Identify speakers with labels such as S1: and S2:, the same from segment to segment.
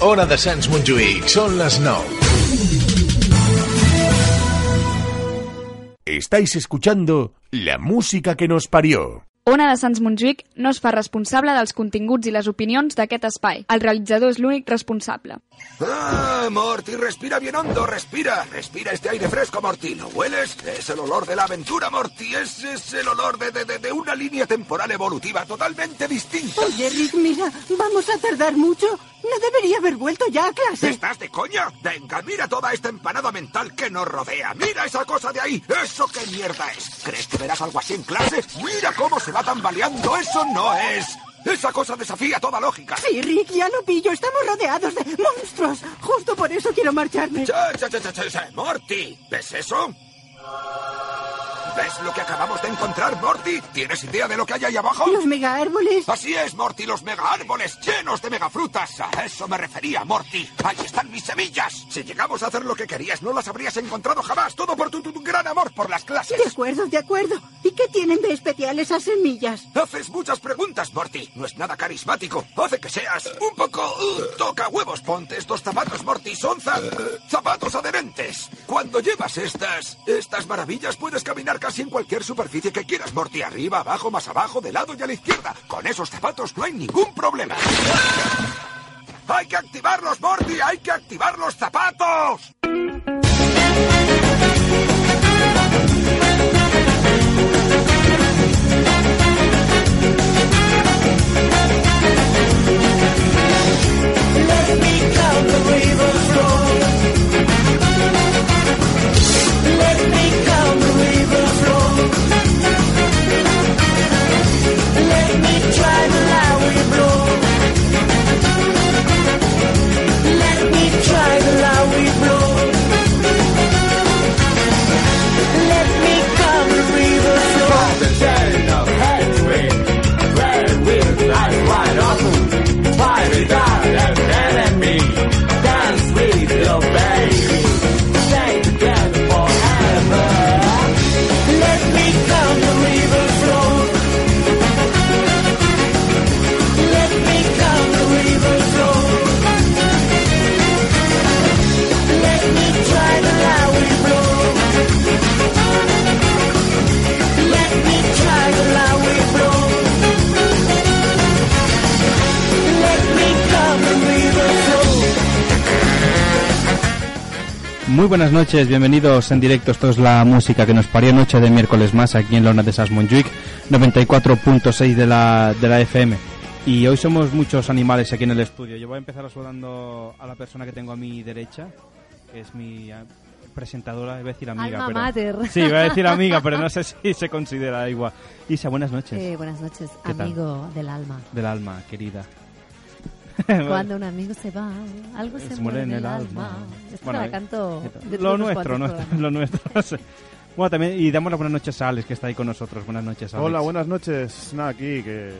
S1: Hora de Sants Montjuïc. Són les 9.
S2: Estáis escuchando la música que nos parió.
S3: Ona de Sants Montjuïc no es fa responsable dels continguts i les opinions d'aquest espai. El realitzador és l'únic responsable.
S4: ¡Ah, Morty, respira bien hondo, respira! Respira este aire fresco, Morty, ¿lo hueles? Es el olor de la aventura, Morty, es, es el olor de, de- de- de una línea temporal evolutiva totalmente distinta.
S5: Oye, Rick, mira, vamos a tardar mucho. No debería haber vuelto ya a clase.
S4: ¿Estás de coña? Venga, mira toda esta empanada mental que nos rodea. Mira esa cosa de ahí. ¿Eso qué mierda es? ¿Crees que verás algo así en clase? Mira cómo se va tambaleando. Eso no es. Esa cosa desafía toda lógica.
S5: Sí, Rick, ya lo pillo. Estamos rodeados de monstruos. Justo por eso quiero marcharme.
S4: Cha, cha, cha, cha, cha, cha. Morty, ¿ves eso? ¿Ves lo que acabamos de encontrar, Morty? ¿Tienes idea de lo que hay ahí abajo?
S5: Los mega árboles.
S4: Así es, Morty, los mega árboles llenos de megafrutas. A eso me refería, Morty. Ahí están mis semillas. Si llegamos a hacer lo que querías, no las habrías encontrado jamás. Todo por tu, tu- tu gran amor por las clases.
S5: De acuerdo, de acuerdo. ¿Y qué tienen de especial esas semillas?
S4: Haces muchas preguntas, Morty. No es nada carismático. Hace que seas un poco... uh, toca huevos. Ponte estos zapatos, Morty. Son za- zapatos adherentes. Cuando llevas estas... Estas maravillas puedes caminar casi en cualquier superficie que quieras, Morty. Arriba, abajo, más abajo, de lado y a la izquierda. Con esos zapatos no hay ningún problema. ¡Hay que activarlos, Morty! ¡Hay que activar los zapatos!
S6: Muy buenas noches, bienvenidos en directo. Esto es la música que nos parió noche de miércoles más aquí en Lona de Sas Montjuic, 94.6 de la, de la FM. Y hoy somos muchos animales aquí en el estudio. Yo voy a empezar saludando a la persona que tengo a mi derecha, que es mi ah, presentadora, iba a decir amiga.
S7: Alma
S6: pero...
S7: mater.
S6: Sí, iba a decir amiga, pero no sé si se considera igual. Isa, buenas noches.
S7: Eh, buenas noches,
S6: ¿Qué tal?
S7: amigo del alma.
S6: Del alma, querida.
S7: Cuando un amigo se va, algo
S6: Pues
S7: Eh, se, muere en el alma. Esto
S6: Bueno,
S7: la
S6: eh,
S7: canto de
S6: lo
S7: unos
S6: nuestro,
S7: cuantos
S6: nuestro
S7: programas.
S6: lo nuestro. sí. Bueno, también, y damos las buenas noches a Alex, que está ahí con nosotros. Buenas noches, Alex.
S8: Hola, buenas noches. Nada, aquí que...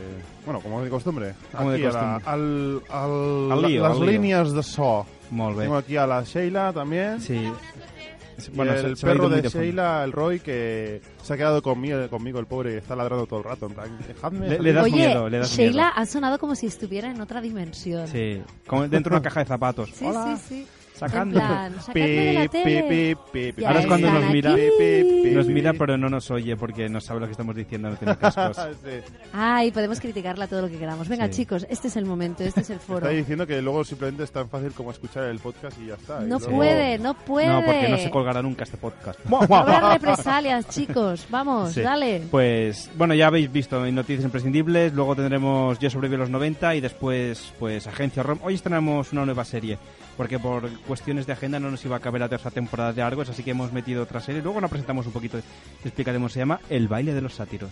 S8: Bueno, com de costumbre.
S6: Como de
S8: aquí a la, al, al,
S6: Al lío,
S8: les
S6: al lío.
S8: líneas de so.
S6: Molt bé.
S8: Tengo aquí a la Sheila también.
S6: Sí. Sí,
S8: Y
S6: Eh, Bueno, se-
S8: el
S6: se me ha ido
S8: perro
S6: el
S8: de
S6: micrófono.
S8: Sheila, el Roy, que se ha quedado conmigo, conmigo el pobre, y está ladrando todo el rato. En plan, dejadme...
S6: Le-
S8: salir.
S6: le das
S7: Oye,
S6: miedo, le das
S7: Sheila
S6: miedo.
S7: ha sonado como si estuviera en otra dimensión.
S6: Sí, como dentro de una caja de zapatos.
S7: sí,
S6: Hola,
S7: sí. sí.
S6: sacando.
S7: En plan, sacadme de la
S8: Pi, pi,
S7: tele.
S8: pi, pi, pi,
S7: Ya
S6: Ahora es cuando
S7: están
S6: nos mira.
S7: aquí.
S6: Nos mira, pero no nos oye porque no sabe lo que estamos diciendo, no tiene cascos.
S8: Sí.
S7: Ay, podemos criticarla todo lo que queramos. Venga,
S6: Sí.
S7: chicos, este es el momento, este es el foro.
S8: Está diciendo que luego simplemente es tan fácil como escuchar el podcast y ya está. Y
S7: No
S8: luego-
S7: puede, no puede.
S6: No, porque no se colgará nunca este podcast.
S7: Habrá represalias, chicos. Vamos,
S6: Sí.
S7: dale.
S6: Pues bueno, ya habéis visto en Noticias Imprescindibles, luego tendremos Yo sobreviví a los 90 y después pues Agencia ROM. Hoy estrenamos una nueva serie, porque por cuestiones de agenda no nos iba a caber la tercera temporada de Argos, así que hemos metido otra serie. Luego la presentamos un poquito, te explicaremos, se llama El baile de los sátiros.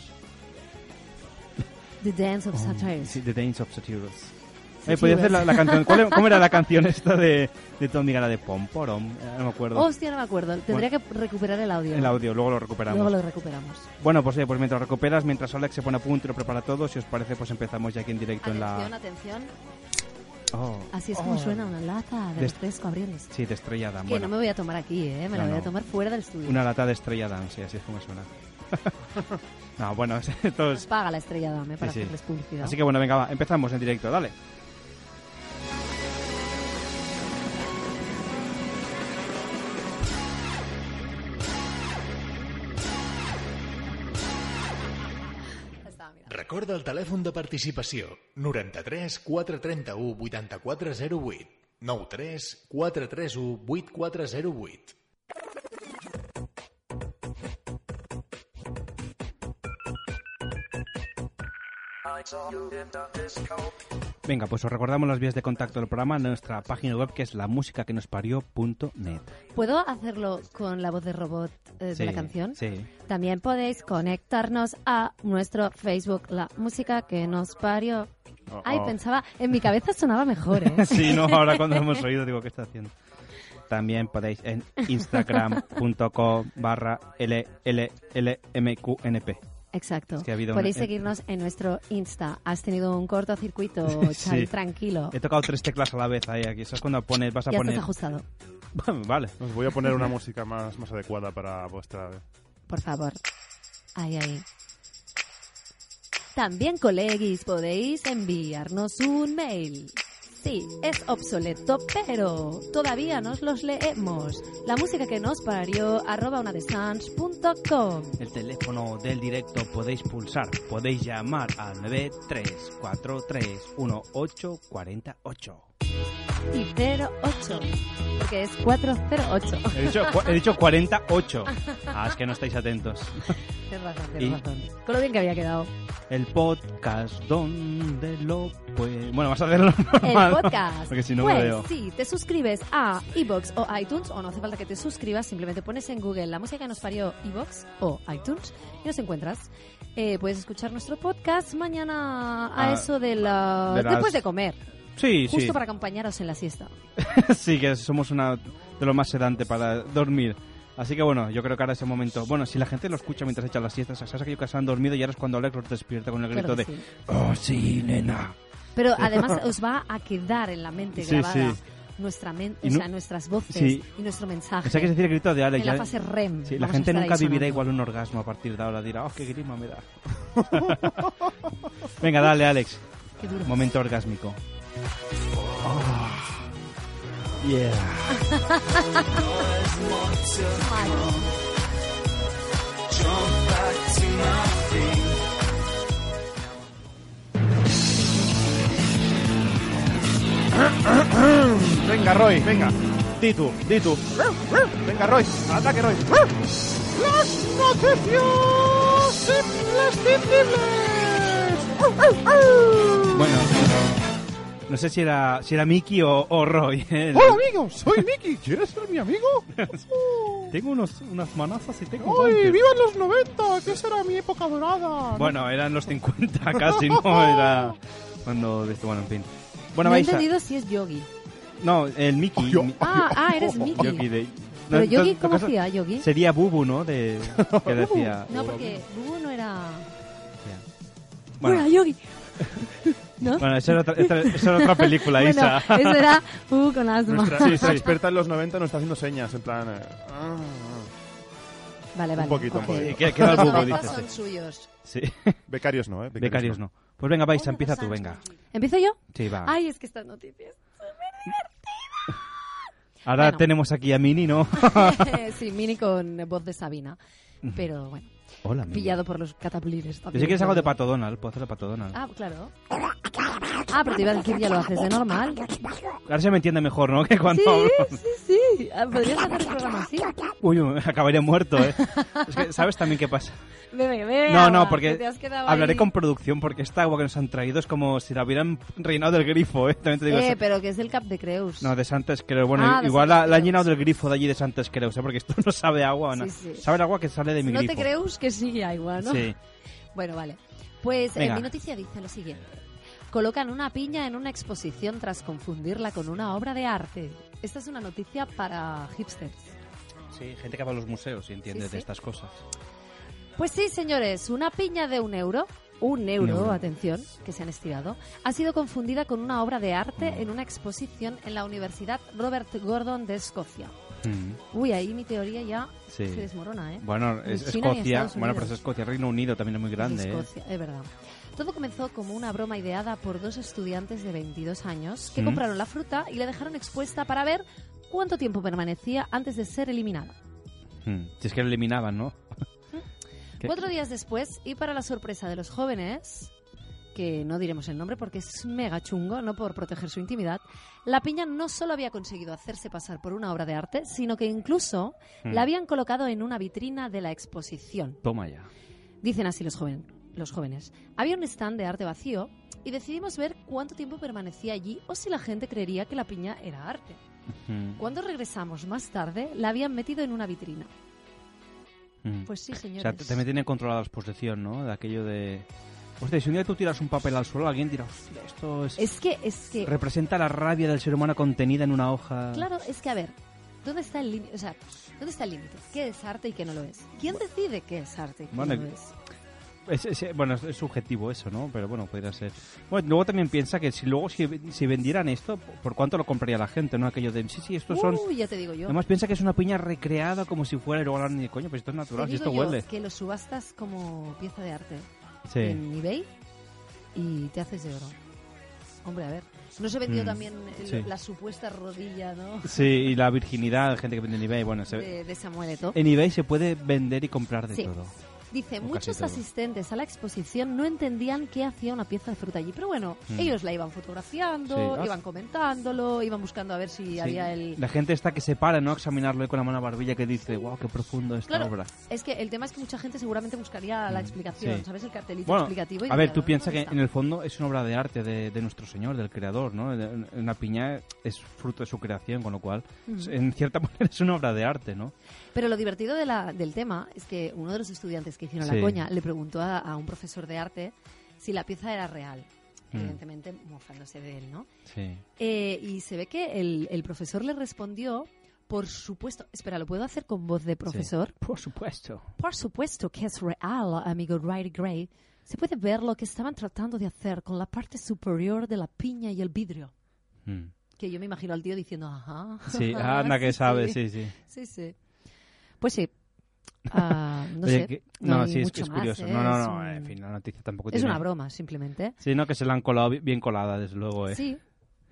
S6: Oh,
S7: The Dance of Satires.
S6: Sí, The Dance of Satyrus. Eh,
S7: Satyrus.
S6: podía hacer la, la canción. ¿cuál era- ¿Cómo era la canción esta de, de Tom Digana de Pomporom? Eh, No me acuerdo.
S7: Hostia, no me acuerdo. Tendría que recuperar el audio.
S6: El audio, luego lo recuperamos.
S7: Luego lo recuperamos.
S6: Bueno, pues, eh, pues mientras recuperas, mientras Alex se pone a punto y lo prepara todo, si os parece, pues empezamos ya aquí en directo en la.
S7: Atención, atención.
S6: Oh.
S7: Así es como suena una lata de
S6: Des-
S7: refresco abrieles.
S6: Sí, de Estrella Damm.
S7: Que
S6: Bueno,
S7: no me voy a tomar aquí, ¿eh? Me la
S6: No,
S7: voy a
S6: no.
S7: tomar fuera del estudio.
S6: Una lata de Estrella Damm, sí, así es como suena. no, bueno, esto
S7: Nos
S6: es...
S7: paga la estrella dame para
S6: Sí, sí.
S7: hacerles publicidad.
S6: Así que bueno, venga, va, empezamos en directo, dale.
S1: Recorda el telèfon de participació 93 431 8408 93 431 8408
S6: Venga, pues os recordamos las vías de contacto del programa en nuestra página web que es lamusicaquenospario.net.
S7: ¿Puedo hacerlo con la voz de robot eh, de
S6: Sí,
S7: la canción?
S6: sí.
S7: También podéis conectarnos a nuestro Facebook, la música que nos parió.
S8: Oh,
S7: Ay,
S8: oh.
S7: pensaba, en mi cabeza sonaba mejor, ¿eh?
S6: sí, no, ahora cuando lo hemos oído digo, ¿qué está haciendo? También podéis en instagram.com barra LLLMQNP.
S7: Exacto.
S6: Es que ha habido
S7: podéis
S6: una- eh,
S7: seguirnos en nuestro Insta. Has tenido un cortocircuito, Xavi,
S6: Sí.
S7: Oh, tranquilo.
S6: He tocado tres teclas a la vez ahí, aquí. Eso es cuando pones, vas a
S7: Ya
S6: poner...
S7: estás ajustado,
S6: vale.
S8: Os voy a poner una música más, más adecuada para vuestra...
S7: por favor. Ahí, ahí. También, colegis, podéis enviarnos un mail. Sí, es obsoleto, pero todavía nos los leemos. La música que nos parió, arroba una de
S6: El teléfono del directo podéis pulsar, podéis llamar al 934318848.
S7: y 08, porque es 408.
S6: He dicho, cua- he dicho 48. Ah, es que no estáis atentos.
S7: Tienes razón,
S6: Y-
S7: tienes razón. Con lo bien que había quedado.
S6: El podcast donde lo pues Bueno, vas a hacerlo normal.
S7: el podcast.
S6: Porque si no
S7: pues,
S6: me veo.
S7: Sí, te suscribes a iBox o iTunes, o no hace falta que te suscribas, simplemente pones en Google la música que nos parió iBox o iTunes y nos encuentras. Eh, puedes escuchar nuestro podcast mañana a
S6: Ah,
S7: eso de la.
S6: de las-
S7: después de comer,
S6: Sí,
S7: justo
S6: sí.
S7: para acompañaros en la siesta.
S6: sí, que somos una de lo más sedante para dormir. Así que bueno, yo creo que ahora es el momento. Bueno, si la gente lo escucha mientras echa las siestas, se aquello que se han dormido y ahora es cuando Alex los despierta con el
S7: Claro
S6: grito
S7: que
S6: de
S7: sí.
S6: ¡Oh, sí, nena!
S7: Pero además os va a quedar en la mente
S6: Sí,
S7: grabada
S6: sí.
S7: nuestra men-
S6: Y
S7: o
S6: no-
S7: sea, nuestras voces
S6: Sí.
S7: y nuestro mensaje.
S6: Pensé que se decía el grito de Alex.
S7: en la
S6: ya-
S7: fase REM.
S6: Sí, la
S7: vamos a
S6: gente
S7: estar
S6: nunca
S7: ahí
S6: vivirá
S7: sonando.
S6: igual un orgasmo a partir de ahora. Dirá, ¡oh, qué grima me da! Venga, dale, Alex.
S7: Qué duro.
S6: Momento orgásmico. Oh,
S8: Ah,
S6: yeah.
S8: Venga, Roy, venga. Titu, Titu. Venga, Roy. Ataque, Roy.
S5: ¡Ah!
S8: Las noticias imprescindibles.
S6: Bueno, no sé si era, si era Mickey o, o Roy. ¿eh?
S8: Hola, amigos. Soy Mickey. ¿Quieres ser mi amigo?
S6: Tengo unos, unas manazas y tengo
S8: ¡Ay,
S6: guantes.
S8: vivan los 90! ¡Que será mi época dorada!
S6: Bueno, eran los 50 casi, no era cuando de esto, bueno, en fin. Bueno,
S7: no he
S6: vais a...
S7: entendido si es yogi.
S6: No, el Mickey.
S8: Yo-
S6: Mi-
S7: Ah, ah, eres Mickey.
S6: Yogi de...
S7: Pero
S6: No,
S7: Yogi,
S6: to-
S7: ¿cómo
S6: cosa-
S7: hacía Yogi?
S6: Sería Bubu, ¿no? De... Que decía...
S7: Uh, No, porque Bubu no era...
S6: Bueno,
S7: Hola, Yogi. ¿No?
S6: bueno esa, era otra, esta- esa era otra película,
S7: Bueno,
S6: Isa.
S7: eso era Bubu con asma.
S8: Nuestra, nuestra experta en los 90 nos está haciendo señas, en plan... eh, ah, ah.
S7: Vale, vale.
S8: un poquito, un
S7: ok.
S8: poquito.
S6: ¿Qué, qué era el
S7: Los
S6: Bubu,
S7: noventas
S6: dices?
S7: son suyos.
S6: Sí.
S8: Becarios no, ¿eh?
S6: Becarios no. Pues venga, vais, empieza tú, venga.
S7: ¿Empiezo yo?
S6: Sí, va.
S7: Ay, es que estas noticias...
S6: Ahora
S7: bueno.
S6: tenemos aquí a Mini, ¿no?
S7: sí, Mini con voz de Sabina. Pero bueno,
S6: Hola, Mini.
S7: pillado por los cataplines
S6: Yo
S7: también.
S6: si quieres algo de Pato Donald, puedo hacer de Pato Donald.
S7: Ah, claro. Ah, pero te iba a decir ya lo haces de normal.
S6: Ahora se me entiende mejor, ¿no? Que cuando...
S7: Sí,
S6: hablo.
S7: sí, sí. Ah, Podrías hacer el programa así.
S6: Uy, me acabaría muerto, ¿eh? Es que, ¿sabes también qué pasa?
S7: Bebe, bebe
S6: No,
S7: agua,
S6: no,
S7: que
S6: porque
S7: te has quedado
S6: hablaré
S7: ahí.
S6: con producción porque esta agua que nos han traído es como si la hubieran reinado del grifo, ¿eh? También te digo
S7: Eh,
S6: eso.
S7: pero que es del Cap de Creus.
S6: No, de Santes Creus. Bueno,
S7: Ah, de
S6: igual
S7: Santes
S6: la, la han
S7: Creus.
S6: llenado del grifo de allí de Santes Creus, ¿eh? Porque esto no sabe a agua, ¿no?
S7: Sí, sí.
S6: Sabe el agua que sale de mi
S7: No
S6: grifo.
S7: te creus que sigue agua, ¿no?
S6: Sí.
S7: Bueno, vale. Pues eh,
S6: Venga.
S7: mi noticia dice lo siguiente. Colocan una piña en una exposición tras confundirla con una obra de arte. Esta es una noticia para hipsters.
S6: Sí, gente que va a los museos y entiende
S7: Sí, sí.
S6: de estas cosas.
S7: Pues sí, señores, una piña de un euro, un euro,
S6: Un euro.
S7: atención, que se han estirado, ha sido confundida con una obra de arte en una exposición en la Universidad Robert Gordon de Escocia. Uy, ahí mi teoría ya
S6: Mm. Sí.
S7: se desmorona, ¿eh?
S6: Bueno, es
S7: Ni China ni
S6: Escocia.
S7: Estados
S6: Bueno, pero es
S7: Unidos.
S6: Escocia. Reino Unido también es muy grande, ¿eh?
S7: Escocia, es verdad. Todo comenzó como una broma ideada por dos estudiantes de 22 años que
S6: Mm.
S7: compraron la fruta y la dejaron expuesta para ver cuánto tiempo permanecía antes de ser eliminada.
S6: Mm. Si es que lo eliminaban, ¿no? ¿Qué?
S7: Cuatro días después, y para la sorpresa de los jóvenes, que no diremos el nombre porque es mega chungo, no por proteger su intimidad, la piña no solo había conseguido hacerse pasar por una obra de arte, sino que incluso
S9: Hmm.
S7: la habían colocado en una vitrina de la exposición.
S9: Toma ya.
S7: Dicen así los, joven- los jóvenes. Había un stand de arte vacío y decidimos ver cuánto tiempo permanecía allí o si la gente creería que la piña era arte.
S9: Mm,
S7: Cuando regresamos más tarde, la habían metido en una vitrina.
S6: Mm.
S7: Pues sí, señores.
S6: O sea, te- también tiene controlada la exposición, ¿no? De aquello de... Hostia, si un día tú tiras un papel al suelo, alguien dirá, hostia, esto es...
S7: Es que, es que,
S6: Representa la rabia del ser humano contenida en una hoja.
S7: claro, es que a ver, ¿dónde está el límite? O sea, ¿dónde está el límite? ¿Qué es arte y qué no lo es? ¿Quién decide qué es arte y qué
S6: Bueno,
S7: no lo es?
S6: Es- es- bueno, es, es subjetivo eso, ¿no? Pero bueno, podría ser. Bueno, luego también piensa que si luego si, si vendieran esto, ¿por cuánto lo compraría la gente, no? Aquello de, sí, sí, estos son...
S7: Uy, ya te digo yo.
S6: Además piensa que es una piña recreada como si fuera y luego hablan de coño, pero esto es
S7: Te
S6: natural, si
S7: digo
S6: esto
S7: yo
S6: huele.
S7: que lo subastas como pieza de arte
S6: Sí.
S7: en eBay y te haces de oro. Hombre, a ver. ¿No se vendió
S6: Mm,
S7: también el-
S6: sí.
S7: la supuesta rodilla, no?
S6: Sí, y la virginidad, gente que vende en eBay, bueno, se-
S7: De, de Samuel Eto'o.
S6: en eBay se puede vender y comprar de
S7: Sí.
S6: todo.
S7: Dice,
S6: O casi
S7: muchos
S6: todo.
S7: asistentes a la exposición no entendían qué hacía una pieza de fruta allí, pero bueno,
S6: Mm.
S7: ellos la iban fotografiando,
S6: Sí. Ah.
S7: iban comentándolo, iban buscando a ver si
S6: Sí.
S7: había el...
S6: La gente está que se para, ¿no? A Examinarlo ahí con la mano a la barbilla que dice, wow, qué profundo esta
S7: Claro,
S6: obra. Mm.
S7: es que el tema es que mucha gente seguramente buscaría la explicación,
S6: sí.
S7: ¿sabes? El cartelito
S6: Bueno,
S7: explicativo. y
S6: a ver,
S7: diría,
S6: tú
S7: "¿Dónde
S6: piensas que
S7: está?".
S6: en el fondo es una obra de arte de, de nuestro Señor, del Creador, ¿no? De- Una piña es fruto de su creación, con lo cual,
S7: Ujú.
S6: en cierta manera, es una obra de arte, ¿no?
S7: Pero lo divertido de la- del tema es que uno de los estudiantes que hicieron
S6: Sí.
S7: la coña le preguntó a, a un profesor de arte si la pieza era real,
S6: Mm.
S7: evidentemente mofándose de él, ¿no?
S6: Sí.
S7: Eh, y se ve que el, el profesor le respondió, por supuesto, espera, ¿lo puedo hacer con voz de profesor?
S6: Por supuesto.
S7: Por supuesto que es real, amigo Riley Gray. Se puede ver lo que estaban tratando de hacer con la parte superior de la piña y el vidrio.
S6: Mm.
S7: Que yo me imagino al tío diciendo, ajá.
S6: Sí,
S7: ajá,
S6: anda que
S7: sí,
S6: sabe, sí,
S7: sí.
S6: sí.
S7: Sí, sí. Pues sí. Ah, no
S6: Oye,
S7: sé.
S6: que-
S7: no
S6: no,
S7: hay
S6: sí, es,
S7: mucho
S6: es
S7: más,
S6: curioso.
S7: ¿eh?
S6: No, no,
S7: Es
S6: no,
S7: un-
S6: en fin, la noticia tampoco
S7: Es
S6: tiene...
S7: una broma, simplemente.
S6: Sí, no, que se la han colado bi- bien colada, desde luego, ¿eh?
S7: Sí.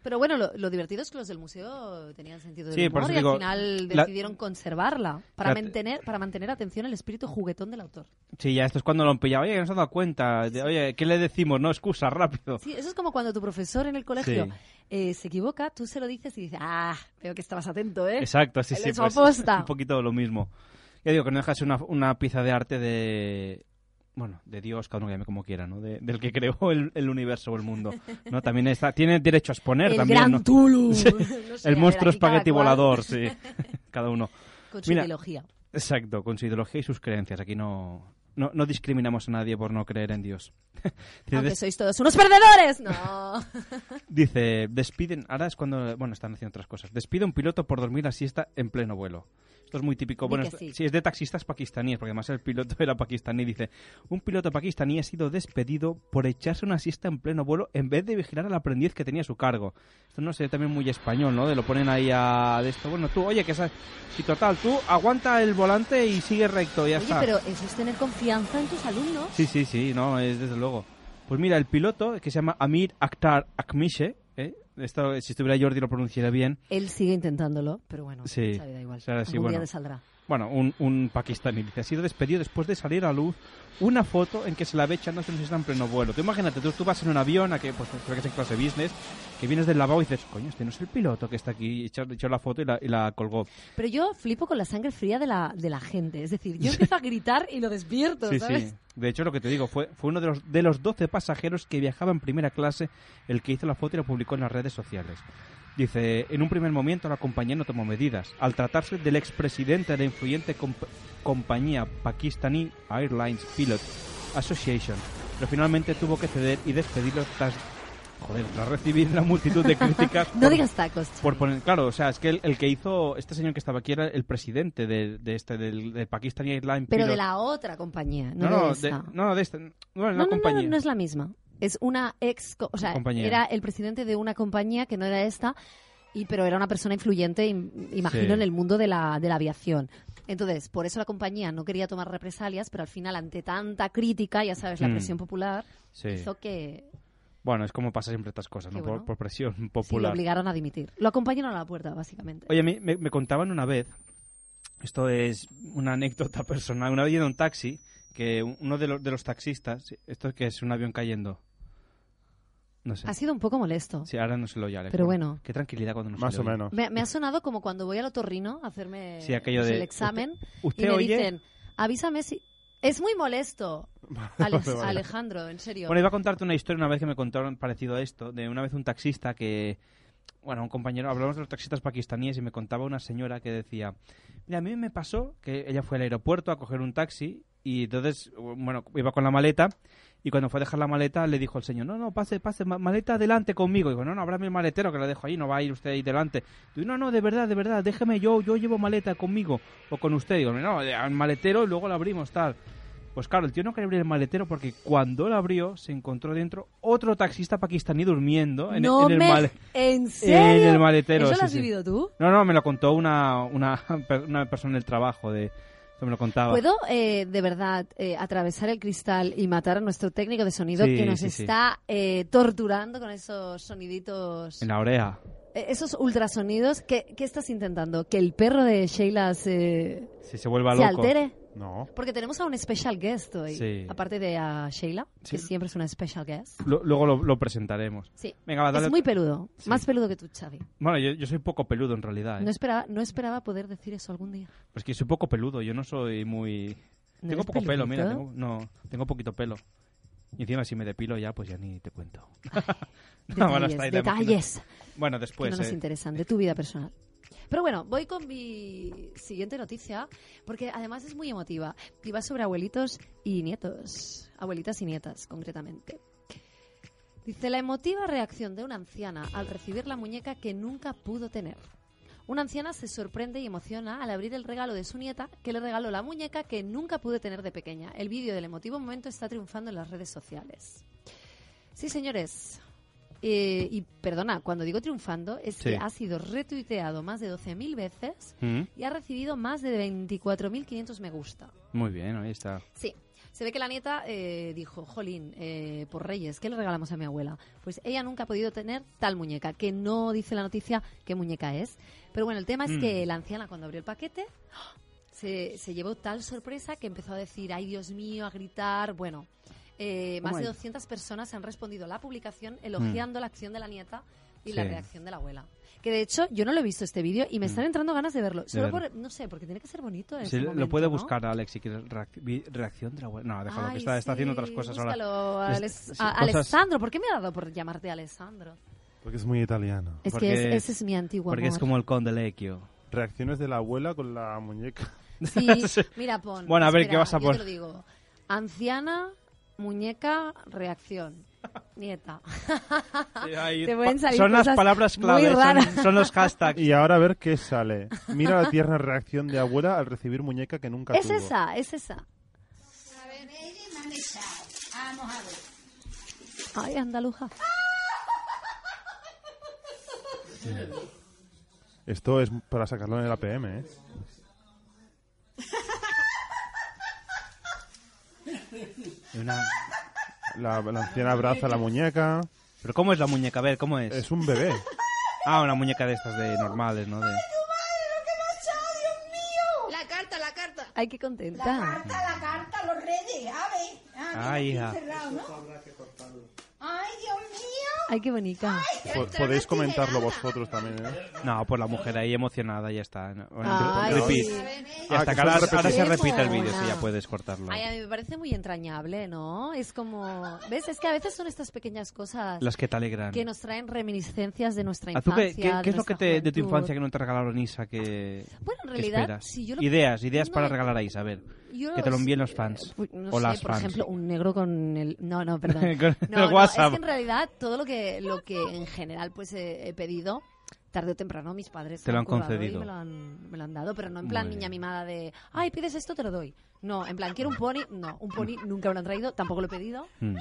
S7: Pero bueno, lo, lo divertido es que los del museo tenían sentido del
S6: Sí, por
S7: humor
S6: eso
S7: y
S6: digo,
S7: al final
S6: la-
S7: decidieron conservarla para
S6: la-
S7: mantener para mantener atención el espíritu juguetón del autor.
S6: Sí, ya esto es cuando lo han pillado. Oye, que nos han dado cuenta. De- oye, ¿qué le decimos? No, excusa, rápido.
S7: Sí, eso es como cuando tu profesor en el colegio
S6: Sí.
S7: eh, se equivoca, tú se lo dices y dices, ah, veo que estabas atento, ¿eh?
S6: Exacto, sí,
S7: Él
S6: sí.
S7: es Ah,
S6: pues,
S7: aposta.
S6: un poquito lo mismo. Ya digo que no dejas una, una pieza de arte de. Bueno, de Dios, cada uno que llame como quiera, ¿no? De- del que creó el, el universo o el mundo. ¿No? También está. Tiene derecho a exponer
S7: el
S6: también.
S7: gran
S6: ¿no?
S7: Tulu.
S6: Sí,
S7: No sé, a
S6: El
S7: ver,
S6: monstruo
S7: aquí cada
S6: espagueti
S7: cual
S6: volador, sí. Cada uno.
S7: Con su
S6: Mira.
S7: ideología.
S6: Exacto, con su ideología y sus creencias. Aquí no. No, no discriminamos a nadie por no creer en Dios. Dice,
S7: Aunque
S6: "Des-
S7: sois todos unos perdedores. No.
S6: Dice, despiden, ahora es cuando, bueno, están haciendo otras cosas. Despide a un piloto por dormir la siesta en pleno vuelo. Esto es muy típico.
S7: Di
S6: Bueno,
S7: que
S6: es-
S7: sí.
S6: si es de taxistas pakistaníes, porque además el piloto era pakistaní, dice, un piloto pakistaní ha sido despedido por echarse una siesta en pleno vuelo en vez de vigilar al aprendiz que tenía a su cargo. Esto no sé, también muy español, ¿no? De lo ponen ahí a de esto. Bueno, tú, oye, que sabes, si total, tú aguanta el volante y sigue recto, ya
S7: Oye,
S6: está.
S7: pero eso es tener confianza en tus alumnos.
S6: Sí, sí, sí, no, es desde luego. Pues mira, el piloto, que se llama Amir Akhtar Akmishe, ¿eh? Esto, si estuviera Jordi lo pronunciaría bien.
S7: Él sigue intentándolo, pero bueno,
S6: Sí.
S7: sabe, da igual.
S6: Ahora Ah, sí,
S7: Algún
S6: bueno.
S7: día le saldrá.
S6: Bueno, un, un pakistaní. Dice, ha sido despedido después de salir a luz una foto en que se la ve echándose una siesta en pleno vuelo. Tú imagínate, tú, tú vas en un avión, a que, pues, creo que es en clase business, que vienes del lavabo y dices, coño, este no es el piloto que está aquí, y echó, echó la foto y la, y la colgó.
S7: Pero yo flipo con la sangre fría de la, de la gente. Es decir, yo empiezo a gritar y lo despierto,
S6: Sí,
S7: ¿sabes?
S6: sí. De hecho, lo que te digo, fue, fue uno de los, de los 12 pasajeros que viajaba en primera clase el que hizo la foto y la publicó en las redes sociales. Dice, en un primer momento la compañía no tomó medidas. Al tratarse del expresidente de la influyente comp- compañía pakistaní Airlines Pilot Association, pero finalmente tuvo que ceder y despedirlo tras, joder, tras recibir la multitud de críticas.
S7: No
S6: por-
S7: digas tacos. Xavi.
S6: por poner, claro, o sea, es que el, el que hizo, este señor que estaba aquí era el presidente de, de este, del, del Pakistani Airlines
S7: Pero
S6: Pilot.
S7: de la otra compañía, no,
S6: No,
S7: de
S6: no,
S7: esta.
S6: de, no, de esta. Bueno,
S7: No,
S6: una
S7: no, no,
S6: compañía.
S7: no, no es la misma. Es una ex... co- O sea,
S6: Compañía.
S7: era el presidente de una compañía que no era esta, y, pero era una persona influyente, im- imagino,
S6: Sí.
S7: en el mundo de la, de la aviación. Entonces, por eso la compañía no quería tomar represalias, pero al final, ante tanta crítica, ya sabes, la
S6: Mm.
S7: presión popular,
S6: Sí.
S7: hizo que
S6: Bueno, es como pasa siempre estas cosas, ¿no?
S7: Qué
S6: Por-
S7: bueno.
S6: Por, presión
S7: sí, lo
S6: popular.
S7: obligaron a dimitir. Lo acompañaron a la puerta, básicamente.
S6: Oye, a mí me, me contaban una vez, esto es una anécdota personal, una vez en un taxi, que uno de los, de los taxistas, esto es que es un avión cayendo. No sé.
S7: Ha sido un poco molesto.
S6: Sí, ahora no se lo oye, Alex.
S7: Pero bueno.
S6: Qué tranquilidad cuando nos
S8: Más o menos.
S7: Me, me ha sonado como cuando voy al otorrino a hacerme
S6: Sí, aquello
S7: pues,
S6: de,
S7: el examen
S6: ¿Usted
S7: y me
S6: oye?
S7: dicen, avísame si... Es muy molesto, Alex-
S8: vale, vale.
S7: Alejandro, en serio.
S6: Bueno, iba a contarte una historia una vez que me contaron parecido a esto, de una vez un taxista que, bueno, un compañero, hablamos de los taxistas pakistaníes y me contaba una señora que decía, mira, a mí me pasó que ella fue al aeropuerto a coger un taxi y entonces, bueno, iba con la maleta y cuando fue a dejar la maleta le dijo el señor, no, no, pase, pase, ma- maleta adelante conmigo. Digo, no, no, habrá mi maletero que la dejo ahí, no va a ir usted ahí delante. Digo, no, no, de verdad, de verdad, déjeme yo, yo llevo maleta conmigo o con usted. Digo, no, al maletero y luego la abrimos, tal. Pues claro, el tío no quería abrir el maletero porque cuando lo abrió se encontró dentro otro taxista pakistaní durmiendo en,
S7: no
S6: en el
S7: me...
S6: male-
S7: ¿En serio?
S6: en el maletero,
S7: ¿Eso
S6: sí,
S7: lo has
S6: sí.
S7: vivido tú?
S6: No, no, me lo contó una, una, una persona del trabajo de que me lo contaba.
S7: ¿Puedo eh, de verdad eh, atravesar el cristal y matar a nuestro técnico de sonido
S6: Sí,
S7: que nos
S6: sí, sí.
S7: está eh, torturando con esos soniditos,
S6: En la oreja.
S7: eh, esos ultrasonidos? ¿Qué, qué estás intentando? ¿Que el perro de Sheila se,
S6: Si se vuelva
S7: se
S6: loco.
S7: altere?
S8: No.
S7: Porque tenemos a un special guest hoy,
S6: Sí.
S7: aparte de a Sheila, que
S6: Sí.
S7: siempre es una special guest.
S6: Lu- luego lo, lo presentaremos.
S7: Sí.
S6: Venga, va, dale.
S7: Es muy peludo,
S6: Sí.
S7: más peludo que tú, Xavi.
S6: Bueno, yo, yo soy poco peludo en realidad. ¿eh?
S7: No esperaba, no esperaba poder decir eso algún día.
S6: Pues que soy poco peludo, yo no soy muy...
S7: ¿No
S6: tengo
S7: eres
S6: poco pelo, mira,
S7: peludito?
S6: tengo, no, tengo poquito pelo. Y encima si me depilo ya, pues ya ni te cuento. No, bueno,
S7: Detalles,
S6: hasta ahí la imagino.
S7: detalles.
S6: Bueno,
S7: que
S6: después...
S7: no nos
S6: eh,
S7: interesan, de tu vida personal. Pero bueno, voy con mi siguiente noticia, porque además es muy emotiva. Y va sobre abuelitos y nietos. Abuelitas y nietas, concretamente. Dice la emotiva reacción de una anciana al recibir la muñeca que nunca pudo tener. Una anciana se sorprende y emociona al abrir el regalo de su nieta, que le regaló la muñeca que nunca pude tener de pequeña. El vídeo del emotivo momento está triunfando en las redes sociales. Sí, señores. Eh, y perdona, cuando digo triunfando, es
S6: Sí.
S7: que ha sido retuiteado más de 12.000 veces
S6: ¿Mm?
S7: y ha recibido más de 24.500 me gusta.
S6: ¿Mm? Muy bien, ahí está.
S7: Sí. Se ve que la nieta eh, dijo, Jolín, eh, por Reyes, ¿qué le regalamos a mi abuela? Pues ella nunca ha podido tener tal muñeca, que no dice la noticia qué muñeca es. Pero bueno, el tema es
S6: Mm.
S7: que la anciana cuando abrió el paquete ¡oh! se, se llevó tal sorpresa que empezó a decir, ay Dios mío, a gritar. Bueno, eh,
S6: Oh
S7: más de 200 personas han respondido a la publicación elogiando la acción de la nieta y la
S6: Mm. Sí.
S7: reacción de la abuela. Que de hecho yo no lo he visto este vídeo y me están entrando ganas de verlo. Solo
S6: verlo.
S7: por, no sé, porque tiene que ser bonito. en
S6: Mm. Sí,
S7: ese
S6: lo
S7: momento,
S6: puede
S7: ¿no?
S6: buscar Alex si quieres reac- vi- reacción de la abuela. No, déjalo,
S7: Ay,
S6: que está, está haciendo otras
S7: sí,
S6: cosas ahora.
S7: búscalo,
S6: Es-
S7: Alex-
S6: sí,
S7: a-
S6: cosas-
S7: Alessandro, ¿por qué me ha dado por llamarte Alessandro?
S8: Porque es muy italiano.
S7: Es
S6: Porque-
S7: que es- ese es mi antiguo
S6: Porque es
S7: amor.
S6: como el conde Lequio.
S8: Reacciones de la abuela con la muñeca.
S7: Sí, mira, pon.
S6: Bueno, a ver,
S7: espera,
S6: ¿qué vas a
S7: yo te
S6: poner?
S7: lo digo. Anciana, muñeca, reacción. Nieta. Te pueden salir
S6: son las
S7: cosas
S6: palabras
S7: muy
S6: clave, son,
S7: raras.
S6: son los hashtags.
S8: Y ahora a ver qué sale. Mira la tierna reacción de abuela al recibir muñeca que nunca
S7: Es
S8: tuvo.
S7: esa, es esa. Ay, andaluja.
S8: Esto es para sacarlo en el APM, ¿eh?
S6: Una-
S8: La, la anciana abraza la muñeca.
S6: Pero ¿cómo es la muñeca? A ver, ¿cómo es?
S8: Es un bebé.
S6: Ah, una muñeca de estas de normales, ¿no? De...
S9: La carta, la carta.
S7: Ay, qué contenta.
S9: la carta, los reyes, ave.
S6: Ah, hija.
S9: Ay, Dios mío.
S7: Ay, qué bonita.
S8: Po- podéis comentarlo vosotros también, ¿eh?
S6: No, pues la mujer ahí emocionada ya está. ¿no? Bueno,
S7: Ay,
S6: repeat.
S7: sí.
S6: Ya
S8: Ah,
S6: está,
S8: que
S6: que ahora,
S8: son
S6: ahora se
S7: repetidos.
S6: repite el
S7: Qué
S6: vídeo, si
S7: mona.
S6: ya puedes cortarlo.
S7: Ay, a mí me parece muy entrañable, ¿no? Es como... ¿Ves? Es que a veces son estas pequeñas cosas
S6: Las que te alegran.
S7: que nos traen reminiscencias de nuestra
S6: ¿A
S7: infancia.
S6: tú qué, qué-
S7: de
S6: qué es lo que te, de tu
S7: nuestra
S6: infancia
S7: juventud.
S6: que no te regalaron Isa que,
S7: Bueno, en
S6: que
S7: realidad,
S6: esperas?
S7: si yo lo-
S6: Ideas, ideas
S7: no
S6: para
S7: lo-
S6: regalar a Isa, a ver.
S7: yo
S6: que te lo
S7: sí,
S6: envíen los
S7: eh,
S6: fans.
S7: pu- no
S6: o
S7: sé,
S6: las
S7: por
S6: fans.
S7: ejemplo, un negro con el... No, no, perdón.
S6: Con
S7: No,
S6: el
S7: no,
S6: WhatsApp.
S7: es que en realidad todo lo que, lo que en general pues he, he pedido, tarde o temprano mis padres
S6: Te lo han
S7: currado y
S6: concedido.
S7: me lo han, me lo han dado, pero no en plan
S6: Muy
S7: niña
S6: bien.
S7: mimada de, ay, pides esto, te lo doy. No, en plan, quiero un pony. No, un pony nunca me lo han traído, tampoco lo he pedido.
S6: Mm.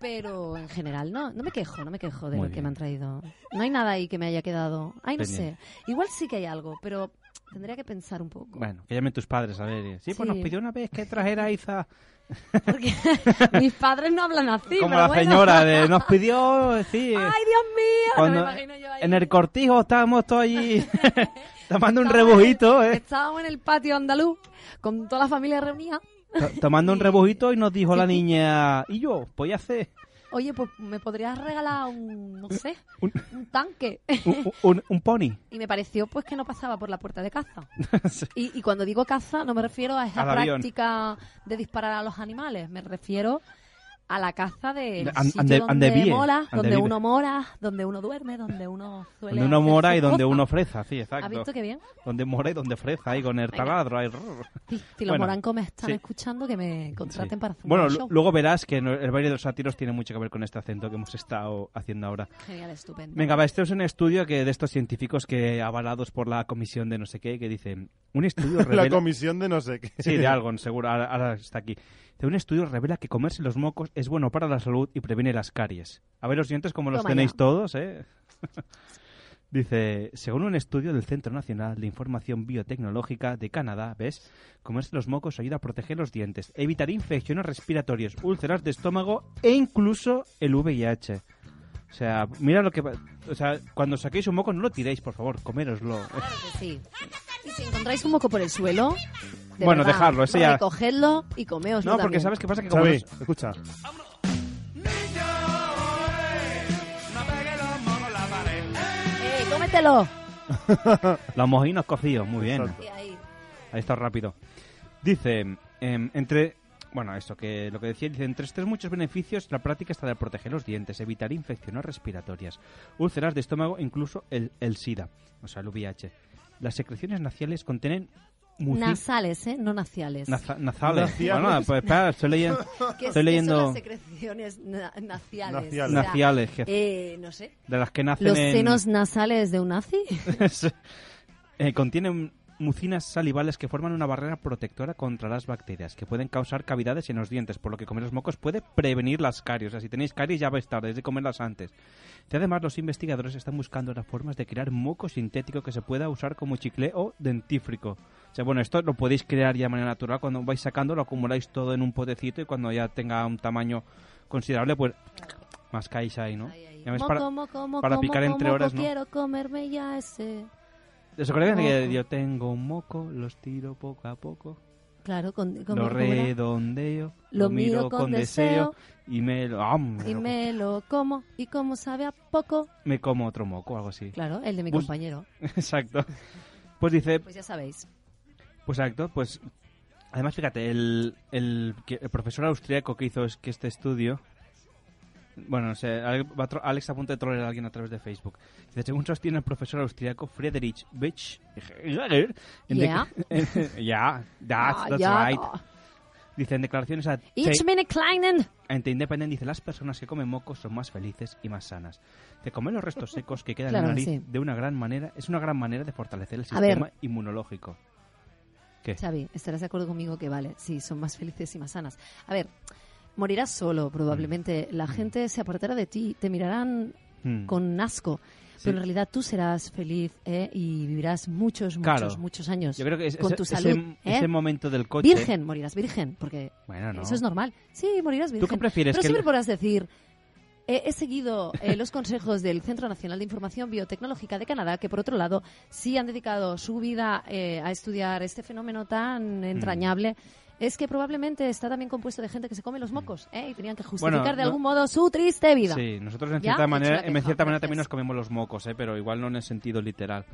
S7: Pero en general, no, no me quejo, no me quejo de
S6: Muy
S7: lo que
S6: bien.
S7: me han traído. No hay nada ahí que me haya quedado. Ay, no
S6: Pendiente.
S7: sé. Igual sí que hay algo, pero tendría que pensar un poco.
S6: Bueno, que llamen tus padres, a ver. eh. Sí, pues
S7: Sí.
S6: nos pidió una vez que trajera a Isa.
S7: Porque mis padres no hablan así,
S6: como
S7: pero
S6: la
S7: bueno.
S6: señora de, nos pidió, sí.
S7: Ay, Dios mío,
S6: cuando-
S7: no me imagino yo ahí.
S6: en el cortijo estábamos todos allí tomando un
S7: Estábamos en el-
S6: rebujito, ¿eh?
S7: Estábamos en el patio andaluz con toda la familia reunida.
S6: To- Tomando un rebujito y nos dijo la niña, ¿y yo? Pues ya sé.
S7: Oye, pues me podrías regalar un, no sé,
S6: Un-
S7: un, tanque.
S6: Un, un- un pony.
S7: Y me pareció pues que no pasaba por la puerta de caza.
S6: Sí.
S7: Y, y cuando digo caza no me refiero a esa
S6: Al avión.
S7: práctica de disparar a los animales, me refiero a la caza de
S6: De- and- and de- and de
S7: donde
S6: vie,
S7: mola,
S6: and de
S7: donde
S6: vie.
S7: uno mora, donde uno duerme, donde uno suele
S6: Donde uno
S7: hacer
S6: mora y
S7: sus
S6: donde
S7: cosas.
S6: uno freza, sí,
S7: ¿Has
S6: exacto.
S7: visto qué bien?
S6: Donde mora y donde freza, ahí con el
S7: Venga.
S6: taladro. ahí.
S7: Sí, Si los
S6: Bueno,
S7: morancos me están
S6: sí.
S7: escuchando, que me
S6: Sí.
S7: contraten para hacer
S6: Bueno,
S7: un
S6: lu-
S7: show.
S6: luego verás que no- el baile de los sátiros tiene mucho que ver con este acento que hemos estado haciendo ahora.
S7: Genial, estupendo.
S6: Venga, va, este es un estudio que de estos científicos que avalados por la comisión de no sé qué, que dicen, un estudio
S8: La
S6: revela...
S8: comisión de no sé qué.
S6: Sí, de algo, seguro, ahora, ahora está aquí. Dice, Un estudio revela que comerse los mocos es bueno para la salud y previene las caries. A ver los dientes como los
S7: Toma
S6: tenéis
S7: ya.
S6: todos, ¿eh? Dice, según un estudio del Centro Nacional de Información Biotecnológica de Canadá, ¿ves? Comerse los mocos ayuda a proteger los dientes, evitar infecciones respiratorias, úlceras de estómago e incluso el VIH. O sea, mira lo que... va- O sea, cuando saquéis un moco no lo tiréis, por favor, coméroslo.
S7: Claro que Pues sí. Y si encontráis un moco por el suelo, de
S6: Bueno,
S7: verdad,
S6: dejadlo, ese ya-
S7: recogedlo y comeoslo
S6: No, porque
S7: también.
S6: ¿sabes qué pasa? Que como
S8: Xavi,
S6: los-
S8: escucha.
S7: ¡Eh, cómetelo!
S6: los mojinos cocidos, muy bien.
S8: Exacto.
S7: Y ahí,
S6: Ahí está rápido. Dice, em, entre... Bueno, eso, que lo que decía, dice, entre estos muchos beneficios, la práctica está de proteger los dientes, evitar infecciones respiratorias, úlceras de estómago, incluso el, el SIDA, o sea, el VIH. Las secreciones naciales contienen muci-
S7: nasales, ¿eh? No naciales.
S6: naza- nazales.
S8: Naciales.
S6: Bueno, pues espera, estoy leyendo...
S7: ¿Qué es-
S6: Estoy
S7: qué
S6: leyendo-
S7: son las secreciones na- naciales.
S8: Naciales.
S7: O sea,
S6: Naciales, jefe.
S7: eh, no sé.
S6: De las que nacen
S7: ¿Los
S6: en-
S7: senos nasales de un nazi?
S6: Eh, contienen mucinas salivales que forman una barrera protectora contra las bacterias, que pueden causar cavidades en los dientes, por lo que comer los mocos puede prevenir las caries. O sea, si tenéis caries ya vais tarde, es de comerlas antes. Y además, los investigadores están buscando las formas de crear moco sintético que se pueda usar como chicle o dentífrico. O sea, bueno, esto lo podéis crear ya de manera natural. Cuando vais sacando, lo acumuláis todo en un potecito y cuando ya tenga un tamaño considerable, pues mascáis ahí, ¿no?
S7: Ahí, ahí.
S6: Ya ves,
S7: Moco,
S6: para-
S7: moco, moco,
S6: para picar
S7: moco,
S6: entre
S7: moco,
S6: horas, ¿no?
S7: quiero comerme ya ese...
S6: ¿Os acordáis de que
S7: Moco.
S6: yo tengo un moco, los tiro poco a poco?
S7: Claro, con, con
S6: Lo
S7: ¿cómo era?
S6: redondeo,
S7: Lo miro con deseo
S6: y me, lo- ah, ¡am!
S7: y me lo como. Y como sabe a poco...
S6: me como otro moco o algo así.
S7: Claro, el de mi
S6: Bus-
S7: compañero.
S6: Exacto. Pues dice,
S7: Pues ya sabéis.
S6: pues exacto, pues además fíjate, el, el, que- el profesor austríaco que hizo es que este estudio bueno, no sé, Ale- va a tro- Alex a punto de trolear a alguien a través de Facebook. Dice, según sostiene el profesor austríaco Friedrich Bech,
S7: Yeah.
S6: yeah, that's,
S7: Ah,
S6: that's
S7: ya,
S6: right.
S7: ah.
S6: Dice en declaraciones a
S7: Ich meine Kleinen.
S6: Ante Independent dice, las personas que comen mocos son más felices y más sanas. Que comer los restos secos que quedan
S7: Claro
S6: en la
S7: que
S6: nariz
S7: sí.
S6: de una gran manera es una gran manera de fortalecer el
S7: A ver.
S6: sistema inmunológico. ¿Qué?
S7: Xavi, estarás de acuerdo conmigo que vale, sí, son más felices y más sanas. A ver, morirás solo probablemente. La gente se apartará de ti, te mirarán
S6: Mm.
S7: con asco.
S6: Sí.
S7: Pero en realidad tú serás feliz ¿eh? y vivirás muchos, muchos,
S6: Claro.
S7: muchos años.
S6: Yo creo que es-
S7: con
S6: ese,
S7: tu
S6: ese-
S7: salud. ¿eh?
S6: ese momento del coche...
S7: virgen, morirás virgen, porque
S6: Bueno, no.
S7: eso es normal. Sí, morirás virgen.
S6: ¿Tú qué prefieres?
S7: Pero
S6: que
S7: siempre
S6: el-
S7: podrás decir, eh, he seguido eh, los consejos del Centro Nacional de Información Biotecnológica de Canadá, que por otro lado sí han dedicado su vida eh, a estudiar este fenómeno
S6: Mm.
S7: tan entrañable. Es que probablemente está también compuesto de gente que se come los mocos ¿eh? y tenían que justificar
S6: Bueno,
S7: de
S6: no-
S7: algún modo su triste vida.
S6: Sí, nosotros en
S7: Ya,
S6: cierta
S7: he hecho
S6: manera,
S7: la
S6: en
S7: queja,
S6: cierta manera también
S7: gracias.
S6: nos comemos los mocos, ¿eh? pero igual no en el sentido literal.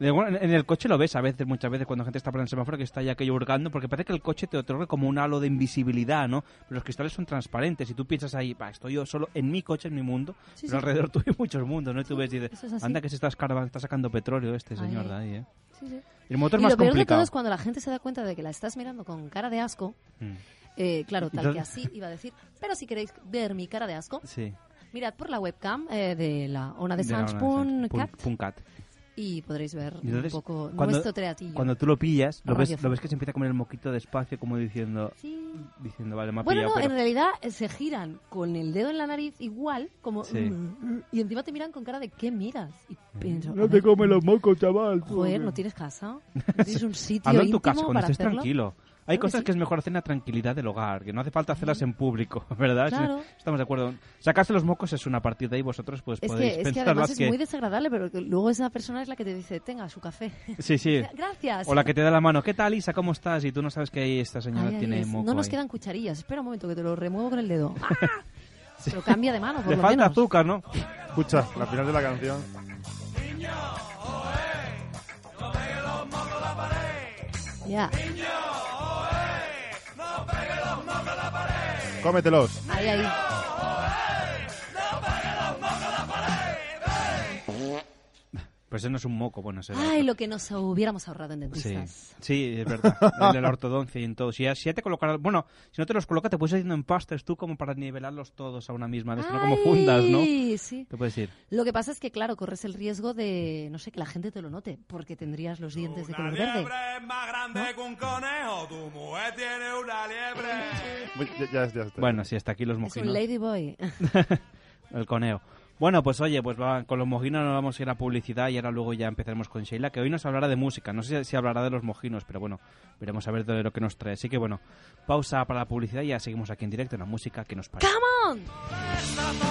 S6: De- bueno, en- en el coche lo ves a veces, muchas veces, cuando gente está por el semáforo que está ya aquello hurgando, porque parece que el coche te otorga como un halo de invisibilidad, ¿no? Pero los cristales son transparentes y tú piensas ahí, "Bah, estoy yo solo en mi coche, en mi mundo,
S7: Sí,
S6: pero
S7: sí.
S6: alrededor tuyo hay muchos mundos, ¿no? Y tú ves y
S7: eso
S6: dices,
S7: es así.
S6: anda que se está, escarba- está sacando petróleo este señor
S7: Ay.
S6: de ahí, ¿eh?
S7: Sí, sí.
S6: Y el motor
S7: Y
S6: es más
S7: lo peor de
S6: complicado.
S7: todo es cuando la gente se da cuenta de que la estás mirando con cara de asco.
S6: Mm,
S7: eh, claro, tal que
S6: Entonces-
S7: así iba a decir. Pero si queréis ver mi cara de asco,
S6: Sí.
S7: mirad por la webcam eh, de la ONA de
S6: De la-
S7: Sans
S6: Pun-
S7: Cat.
S6: Puncat.
S7: y podréis ver
S6: Y entonces,
S7: un poco
S6: cuando-
S7: nuestro teatillo.
S6: Cuando tú lo pillas, lo ves,
S7: Radiofónico.
S6: lo ves que se empieza a comer el moquito despacio, como diciendo,
S7: Sí.
S6: diciendo, vale, me ha
S7: Bueno,
S6: pillado,
S7: no,
S6: pero...
S7: en realidad eh, se giran con el dedo en la nariz igual, como... mm,
S6: Sí.
S7: Y encima te miran con cara de ¿qué miras? Y
S6: Mm.
S7: pienso, a
S6: No te
S7: ver,
S6: comes los mocos, chaval.
S7: joder, ¿no tienes casa? ¿No tienes un sitio
S6: Hazlo en
S7: íntimo
S6: tu casa, cuando
S7: para
S6: estés
S7: hacerlo?
S6: tranquilo. Hay
S7: Creo que
S6: cosas
S7: sí.
S6: que es mejor hacer en la tranquilidad del hogar, que no hace falta hacerlas en público, ¿verdad?
S7: Claro.
S6: Sí, Estamos de acuerdo. Sacarse los mocos es una partida y vosotros pues
S7: Es
S6: podéis
S7: que, es que
S6: pensar
S7: además
S6: las
S7: es
S6: que...
S7: muy desagradable, pero que luego esa persona es la que te dice, tenga su café.
S6: Sí, sí.
S7: Gracias.
S6: O la que te da la mano, ¿qué tal, Isa? ¿Cómo estás? Y tú no sabes que ahí esta
S7: Ay,
S6: señora
S7: ay,
S6: tiene
S7: es-
S6: moco
S7: No nos
S6: ahí.
S7: quedan cucharillas. Espera un momento que te lo remuevo con el dedo. ¡Ah! Pero cambia de mano, por
S6: Le
S7: lo
S6: falta
S7: menos.
S6: azúcar, ¿no?
S8: Escucha, la final de la canción.
S7: Ya.
S8: Cómetelos.
S7: Ahí, ahí.
S6: Pues eso no es un moco, bueno, será.
S7: Ay, lo que nos hubiéramos ahorrado en
S6: Sí,
S7: dentistas.
S6: sí, es verdad. En la ortodoncia y en todo. Si ya, si ya te colocaron. Bueno, si no te los colocas, te puedes ir haciendo empastes tú como para nivelarlos todos a una misma vez. No como
S7: Ay,
S6: fundas, ¿no?
S7: sí.
S6: Te puedes ir.
S7: Lo que pasa es que, claro, corres el riesgo de, no sé, que la gente te lo note, porque tendrías los dientes de color verde.
S10: eh,
S8: Ya, ya, ya está.
S6: Bueno, sí, hasta aquí los
S7: Es un
S6: mojinos.
S7: ladyboy.
S6: El coneo. Bueno, pues oye, pues va- con los mojinos nos vamos a ir a publicidad y ahora luego ya empezaremos con Sheila, que hoy nos hablará de música. No sé si hablará de los mojinos, pero bueno, veremos a ver de lo que nos trae. Así que bueno, pausa para la publicidad y ya seguimos aquí en directo en la música que nos parece.
S7: ¡Come on!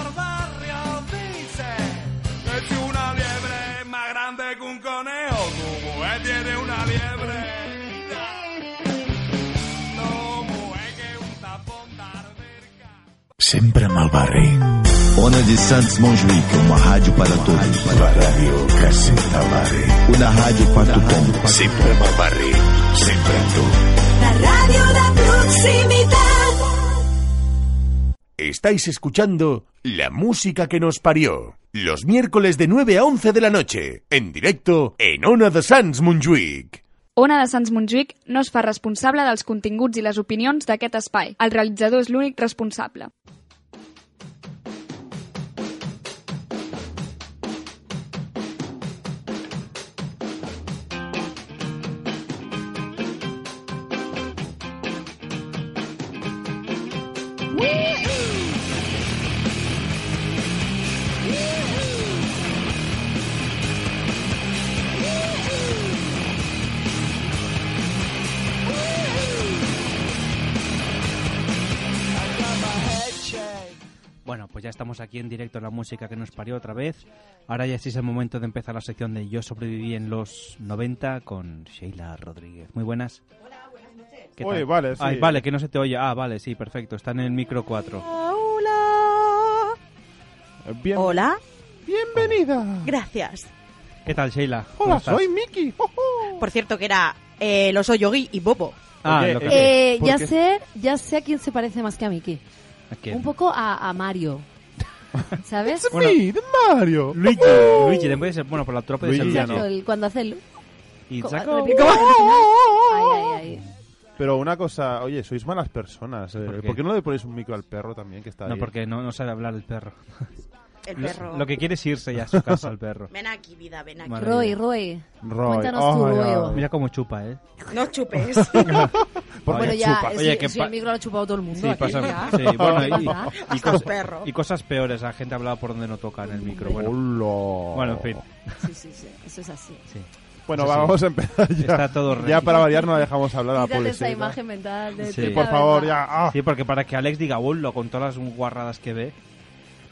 S1: Sempre amb el barri. Ona de Santos Montjuic, uma rádio para todos. La ràdio que sempre al barri. Una rádio para tothom. Sempre amb el barri. Sempre amb tu.
S10: La radio de proximidad.
S1: Estáis escuchando La Música que nos parió. Los miércoles de 9 a 11 de la noche. En directo en Ona de Santos Montjuic.
S3: Ona de Sants Montjuïc no es fa responsable dels continguts i les opinions d'aquest espai. El realitzador és l'únic responsable.
S6: Bueno, pues ya estamos aquí en directo en la música que nos parió otra vez. Ahora ya sí es el momento de empezar la sección de Yo sobreviví en los 90 con Sheila Rodríguez. Muy buenas. ¿Qué
S8: Uy,
S6: tal?
S8: vale, sí.
S6: Ay, vale, que no se te oye. Ah, vale, sí, perfecto. Está en el micro 4.
S11: Hola.
S8: Bien-
S11: Hola.
S8: Bienvenida.
S11: Gracias.
S6: ¿Qué tal, Sheila? ¿Cómo
S8: Hola,
S6: estás?
S8: soy Miki. Ho, ho.
S11: Por cierto, que era eh, el oso yogi y Bobo.
S6: Ah,
S8: Oye,
S6: lo que...
S7: Eh,
S8: ¿Por
S7: ya
S8: qué?
S7: sé, ya sé a quién se parece más que a Miki.
S6: Aquí.
S7: Un poco a, a Mario. ¿Sabes?
S6: Bueno,
S8: Sí, de Mario.
S6: Luigi, Luigi, en vez de ser- bueno, por la tropa de
S8: Luigi ya
S7: Exacto,
S8: no.
S7: el- cuando hace el...
S6: Y
S7: co-
S6: saco-
S7: repite la frase, ¿no? Ay, ay, ay.
S8: Pero una cosa, oye, sois malas personas. eh,
S6: ¿Por
S8: ¿Por,
S6: qué?
S8: qué? no le ponéis un micro al perro también que está
S6: No,
S8: ahí?
S6: porque no, no sabe hablar el perro.
S11: El
S6: Lo-
S11: perro.
S6: Lo que quiere es irse ya a su casa, el perro.
S11: Ven aquí, vida, ven aquí.
S6: Vale.
S7: Roy, Roy.
S8: Roy. Oh,
S7: Cuéntanos tu
S8: Ay, ay.
S7: huevo.
S6: Mira cómo chupa, ¿eh?
S11: No chupes.
S8: ¿Por qué
S7: Bueno, ya,
S8: chupas?
S7: si,
S6: Oye, que
S7: si
S6: pa-
S7: el micro lo ha chupado todo el mundo.
S6: Sí,
S7: aquí,
S6: pasa-
S7: ya.
S6: sí, bueno, y-
S7: ¿Qué pasa?
S6: y,
S11: Hasta
S6: cos-
S11: los perros.
S6: y cosas peores. La gente ha hablado por donde no toca en el micro. Bueno,
S8: Hola.
S6: bueno en fin.
S7: Sí, sí, sí, eso es así.
S6: Sí.
S8: Bueno,
S6: Eso sí.
S8: vamos a empezar ya.
S6: Está todo
S8: Ya
S6: regido.
S8: para variar no la dejamos hablar a la
S7: Quítate esa
S8: publicidad.
S7: imagen mental. De
S6: Sí.
S7: ti,
S8: Por
S7: la
S8: favor,
S7: verdad.
S8: ya. ah.
S6: Sí, porque para que Alex diga lo con todas las guarradas que ve,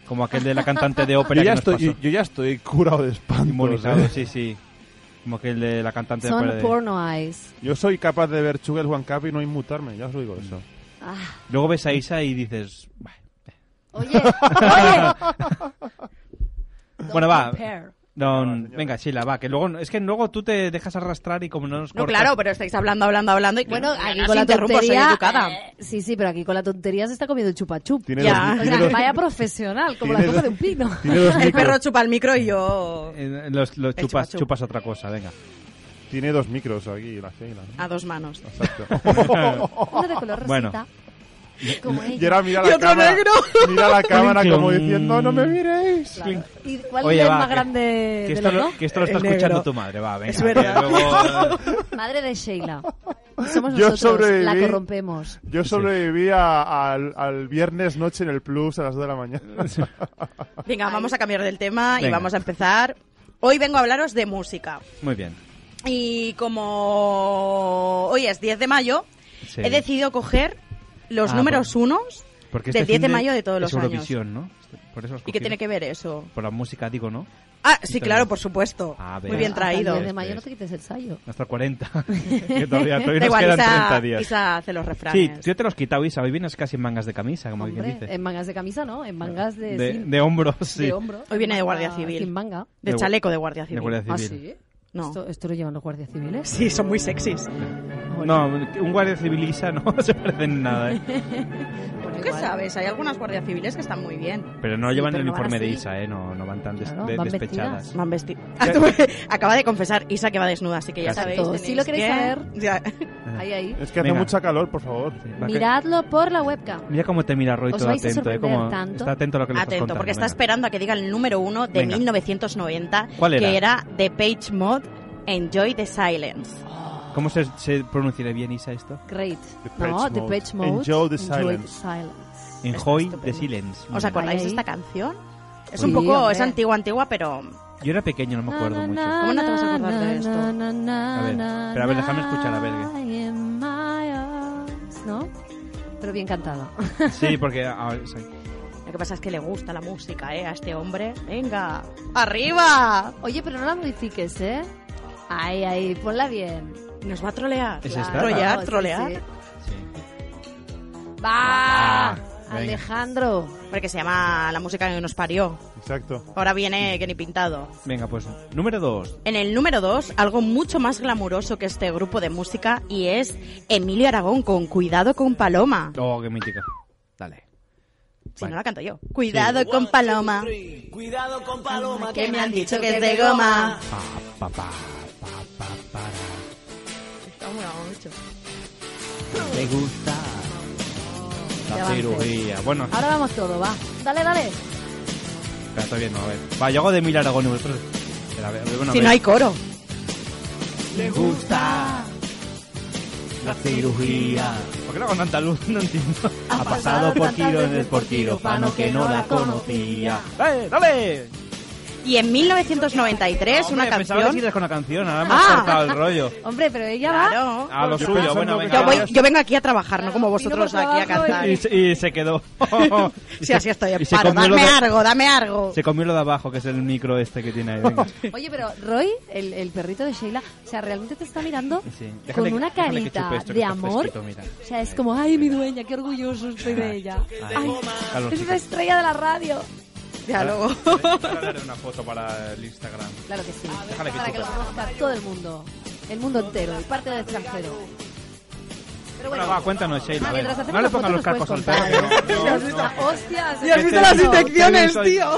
S6: como aquel de la cantante de ópera
S8: Yo ya,
S6: que nos
S8: estoy, yo,
S6: pasó.
S8: yo ya estoy curado de espantos.
S6: Inmunizado,
S8: ¿eh?
S6: sí, sí. Como aquel de la cantante de ópera
S7: Son
S6: de-
S7: porno eyes.
S8: Yo soy capaz de ver Sugar One Cup y no inmutarme, ya os digo eso.
S7: Ah,
S6: Luego ves a Isa y dices... "Bah".
S7: Oye, oye.
S6: Bueno, va.
S7: Compare.
S6: Don- venga, Sheila, va, que luego... Es que luego tú te dejas arrastrar y como no nos
S11: No,
S6: cortas-
S11: claro, pero estáis hablando, hablando, hablando. Y
S7: Bueno, aquí
S11: no
S7: con la
S11: interrumpo, soy
S7: tontería.
S11: educada.
S7: eh, sí, sí, pero aquí con la tontería se está comiendo chupa chup.
S8: Tiene
S11: Ya.
S8: dos-
S7: O
S8: tiene
S7: sea,
S8: dos-
S7: vaya profesional, como la
S8: Tiene dos-
S7: copa de un pino.
S8: tiene dos
S11: El
S8: micros.
S11: perro chupa el micro y yo
S6: Eh, los, los
S11: El
S6: chupas,
S11: chupachup.
S6: chupas otra cosa, venga.
S8: Tiene dos micros aquí, la Sheila.
S11: a dos manos.
S8: Exacto.
S7: Uno de color rosita.
S6: Bueno.
S7: Como ella.
S8: y ahora mira la
S11: Y otro
S8: cámara.
S11: negro.
S8: Mira la cámara como
S6: Clink, clink.
S8: diciendo, no me miréis.
S7: Claro. ¿Y cuál
S6: Oye,
S7: es el
S6: va,
S7: más
S6: que-
S7: grande
S6: Que
S7: de
S6: esto,
S7: los
S6: lo,
S7: dos?
S6: que esto lo
S11: El
S6: está escuchando
S11: negro.
S6: tu madre, va, venga.
S11: Es verdad.
S6: que luego- eh,
S7: Madre de Sheila. Somos
S8: Yo
S7: nosotros,
S8: sobreviví.
S7: la corrompemos.
S8: Yo sobreviví a- al, al viernes noche en el Plus a las 2 de la mañana.
S11: Venga, vamos a cambiar del tema y
S6: Venga.
S11: vamos a empezar. Hoy vengo a hablaros de música.
S6: Muy bien.
S11: Y como hoy es 10 de mayo,
S6: Sí.
S11: he decidido coger los
S6: Ah,
S11: números unos
S6: Porque
S11: Del
S6: este
S11: 10 de
S6: finde
S11: mayo de todos
S6: es
S11: los años.
S6: Eurovisión, ¿no? Este- Por eso has
S11: ¿Y qué
S6: cogido.
S11: tiene que ver eso?
S6: Por la música, digo, ¿no?
S11: Ah,
S6: Y
S11: sí,
S6: también-
S11: claro, por supuesto.
S6: A ver.
S11: Muy bien traído.
S7: El de mayo no te quites el sayo.
S6: Hasta el 40. que todavía, todavía
S11: Da
S6: nos
S11: igual,
S6: quedan
S11: Isa-
S6: 30 días.
S11: Isa hace los refranes.
S6: Sí, yo te los he quitado, Isa. Hoy vienes casi en mangas de camisa, como quien
S7: Hombre,
S6: dice.
S7: en mangas de camisa no, en mangas de...
S6: de,
S7: sin-
S6: de hombros, sí.
S7: de hombros.
S11: Hoy viene
S7: manga-
S11: de Guardia Civil.
S7: Sin Ah, manga.
S11: De
S6: De gu-
S11: chaleco de guardia civil.
S6: De Guardia
S7: ¿Ah,
S6: Civil.
S7: sí?
S11: No.
S7: ¿Esto, esto lo llevan los guardias
S4: ¿eh?
S7: civiles?
S11: Sí, son muy sexys.
S6: No, un guardia civil Isa no se parece en nada, ¿eh?
S11: ¿Tú qué sabes? Hay algunas guardias civiles que están muy bien.
S6: Pero no
S7: Sí,
S6: llevan
S7: pero
S6: el
S7: no van
S6: uniforme de
S7: así.
S6: Isa, ¿eh? No, no van tan des-
S7: Claro,
S6: de-
S7: van
S6: despechadas.
S11: Me han vestido. Ah, tú- Acaba de confesar Isa que va desnuda, así que ya
S6: Casi.
S11: sabéis.
S7: Exacto. Si
S11: tenéis
S7: lo queréis
S11: que-
S7: saber.
S11: Ya.
S7: Ahí, ahí.
S8: Es que hace
S6: Venga.
S8: mucha calor, por favor.
S6: Sí, va que-
S7: Miradlo por la webcam.
S6: Mira cómo te mira Roy
S7: Os
S6: todo
S7: vais a
S6: atento, ¿eh? Como
S7: sorprender tanto.
S6: Está atento a lo que le estás
S11: Atento,
S6: contando.
S11: porque está
S6: venga.
S11: esperando a que diga el número uno de
S6: Venga.
S11: 1990,
S6: ¿Cuál era?
S11: que era The Page Mod Enjoy the Silence.
S6: ¿Cómo se, se pronunciará bien Isa esto?
S7: Great.
S8: Depeche
S7: No,
S8: Mode.
S7: The Patch Mode.
S8: Enjoy the
S7: Enjoy
S8: silence.
S7: silence.
S6: En
S11: Está
S6: Hoy
S11: estupendo.
S6: de Silence.
S11: ¿Os acordáis de
S7: Ahí.
S11: esta canción? Es
S7: Oh, Sí,
S11: un poco,
S7: hombre.
S11: es antigua, antigua, pero
S6: Yo era pequeño, no me acuerdo mucho.
S11: ¿Cómo no te vas a acordar de esto?
S6: A ver, pero a ver, déjame escuchar, a ver, ¿qué?
S7: ¿No? Pero bien cantada.
S6: Sí, porque ah, ahora- sí.
S11: lo que pasa es que le gusta la música, ¿eh? A este hombre. Venga, arriba.
S7: Ah, Oye, pero no la modifiques, ¿eh? Ahí, ahí, ponla bien.
S11: Nos va a trolear.
S6: ¿Es esta?
S11: Trolear,
S7: sí,
S11: trolear.
S7: sí.
S6: sí.
S7: ¡Va!
S6: Ah, venga.
S7: Alejandro.
S11: Porque se llama La música que nos parió.
S8: Exacto.
S11: Ahora viene que ni pintado.
S6: Venga, pues número 2.
S11: En el número 2, algo mucho más glamuroso que este grupo de música y es Emilio Aragón con Cuidado con Paloma.
S6: Oh, qué mítica. Dale.
S11: Si no la canto yo. Cuidado con Paloma. Que me han dicho que es de goma.
S6: Pa, pa, pa, pa, pa, para. Te gusta la
S7: Que avance.
S6: cirugía. Bueno,
S7: Ahora vamos todo, va. Dale, dale.
S6: espera, todavía no, a ver. Va, yo hago de mil Aragón y vosotros- Espera, a ver, a ver, bueno, a
S11: Si
S6: ver.
S11: no hay coro.
S6: Le gusta la cirugía. ¿Por qué la con tanta luz? No entiendo. Ha pasado por tirones por tirofano que no la conocía. ¡Eh, dale!
S11: Y en 1993,
S6: Hombre,
S11: una
S6: Pensaba que
S11: canción.
S6: sigues con la canción, ahora me has
S11: Ah.
S6: cortado el rollo.
S7: Hombre, pero ella va.
S11: Claro.
S6: A lo
S8: Yo
S6: suyo,
S8: pensando
S6: bueno,
S8: que
S6: venga.
S11: Yo,
S8: ya
S11: voy-
S6: vamos.
S11: yo vengo aquí a trabajar, no como vosotros
S7: Vino por
S11: aquí a
S7: trabajo y-
S11: cantar.
S6: Y,
S11: Si
S6: se- y se quedó. Y se-
S11: así estoy
S6: y
S11: en
S6: se
S11: paro.
S6: comió lo
S11: Dame
S6: de-
S11: algo, dame algo.
S6: Se comió lo de abajo, que es el micro este que tiene ahí. Venga.
S7: Oye, pero Roy, el, el perrito de Sheila, o sea, realmente te está mirando
S6: Sí. Déjale
S7: con
S6: que-
S7: una
S6: déjale que
S7: carita
S6: chupe esto, que
S7: de
S6: está
S7: amor.
S6: fresquito, mira.
S7: O sea, es como, ay, mi dueña, qué orgulloso estoy de ella. Ay, es
S6: calorcito.
S7: una estrella de la radio.
S11: Ya luego.
S6: Déjale una foto para el Instagram.
S7: Claro que sí.
S6: Déjale que
S7: para que lo
S6: chupe.
S7: conozca todo el mundo. El mundo entero y parte del extranjero. Pero
S6: Bueno, va, cuéntanos,
S11: ah,
S6: Sheila. a ver.
S7: mientras hacemos
S6: No le
S7: las
S6: pongas los
S7: fotos,
S6: cascos al
S7: nos
S6: perro.
S7: puedes
S6: que no- no- no.
S7: ¡Hostias!
S6: has visto las inyecciones, tío?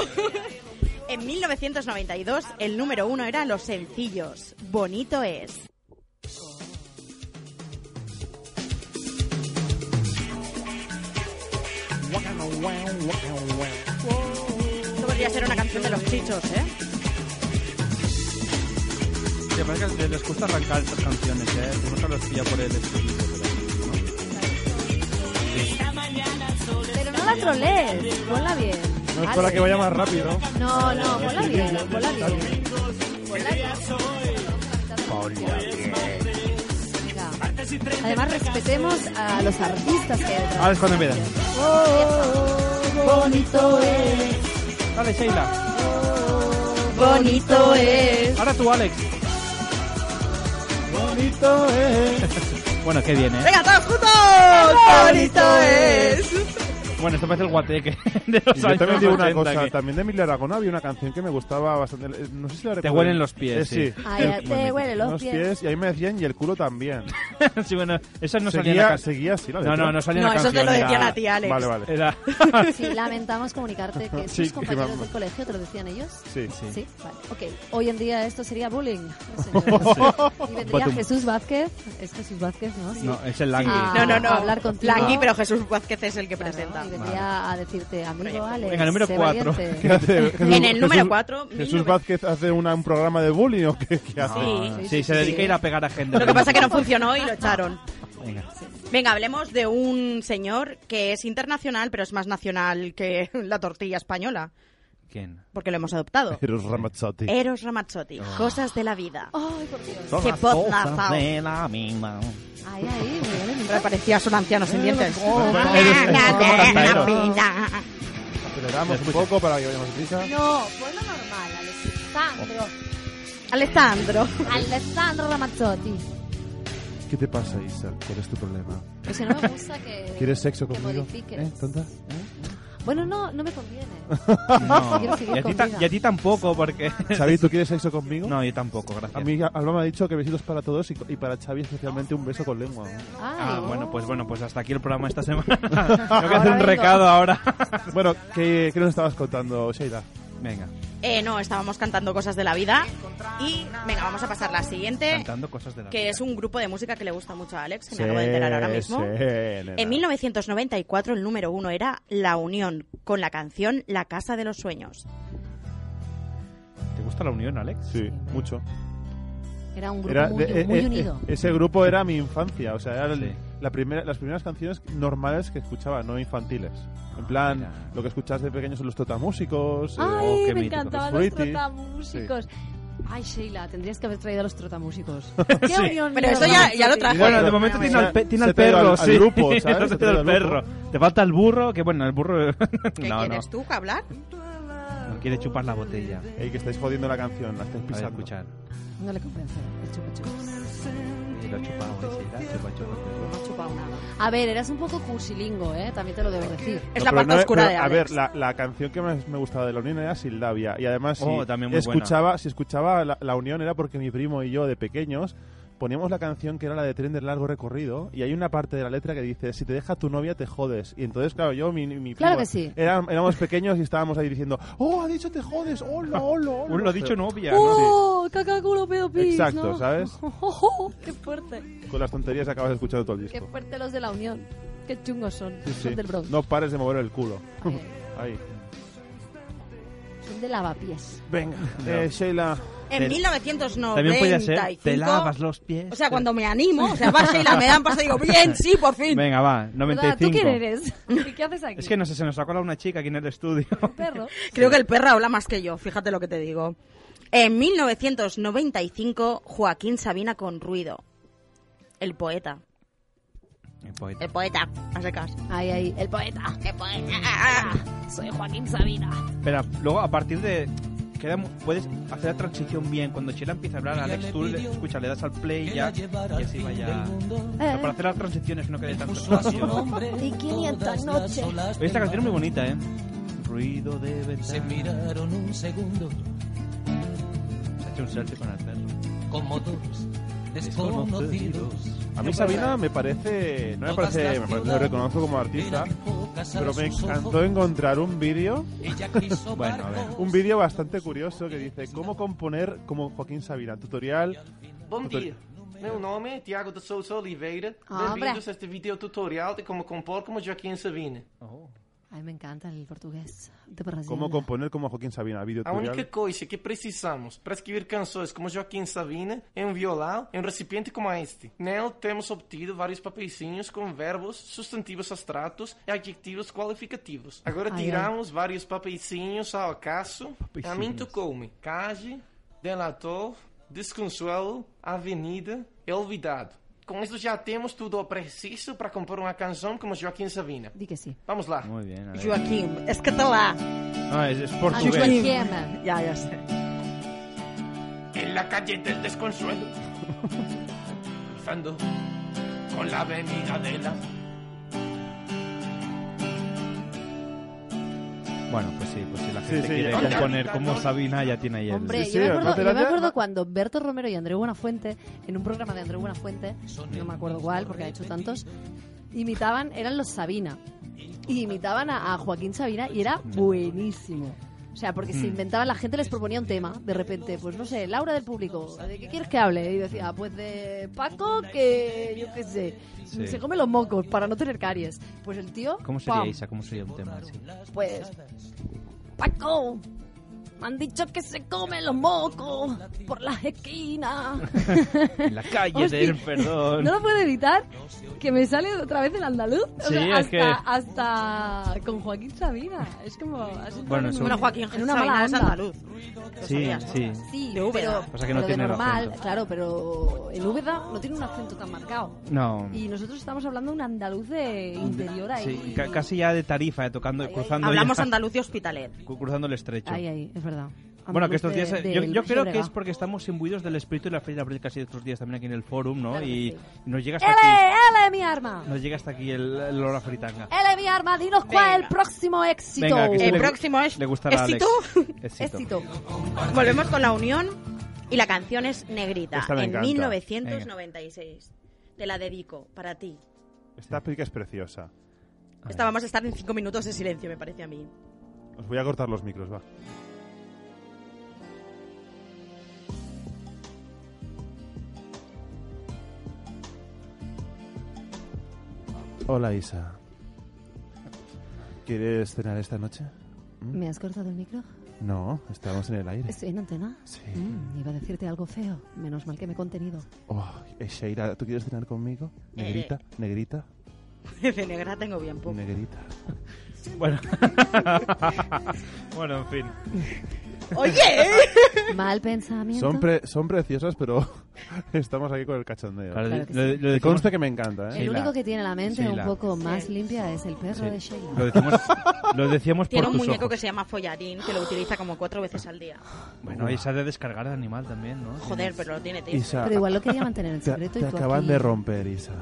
S11: En 1992, el número uno era Los Sencillos. Bonito es. Esto podría ser una canción de los chichos, ¿eh?
S6: Sí, parece que les gusta arrancar estas canciones, ¿eh? Nunca los pilla por el estribillo, pero...
S7: Pero no la trolees. Ponla bien.
S8: No es para que vaya más rápido.
S7: No, no, ponla bien. Ponla bien. Ponla bien. Venga. Además, respetemos a los artistas que Oh, hay detrás.
S6: Ahora es cuando empieza. Dale, Sheila.
S11: Bonito es.
S6: Ahora tú, Alex. Bonito es. Bueno, qué bien, ¿eh?
S11: ¡Venga, todos juntos! ¡Bonito es!
S6: Bueno, esto parece el guateque de los
S8: Y
S6: años
S8: yo también digo una
S6: 80
S8: cosa,
S6: que-
S8: también de Emilio Aragón había una canción que me gustaba bastante. eh, No sé si la
S6: Te
S8: recuerdo.
S6: huelen los pies,
S8: Eh,
S6: sí.
S8: sí.
S11: Ah,
S7: Ay, ya te huele
S8: Los pies, y ahí me decían, y el culo también.
S6: sí, bueno, esa no salía en la
S8: seguía,
S6: canción.
S8: seguía así la
S6: No,
S8: letra.
S6: no, no salía en
S11: No,
S6: la
S11: eso
S6: canción.
S11: te lo decía
S6: era-
S11: la tía Alex.
S8: Vale, vale.
S6: Era...
S7: Sí, lamentamos comunicarte que
S8: Sí,
S7: sus
S8: que
S7: compañeros
S8: vamos.
S7: del colegio te lo decían ellos.
S8: Sí.
S6: Sí.
S7: Sí, vale. Ok, hoy en día esto sería bullying. ¿no, señor? Y vendría
S6: Batum.
S7: Jesús Vázquez. Es Jesús Vázquez, ¿no? Sí.
S6: No, es el Langui.
S7: Ah.
S11: No, no, no.
S7: A hablar contigo.
S11: Langui, pero Jesús Vázquez es el que
S7: Claro,
S11: presenta.
S7: Y vendría a decirte, amigo Alex.
S6: Venga, número
S7: sé
S6: cuatro.
S7: valiente.
S8: ¿Qué hace?
S11: En el número
S8: Jesús-
S11: 4,
S8: Jesús Vázquez hace una- un programa de bullying o qué, qué hace.
S11: Sí.
S6: Ah, Sí,
S7: sí,
S6: se
S7: sí.
S6: dedica a ir a pegar a gente.
S11: Lo que pasa es que no funcionó y lo echaron.
S6: Venga.
S11: Venga, hablemos de un señor que es internacional, pero es más nacional que la tortilla española.
S6: ¿Quién?
S11: Porque lo hemos adoptado.
S8: Eros Ramazzotti.
S11: Eros Ramazzotti.
S6: Ah.
S11: Cosas de la vida.
S7: Ay, por Dios.
S11: Que
S6: las
S11: pot
S6: cosas
S11: nazao.
S6: de la misma.
S7: Ahí, ahí, Miguel Emilio.
S11: Ahora parecías un anciano sin dientes.
S10: Oh,
S6: Eres- eres como
S11: la
S6: Cantaero.
S11: vida.
S8: Aceleramos un poco para que vayamos prisa.
S7: No, ponlo normal, Alessandro.
S11: Alessandro.
S7: Alessandro Ramazzotti.
S8: ¿Qué te pasa, Isa? ¿Cuál es tu problema?
S7: Es que no me gusta que.
S8: ¿Quieres sexo
S7: que
S8: conmigo?
S7: modifiques.
S8: ¿Eh, tonta?
S7: Bueno, no, no me conviene.
S6: No.
S7: Quiero seguir
S6: Y a ti
S7: con
S6: ta-
S7: vida.
S6: y a ti tampoco, porque...
S8: Xavi, ¿tú quieres sexo conmigo?
S6: No, yo tampoco,
S8: A
S6: gracias.
S8: mí Alba me ha dicho que besitos para todos y, y para Xavi especialmente un beso con lengua.
S7: Ay,
S6: Ah, bueno, pues bueno, pues hasta aquí el programa esta semana. Tengo que
S7: Ahora
S6: hacer un
S7: vengo.
S6: recado ahora.
S8: Bueno, ¿qué, qué nos estabas contando, Sheila?
S6: Venga,
S11: Eh, no, estábamos cantando cosas de la vida. Y venga, vamos a pasar la siguiente,
S6: cantando cosas de la
S11: que
S6: vida.
S11: es un grupo de música que le gusta mucho a Alex, que me acabo de enterar ahora mismo. En 1994 el número uno era La Unión, con la canción La Casa de los Sueños.
S6: ¿Te gusta la unión, Alex?
S8: Sí, mucho.
S7: Era un grupo
S8: Era
S7: muy,
S8: de-
S7: muy
S8: eh, eh,
S7: unido.
S8: eh, ese grupo era mi infancia, o sea, eran
S6: Sí.
S8: la primera, las primeras canciones normales que escuchaba, no infantiles. En plan,
S6: Ah, mira.
S8: lo que escuchabas de pequeño son los totamúsicos. eh,
S7: Ay,
S6: Oh, qué
S7: me
S6: mítico.
S7: encantaban
S8: Los
S7: los
S8: Fruity.
S7: trotamúsicos. Ay, Sheila, tendrías que haber traído a los trotamúsicos. ¡Qué
S6: Sí.
S7: unión!
S11: Pero
S7: mía,
S11: eso ya, ya lo
S7: Ramazzotti!
S11: trajo.
S6: Bueno, de
S8: Pero-
S6: momento tiene
S8: o sea,
S6: al, pe- tiene
S8: se
S6: al
S8: te ha ido
S6: perro,
S8: al- al
S6: sí.
S8: grupo, ¿sabes?
S6: Se te ha ido el perro. Te falta el burro, que bueno, el burro...
S11: ¿Qué
S6: no, no,
S11: quieres tú hablar?
S6: no quiere chupar la botella.
S8: Ey, que estáis jodiendo la canción, la estáis
S6: A ver,
S8: pisando.
S6: escuchar.
S7: No le convence. el chupa chups.
S6: Y lo ha chupado, ¿eh? Sí, la chupa, chupa, chupa.
S7: No ha chupado nada. A ver, eras un poco cursilingo, ¿eh? También te lo debo decir.
S8: No,
S11: Es la
S8: pero
S11: parte
S8: no,
S11: oscura
S8: pero,
S11: de
S8: A
S11: Alex.
S8: ver, la, la canción que más me gustaba de La Unión era Sildavia. Y además, si,
S6: Oh, también muy buena.
S8: escuchaba, si escuchaba la, La Unión era porque mi primo y yo, de pequeños, poníamos la canción que era la de Tren de Largo Recorrido. Y hay una parte de la letra que dice: Si te deja tu novia, te jodes. Y entonces, claro, yo, mi, mi primo.
S7: Claro que sí.
S8: era- éramos pequeños y estábamos ahí diciendo: Oh, ha dicho te jodes. Hola, hola, hola.
S6: Un lo dicho novia, ¿no?
S7: ¡Oh! ¡Cacaculo pedo pis!
S8: Exacto,
S7: ¿no? Oh,
S8: ¿sabes?
S7: ¡Qué fuerte!
S8: Con las tonterías que acabas escuchando todo el
S7: ¡Qué
S8: disco.
S7: fuerte los de la unión! ¡Qué chungos son!
S8: Sí,
S7: Son
S8: sí.
S7: del Bronx.
S8: No pares de mover el culo.
S7: Eh,
S8: Ahí.
S7: son de lavapiés.
S8: Venga, eh, Sheila.
S11: En
S6: Te-
S11: 1995...
S6: También podía ser, te lavas los pies.
S11: O sea, cuando me animo, o sea, va Sheila, me dan paso y digo, bien, sí, por fin.
S6: Venga, va, 95.
S7: ¿Tú quién eres? ¿Y qué haces aquí?
S6: Es que no sé, se nos ha colado una chica aquí en el estudio.
S7: Perro.
S11: Creo que el perro habla más que yo, fíjate lo que te digo. En 1995, Joaquín Sabina con Ruido. El poeta.
S6: El poeta.
S11: El poeta, a secas.
S7: Ahí, ahí. El poeta.
S11: El poeta.
S7: Soy Joaquín Sabina.
S6: Espera, luego a partir de. queda mu- puedes hacer la transición bien. Cuando Chela empieza a hablar, Alex, tú le, escucha, le das al play y ya. Y así vaya. O sea, para hacer las transiciones que no quede tanto espacio.
S9: Y 500 noches.
S6: Oye, esta canción es muy bonita, ¿eh? Ruido de ventana. Se
S12: Miraron un segundo,
S6: ha hecho un selfie con el perro.
S12: como dos desconocidos.
S8: A mí Sabina me parece, no me parece, me parece, lo reconozco como artista, pero me encantó encontrar un vídeo,
S12: Ella quiso
S6: Bueno, a ver.
S8: un vídeo bastante curioso que dice cómo componer como Joaquín Sabina, tutorial.
S12: Bom
S8: Tutor-
S12: dia. Meu nome é Tiago de Souza Oliveira.
S7: Ah,
S12: Bem-vindos a
S7: hombre.
S12: este vídeo tutorial de como compor como Joaquim Sabina.
S7: Ay, me encanta el portugués de Brasil.
S8: Cómo componer como Joaquín Sabina, vídeo
S12: A única
S8: tutorial.
S12: coisa que precisamos para escrever canções como Joaquim Sabina é um violão em um recipiente como este. Nele temos obtido vários papeicinhos com verbos, substantivos abstratos e adjetivos qualificativos. Agora
S7: Ai, ai.
S12: tiramos vários papeicinhos ao acaso. A mim
S6: Papeicinhos.
S12: tocou-me Cage, Delator, Desconsuelo, Avenida e Olvidado. Com isso já temos tudo o preciso para compor uma canção como Joaquim Sabina.
S7: Di que sí.
S12: Vamos lá.
S6: Muy bien, a ver.
S11: Joaquín, es catalá.
S6: No, es, es
S7: Ah,
S6: portugués.
S7: Joaquema.
S11: Ya, ya sé.
S12: en la calle del desconsuelo, cruzando con la avenida de la.
S6: Bueno, pues sí, pues si la
S8: Sí,
S6: gente
S8: sí,
S6: quiere
S8: ya-
S6: componer como Sabina, ya tiene ahí el.
S7: Hombre,
S8: Sí,
S7: yo,
S8: sí,
S7: me acuerdo,
S8: no te
S7: yo me
S8: la-
S7: acuerdo
S8: no-
S7: cuando Berto Romero y Andreu Buenafuente, en un programa de Andreu Buenafuente, no me acuerdo cuál porque ha hecho tantos, imitaban, eran los Sabina. Y imitaban a, a Joaquín Sabina y era buenísimo. O sea, porque
S8: Mm.
S7: se inventaban, la gente les proponía un tema, de repente, pues no sé, Laura del público, ¿de qué quieres que hable? Y decía, pues de Paco, que yo qué sé,
S6: Sí.
S7: se come los mocos para no tener caries. Pues el tío,
S6: ¿Cómo
S7: ¡pam!
S6: sería Isa? ¿Cómo sería un tema así?
S7: Pues, Paco,
S9: Me han dicho que se come los mocos por las esquinas.
S13: En la calle del perdón.
S7: No lo puedo evitar que me sale otra vez el andaluz. O
S13: Sí,
S7: sea,
S13: es
S7: hasta,
S13: que-
S7: hasta con Joaquín Sabina. Es como... has entrado
S6: Bueno,
S7: en
S6: seguro.
S7: un-
S6: Bueno,
S11: Joaquín
S7: en una mala
S11: Sabina es
S7: onda.
S11: andaluz.
S6: Sí, sí.
S7: Sí,
S11: De Úbeda.
S7: pero,
S6: Pasa que no
S7: pero
S6: tiene
S7: de normal,
S6: acento.
S7: claro, pero en Úbeda no tiene un acento tan marcado.
S6: No.
S7: Y nosotros estamos hablando de un andaluz de interior ahí.
S6: Mm. Sí, ca- casi ya de tarifa, eh, tocando, cruzando.
S11: Hablamos
S6: ya-
S11: andaluz y hospitalet.
S6: cu- Cruzando el estrecho.
S7: Ahí, ahí, es verdad.
S6: Bueno, que estos
S7: Andaluz
S6: días.
S7: de-
S6: eh, yo
S7: del
S6: yo creo que
S7: Llobregat.
S6: es porque estamos imbuidos del espíritu y la fe de la política así estos días también aquí en el forum, ¿no?
S7: Claro que
S6: y
S7: sí.
S6: nos llega hasta aquí.
S7: ¡Ele, ele, mi arma!
S6: Nos llega hasta aquí el, el olor a fritanga.
S7: ¡Ele, mi arma! Dinos cuál es el próximo éxito.
S6: Venga, que esto
S11: El
S6: le-
S11: próximo es
S6: Le gustará a Alex. Éxito.
S7: Éxito.
S11: Volvemos con la unión y la canción es Negrita
S8: Esta me
S11: en
S8: encanta.
S11: 1996. Te la dedico para ti.
S8: Esta pica es preciosa.
S11: Esta vamos a estar en cinco minutos de silencio, me parece a mí.
S8: Os voy a cortar los micros, va. Hola Isa. ¿Quieres cenar esta noche?
S7: ¿Me has cortado el micro?
S8: No, estamos en el aire.
S7: Estoy en antena.
S8: Sí.
S7: Mm, iba a decirte algo feo. Menos mal que me he contenido.
S8: Oh, eh, Sheila, ¿tú quieres cenar conmigo? Negrita, negrita,
S11: De negra tengo bien poco.
S8: negrita.
S6: Bueno. bueno, en fin.
S7: Mal pensamiento.
S8: Son, pre- son preciosas, pero estamos aquí con el cachondeo.
S6: Claro,
S7: Claro que
S6: lo-
S7: sí.
S6: lo
S8: que
S6: decimos-
S8: conste que me encanta, ¿eh?
S7: el único que tiene la mente
S6: Sheila.
S7: un poco más limpia es el perro
S6: Sí.
S7: de Sheila.
S6: Lo decimos, lo decíamos por
S11: Tiene un
S6: tus
S11: muñeco
S6: ojos.
S11: que se llama Follarín, que lo utiliza como cuatro veces al día.
S6: Bueno, y se ha de descargar el animal también, ¿no?
S11: Joder, pero lo tiene tío.
S8: Isa,
S7: Pero igual lo quería mantener en
S8: te,
S7: secreto
S8: te
S7: y tú
S8: acaban
S7: aquí-
S8: de romper, Isa.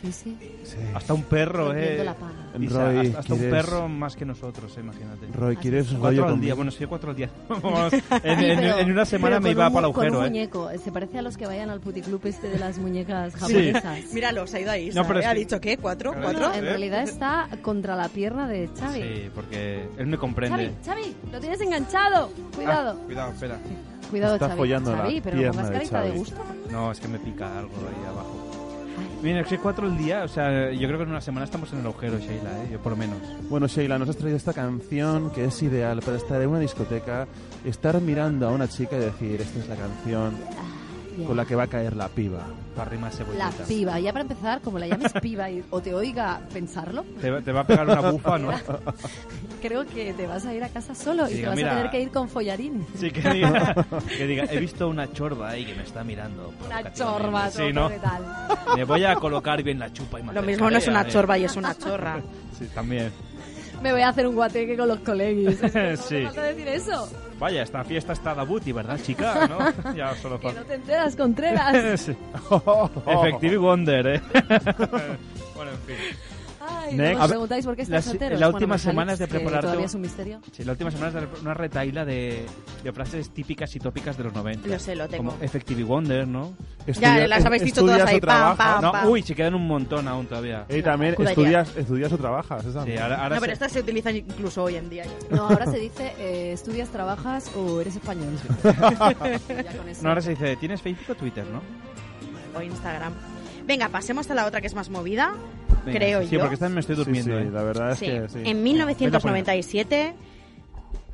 S7: Sí, sí.
S8: Sí.
S6: Hasta un perro,
S7: Rompiendo
S6: eh.
S7: la paga.
S6: Isa,
S8: Roy,
S6: hasta, hasta un
S8: ¿quieres-
S6: perro más que nosotros, eh, imagínate.
S8: Roy, ¿quieres un rollo
S6: cuatro al día,
S8: conmigo?
S6: bueno, sí, cuatro al día. Vamos, en,
S7: Sí,
S6: en-
S7: pero-
S6: en una semana
S7: pero
S6: me
S7: con
S6: iba
S7: un-
S6: para el
S7: con
S6: agujero,
S7: un
S6: eh.
S7: muñeco. Se parece a los que vayan al puticlub este de las muñecas
S6: Sí.
S7: japonesas.
S11: Míralo, se ha ido ahí.
S6: No, pero es
S11: ¿Ha
S6: que-
S11: dicho qué? ¿Cuatro?
S6: Claro. ¿eh?
S11: ¿Cuatro?
S7: En realidad está contra la pierna de Xavi.
S6: Sí, porque él me comprende.
S7: Xavi, Xavi, lo tienes enganchado. Cuidado.
S6: Ah, cuidado, espera.
S7: Cuidado,
S8: Está
S7: Xavi.
S8: follando la
S7: Xavi, pero no
S8: pierna
S7: pongas
S8: de
S7: carita de
S8: Xavi.
S7: gusto.
S6: No, es que me pica algo ahí abajo. Mira, es que cuatro al día, o sea, yo creo que en una semana estamos en el agujero, Sheila, eh, yo por lo menos.
S8: Bueno, Sheila, nos has traído esta canción que es ideal para estar en una discoteca, estar mirando a una chica y decir, esta es la canción
S7: Ah, Ya.
S8: con la que va a caer la piba.
S6: Para rimar
S7: La
S6: cebollitas.
S7: piba. Ya para empezar, como la llames piba y- o te oiga pensarlo,
S6: Te, va- te va a pegar una bufa, ¿no?
S7: creo que te vas a ir a casa solo
S6: Sí,
S7: y te
S6: diga,
S7: vas
S6: mira.
S7: a tener que ir con follarín.
S6: Sí, que diga, que diga, he visto una chorba ahí que me está mirando. Pues,
S7: Una
S6: provocativamente".
S7: chorba,
S6: Sí,
S7: todo
S6: ¿no?
S7: de tal.
S6: Me voy a colocar bien la chupa y me eh.
S11: Lo mismo no es una chorba y es una chorra.
S6: Sí, también.
S7: Me voy a hacer un guateque con los coleguis. Es que ¿Cómo
S6: Sí.
S7: te vas a decir eso?
S6: Vaya, esta fiesta está dabuti, ¿verdad, chica? ¿No? Ya solo
S7: Que
S6: fa-
S7: no te enteras, Contreras.
S6: Sí. Effective Wonder, ¿eh? bueno, en fin.
S7: Ay,
S6: Next.
S7: no
S6: A
S7: os
S6: ver,
S7: preguntáis por qué
S6: las-
S7: estáis solteros.
S6: la
S7: Bueno,
S6: última
S7: más
S6: semana
S7: Alex,
S6: es de
S7: que
S6: prepararte
S7: Todavía
S6: un-
S7: es un misterio.
S6: Sí, la última semana es una retaíla de, de frases típicas y tópicas de los 90.
S11: Lo sé, lo tengo.
S6: Como Effective Wonder, ¿no?
S8: Estudia-
S11: las habéis
S8: eh,
S11: dicho todas
S8: estudias o
S11: ahí, pam,
S8: trabajas.
S11: pam,
S6: No,
S11: pam.
S6: uy, se quedan un montón aún todavía.
S8: Y también
S11: Juraría.
S8: estudias, estudias o trabajas. Esa
S6: Sí, ahora, ahora
S11: No, pero
S6: se-
S11: estas se utilizan incluso hoy en día.
S7: No, ahora se dice, eh, estudias, trabajas o eres español. Ya con eso.
S6: no, ahora se dice, ¿tienes Facebook o Twitter, no?
S11: O Instagram. Venga, pasemos a la otra que es más movida.
S6: Venga,
S11: Creo
S6: sí,
S11: yo.
S6: porque esta me estoy
S8: Sí, sí,
S6: durmiendo, ¿eh?
S8: la verdad es
S11: Sí.
S8: que sí.
S11: En 1997,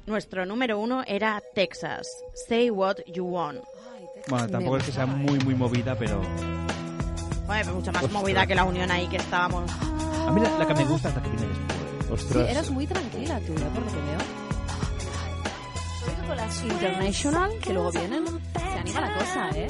S11: nuestro número uno era Texas. Say what you want.
S6: Bueno, tampoco es que sea muy, muy movida, pero...
S11: Bueno, pero mucho más movida que la unión ahí que estábamos.
S6: A mí la, la que me gusta es la que viene después.
S7: Sí,
S8: Ostras.
S7: eras muy tranquila tú, ya por lo que veo. Sobre todo con las International, que luego vienen, se anima la cosa, ¿eh?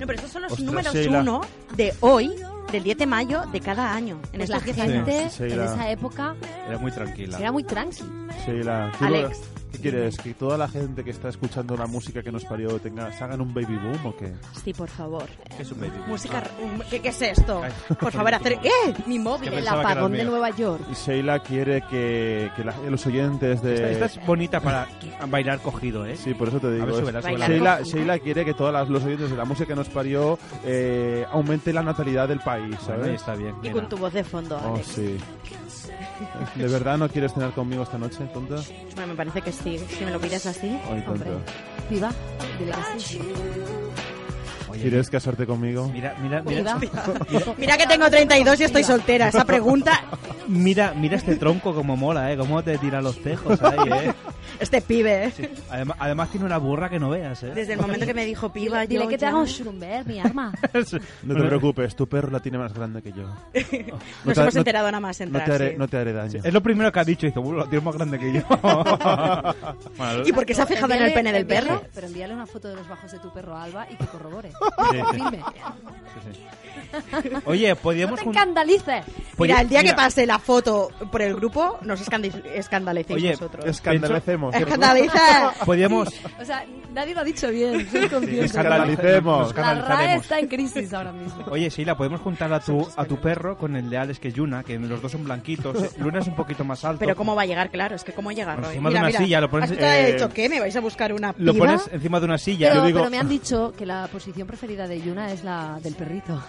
S11: No, pero estos son los
S8: Ostras,
S11: números
S8: Sheila.
S11: uno de hoy, del 10 de mayo de cada año. En
S7: Pues la
S11: estos 10 años.
S7: gente
S8: Sí, sí,
S7: en
S8: era-
S7: esa época
S6: Era muy tranquila.
S7: era muy tranqui.
S8: Sheila, ¿tú
S11: Alex.
S8: lo- ¿Qué quieres? ¿Que toda la gente que está escuchando la música que nos parió tenga, se hagan un baby boom o qué?
S11: Sí, por favor.
S6: Es un baby.
S11: Música. r- ¿Qué, qué es esto?
S6: Ah. Ay.
S11: Por favor, hacer. ¡Eh! Mi móvil.
S6: Que
S7: El
S6: pensaba que eras
S7: apagón
S6: mía.
S7: de Nueva York.
S8: Y Sheila quiere que, que la- los oyentes de...
S11: Eh,
S6: Esta, esta es bonita para bailar cogido, ¿eh?
S8: Sí, por eso te digo.
S6: A ver,
S8: es-
S6: súbela, súbela.
S8: Sheila, Sheila quiere que todas las, los oyentes de la música que nos parió eh, aumente la natalidad del país,
S6: Bueno, y
S8: ¿sabes?
S6: está bien.
S11: Y
S6: venga.
S11: con tu voz de fondo,
S8: Oh,
S11: Alex.
S8: sí. ¿De verdad no quieres cenar conmigo esta noche, tonta?
S11: Bueno, me parece que sí. Si me lo pides así.
S8: Ay,
S7: Hombre,
S8: tonta.
S7: viva, dile que sí.
S8: ¿Quieres casarte conmigo?
S6: Mira, mira, mira,
S7: Viva.
S11: Mira que tengo 32 y estoy soltera. Esa pregunta.
S6: mira, mira este tronco como mola, ¿eh? Cómo te tira los tejos ahí, ¿eh?
S11: Este pibe, ¿eh?
S6: Además, además tiene una burra que no veas, ¿eh?
S11: Desde el momento que me dijo piba,
S7: Dile, dile
S11: yo
S7: que te
S11: ya-
S7: haga un Schrumberg, mi arma.
S8: No te preocupes, tu perro la tiene más grande que yo.
S11: Nos
S8: te-
S11: hemos enterado nada más
S8: No
S11: entrar,
S8: te haré,
S11: sí.
S8: no te haré daño.
S6: Es lo primero que ha dicho, dice, "Uh, lo tiene más grande que yo. Bueno,
S11: ¿Y por qué se ha fijado en el
S7: Envíale-
S11: pene del
S7: envíale-
S11: perro?
S7: Pero envíale una foto de los bajos de tu perro a Alba y que corrobore.
S6: sí.
S7: Dime.
S6: Sí, sí. Oye, podíamos...
S7: te
S6: jun-
S7: escandalices.
S6: Pues
S11: mira,
S6: yo-
S11: el día
S6: mira.
S11: que pase la foto por el grupo, nos escandi- escandalecéis
S6: Oye,
S11: vosotros.
S6: escandalecemos.
S11: Escandaliza.
S6: Podíamos...
S7: O sea, nadie lo ha dicho bien. Soy consciente.
S6: escandalicemos.
S7: La RAE
S6: Escandalicemos.
S7: está en crisis ahora mismo.
S6: Oye, Sheila, podemos juntar a tu, a tu perro con el de Alex, que es Yuna, que los dos son blanquitos. eh. Luna es un poquito más alto.
S11: Pero cómo va a llegar, claro, es que cómo llega Roy.
S6: encima de una silla, lo pones,
S11: hasta he
S6: eh,
S11: dicho, ¿qué? ¿Me vais a buscar una
S6: Lo
S11: piba?
S6: pones eh, encima de una silla.
S7: Pero,
S6: Yo digo-
S7: pero me han dicho que la posición preferida de Yuna es la del perrito.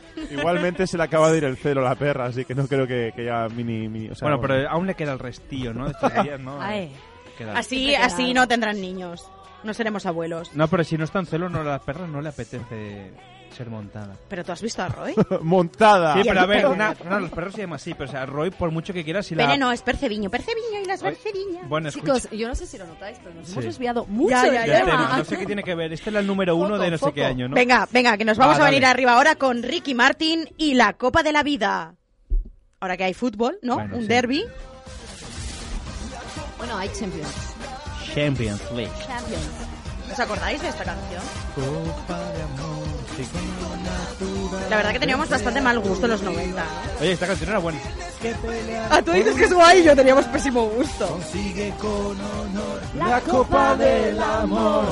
S8: Igualmente se le acaba de ir el celo a la perra, así que no creo que, que ya mini, mini- o sea,
S6: Bueno, pero eh, aún le queda el restillo, ¿no? De estos días, ¿no?
S11: Ay.
S6: Queda-
S11: Así, así no tendrán niños. No seremos abuelos.
S6: No, pero si no está en celo, no, a la perra no le apetece ser montada.
S11: Pero tú has visto a Roy.
S8: montada.
S6: Sí,
S11: Y
S6: pero a
S11: el
S6: ver,
S11: perro.
S6: una, no, los perros se llaman así, pero o sea, Roy, por mucho que quieras, si la...
S11: Pene no, es percebiño, percebiño y las percebiñas.
S6: Bueno, escucha.
S7: Chicos, yo no sé si lo notáis, pero nos
S6: Sí.
S7: hemos desviado mucho
S11: Ya,
S7: del
S6: Ya
S11: ya,
S6: te
S7: tema.
S6: digo, no sé qué tiene que ver. Este era el número uno de no sé qué año, ¿no?
S11: Venga, venga, que nos
S6: Va,
S11: vamos a venir
S6: dale.
S11: arriba ahora con Ricky Martin y la Copa de la Vida. Ahora que hay fútbol, ¿no?
S6: Bueno,
S11: Un
S6: sí.
S11: derby.
S7: Bueno, hay Champions.
S6: Champions League.
S7: Champions.
S11: ¿Os acordáis de esta canción?
S6: Copa de amor, sí, como natural.
S11: La verdad que teníamos bastante mal gusto en los 90. ¿no?
S6: Oye, esta canción era buena.
S11: Ah, tú dices que es guay y yo teníamos pésimo gusto.
S6: La copa del amor.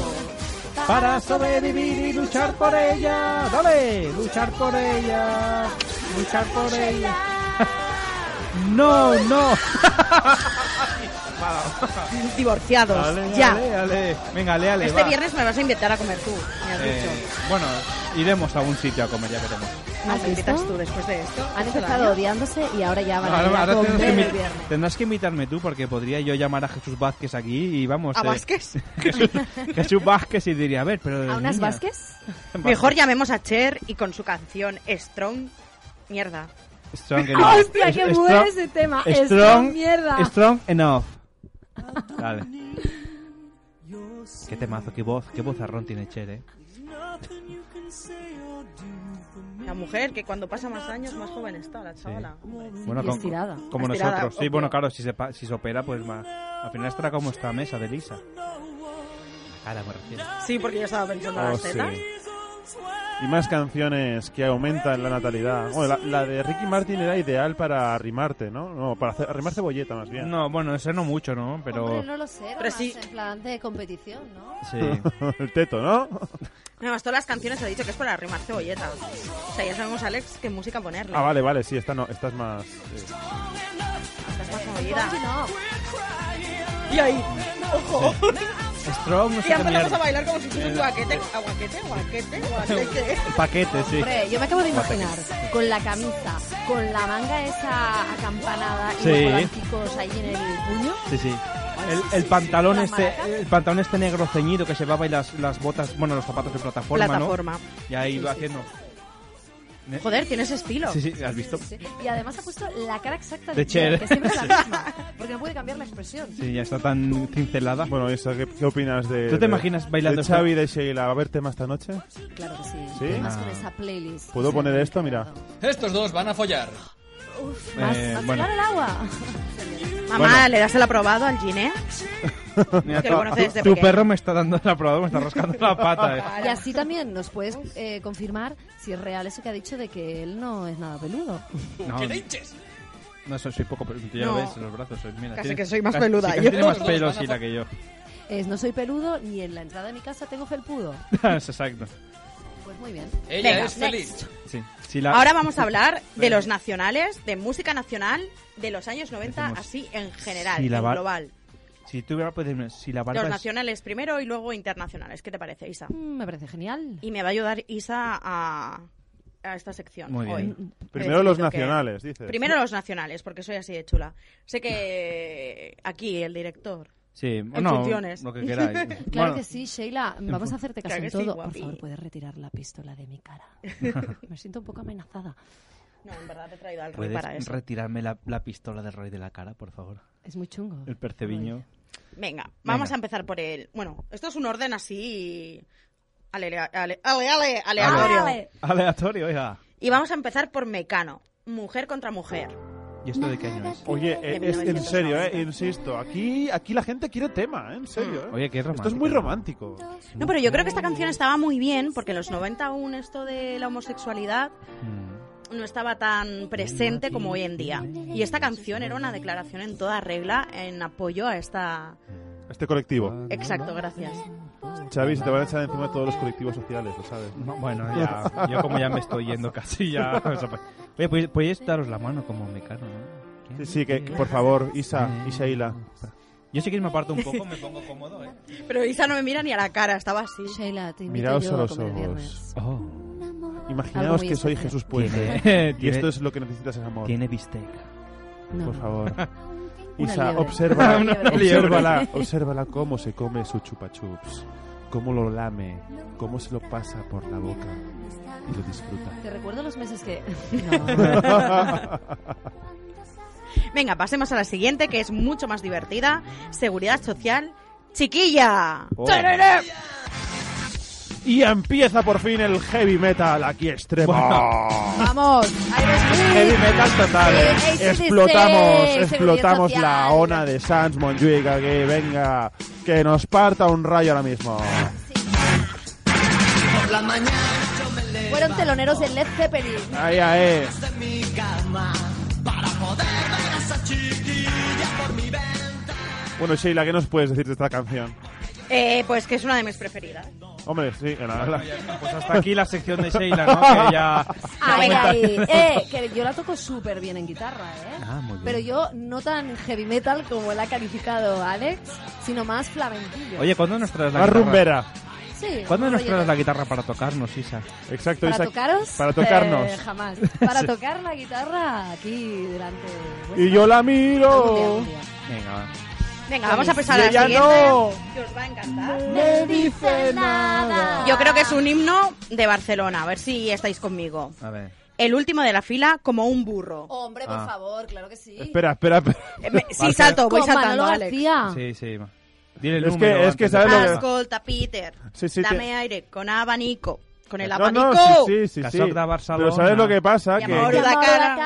S6: Para sobrevivir y luchar por ella. Dale, luchar por ella. Luchar por ella. No, no.
S11: Divorciados,
S6: Ale,
S11: ya.
S6: ale, ale. Venga, ale, ale.
S11: Este
S6: va.
S11: viernes me vas a invitar a comer tú, me has
S6: Eh,
S11: dicho.
S6: bueno, iremos a un sitio a comer, ya veremos.
S11: No,
S7: ¿has
S11: me invitas
S7: visto?
S11: tú después de esto.
S7: Han
S11: ¿Hace
S7: empezado
S11: daño?
S7: odiándose y ahora ya van a ir
S6: Ahora-
S7: a
S6: ahora tendrás,
S7: comer
S6: que
S7: el
S6: invi-
S7: viernes.
S6: tendrás que invitarme tú porque podría yo llamar a Jesús Vázquez aquí y vamos.
S11: ¿A
S6: eh,
S11: Vázquez?
S6: Jesús, Jesús Vázquez y diría, a ver, pero...
S7: ¿A unas
S6: niña,
S7: Vázquez?
S11: Mejor llamemos a Cher y con su canción Strong. Mierda.
S6: Strong
S7: ¡Ah,
S6: enough.
S7: hostia,
S6: Es-
S7: qué
S6: es-
S7: bueno
S6: strong-
S7: ese tema!
S6: Strong,
S7: Strong, mierda.
S6: Strong enough. Dale. Qué temazo, qué voz, qué vozarrón tiene Cher, eh.
S11: La mujer que cuando pasa más años más joven está, la chavala.
S7: Y estirada.
S6: como
S11: Estirada,
S6: nosotros. Sí,
S11: obvio.
S6: bueno, claro, si se, pa- si se opera, pues más. Al final estará como esta mesa de Lisa. La cara me refiero.
S11: Sí, porque yo estaba pensando en
S8: Oh,
S11: las
S8: sí.
S11: tetas.
S8: Y más canciones que aumentan la natalidad. Bueno, la, la de Ricky Martin era ideal para arrimarte, ¿no? No, para hacer, arrimar cebolleta más bien.
S6: No, bueno, eso no mucho, ¿no? Pero.
S7: Hombre, no lo sé, era
S11: Pero
S7: más
S11: sí.
S7: en plan de competición, ¿no?
S6: Sí.
S8: el teto, ¿no?
S11: Además, todas las canciones he dicho que es para arrimar cebolleta. O sea, ya sabemos, Alex, qué música ponerle.
S8: Ah, vale, vale, sí, esta no, esta es más... eh,
S11: Estás más movida.
S7: No,
S11: Y ahí, ojo.
S6: Strong, no sé
S11: Y ya
S6: qué
S11: empezamos
S6: mierda. Eh,
S11: a bailar como si fuese un guaquete. ¿A guaquete? ¿Guaquete? ¿Guaquete?
S6: Paquete, sí.
S7: hombre, yo me acabo de imaginar con la camisa, con la manga esa acampanada y
S6: Sí.
S7: los volanticos ahí en el puño.
S6: Sí, sí. El, el pantalón
S7: Las
S6: este
S7: maracas.
S6: el pantalón este negro ceñido que llevaba y las, las botas, bueno, los zapatos de plataforma,
S11: Plataforma.
S6: ¿no? Y ahí va haciendo.
S11: Joder, tienes estilo.
S6: Sí, sí, has visto.
S7: Sí. Y además ha puesto la cara exacta de,
S6: De Cher.
S7: que siempre es la misma, porque no puede cambiar la expresión.
S6: Sí, ya está tan cincelada.
S8: Bueno, eso, ¿qué, qué opinas de...
S6: ¿Tú te
S8: de-
S6: imaginas bailando
S8: de Xavi y de Sheila? ¿Va a haber tema esta noche?
S7: Claro que sí.
S8: ¿Sí?
S7: Además
S6: Ah.
S7: con esa playlist.
S8: ¿Puedo poner esto? Mira.
S10: Estos dos van a follar.
S7: Uf,
S6: Eh,
S7: más, más
S6: bueno.
S7: llegar el agua.
S11: Mamá,
S6: Bueno.
S11: ¿le das el aprobado al Giné?
S6: Mira,
S11: que lo
S6: tu-
S11: conoces
S6: tu-
S11: de
S6: tu
S11: pequeño.
S6: perro me está dando la probada, me está rascando la pata. eh.
S7: Y así también nos puedes eh, confirmar si es real eso que ha dicho de que él no es nada peludo.
S6: No,
S10: ¡Que linches!
S6: no soy, soy poco, pero tú ya lo
S11: No.
S6: ves, los brazos. soy- mira,
S11: Casi
S6: tienes-
S11: que soy más
S6: casi-
S11: peluda
S6: sí, casi
S11: yo.
S6: Tiene más pelo sí, la que yo.
S7: Es no soy peludo ni en la entrada de mi casa tengo felpudo.
S6: Exacto.
S7: Pues muy bien.
S10: Ella
S11: Venga,
S10: es feliz.
S6: Sí. Sí, la-
S11: Ahora vamos a hablar de los nacionales, de música nacional, de los años 90,
S6: Decimos,
S11: así en general,
S6: si la
S11: en
S6: bar-
S11: global.
S6: Si tú puedes decirme, si la barba
S11: Los
S6: es-
S11: nacionales primero y luego internacionales. ¿Qué te parece, Isa?
S7: Mm, me parece genial.
S11: Y me va a ayudar Isa a, a esta sección
S6: Muy bien.
S11: hoy.
S8: Primero los
S11: He decidido que-
S8: nacionales, dices.
S11: Primero los nacionales, porque soy así de chula. Sé que aquí el director.
S6: Sí, bueno,
S11: funciones.
S6: lo que queráis.
S7: Claro
S6: Bueno,
S7: que sí, Sheila. Vamos a hacerte caso
S11: Claro
S7: en
S11: que sí,
S7: todo. Por
S11: guapi.
S7: favor, puedes retirar la pistola de mi cara. me siento un poco amenazada.
S11: No, en verdad te he traído al Roy para
S6: ¿Puedes
S11: eso.
S6: retirarme la, la pistola de Roy de la cara, por favor?
S7: Es muy chungo.
S6: El percebiño.
S11: Venga, vamos
S6: Venga.
S11: a empezar por el... Bueno, esto es un orden así... Ale, ale, ale, ale, aleatorio.
S7: Ah,
S6: Aleatorio, oiga.
S11: Y vamos a empezar por Mecano. Mujer contra mujer.
S6: ¿Y esto de qué año es?
S8: Oye, eh,
S11: De
S8: es, en
S11: 1990.
S8: serio, eh, insisto, aquí, aquí la gente quiere tema, eh, en serio. eh.
S6: Oye, qué
S8: Esto es
S6: romántico,
S8: muy
S6: ¿no?
S8: romántico.
S11: No, pero yo creo que esta canción estaba muy bien porque en los 90 aún esto de la homosexualidad
S6: Mm.
S11: no estaba tan presente como hoy en día. Y esta canción era una declaración en toda regla en apoyo a esta...
S8: Este colectivo.
S11: Exacto, gracias.
S8: Xavi, se te van a echar encima todos los colectivos sociales, lo sabes.
S6: Bueno, ya, yo como ya me estoy yendo casi ya... o sea, pues- Oye, ¿podéis, podéis daros la mano como mecano, ¿no? Eh,
S8: Sí, sí, que por favor, Isa, Isa Ila.
S6: Yo si quieres me aparto un poco, me pongo cómodo, ¿eh?
S11: Pero Isa no me mira ni a la cara, estaba así.
S7: Sheila, te invito
S8: Miraos
S7: yo
S8: a
S7: a
S8: los
S7: comer viernes.
S8: ojos.
S6: Oh.
S7: Algo
S8: Imaginaos
S7: muy
S8: que soy
S7: especial.
S8: Jesús Puente.
S6: Tiene-
S8: Y esto
S6: tiene-
S8: es lo que necesitas en amor.
S6: Tiene bistec.
S7: No.
S8: Por favor.
S7: Una
S8: Isa,
S7: liebre.
S8: observa,
S7: Una liebre.
S8: obsérvala, obsérvala cómo se come su chupa chups, cómo lo lame, cómo se lo pasa por la boca y lo disfruta.
S7: Te recuerdo los meses que...
S11: Venga, pasemos a la siguiente que es mucho más divertida. Seguridad social. Chiquilla.
S8: Oh.
S11: ¡Tarará!
S8: Y empieza por fin el heavy metal aquí extremo.
S7: ¡Vamos!
S8: Heavy metal total. eh.
S7: Sí, ACDC,
S8: Explotamos,
S7: seguridad
S8: explotamos la
S7: social.
S8: ona de Sans Montjuic aquí, venga, que nos parta un rayo ahora mismo.
S7: Fueron teloneros de Led Zeppelin.
S8: Ahí, ahí. Bueno, Sheila, ¿qué nos puedes decir de esta canción?
S11: Eh, pues que es una de mis preferidas.
S8: Hombre, sí, la, la-
S6: Pues hasta aquí la sección de Sheila, ¿no? Que ya...
S11: Ah,
S7: Ay,
S6: ya
S7: ay,
S6: comentaré.
S7: eh, que yo la toco súper bien en guitarra, ¿eh?
S6: Ah, muy bien.
S7: Pero yo no tan heavy metal como la ha calificado Alex, sino más flamenquillo.
S6: Oye, ¿cuándo nos traes la
S8: Más
S6: guitarra?
S8: rumbera.
S7: Sí,
S6: ¿Cuándo nos
S7: rollo
S6: traes la guitarra para tocarnos, Isa?
S8: Exacto,
S7: ¿Para tocaros?
S8: Para tocarnos.
S7: Eh, jamás. Para
S6: Sí.
S7: tocar la guitarra aquí delante.
S8: Y yo la miro.
S7: Algún día,
S6: Venga, va.
S11: Venga,
S7: Ay,
S11: vamos a pasar
S7: y
S11: a la
S7: ella
S11: siguiente.
S7: no.
S11: Que os va a encantar.
S7: Me dice nada.
S11: Yo creo que es un himno de Barcelona. A ver si estáis conmigo.
S6: A ver.
S11: El último de la fila, como un burro.
S7: Hombre,
S6: por Ah.
S7: favor, claro que sí.
S8: Espera, espera, espera.
S11: Eh, me- sí,
S6: Vale.
S11: salto, voy
S7: Con
S11: saltando,
S7: Manolo
S11: Alex.
S7: García.
S6: Sí, sí. va. Dile el
S8: Es que-
S6: número
S8: es
S6: antes
S8: que
S6: de-
S8: sabes lo que-
S11: Ascolta, Peter.
S8: Sí, sí,
S11: dame
S8: te-
S11: aire con abanico. Con el
S8: No,
S11: abanico.
S8: no, sí, sí, sí. sí.
S6: Casor de Barcelona.
S8: Pero ¿sabes lo que pasa?
S11: Mi
S8: Que,
S11: amor,
S8: que-
S11: la cara.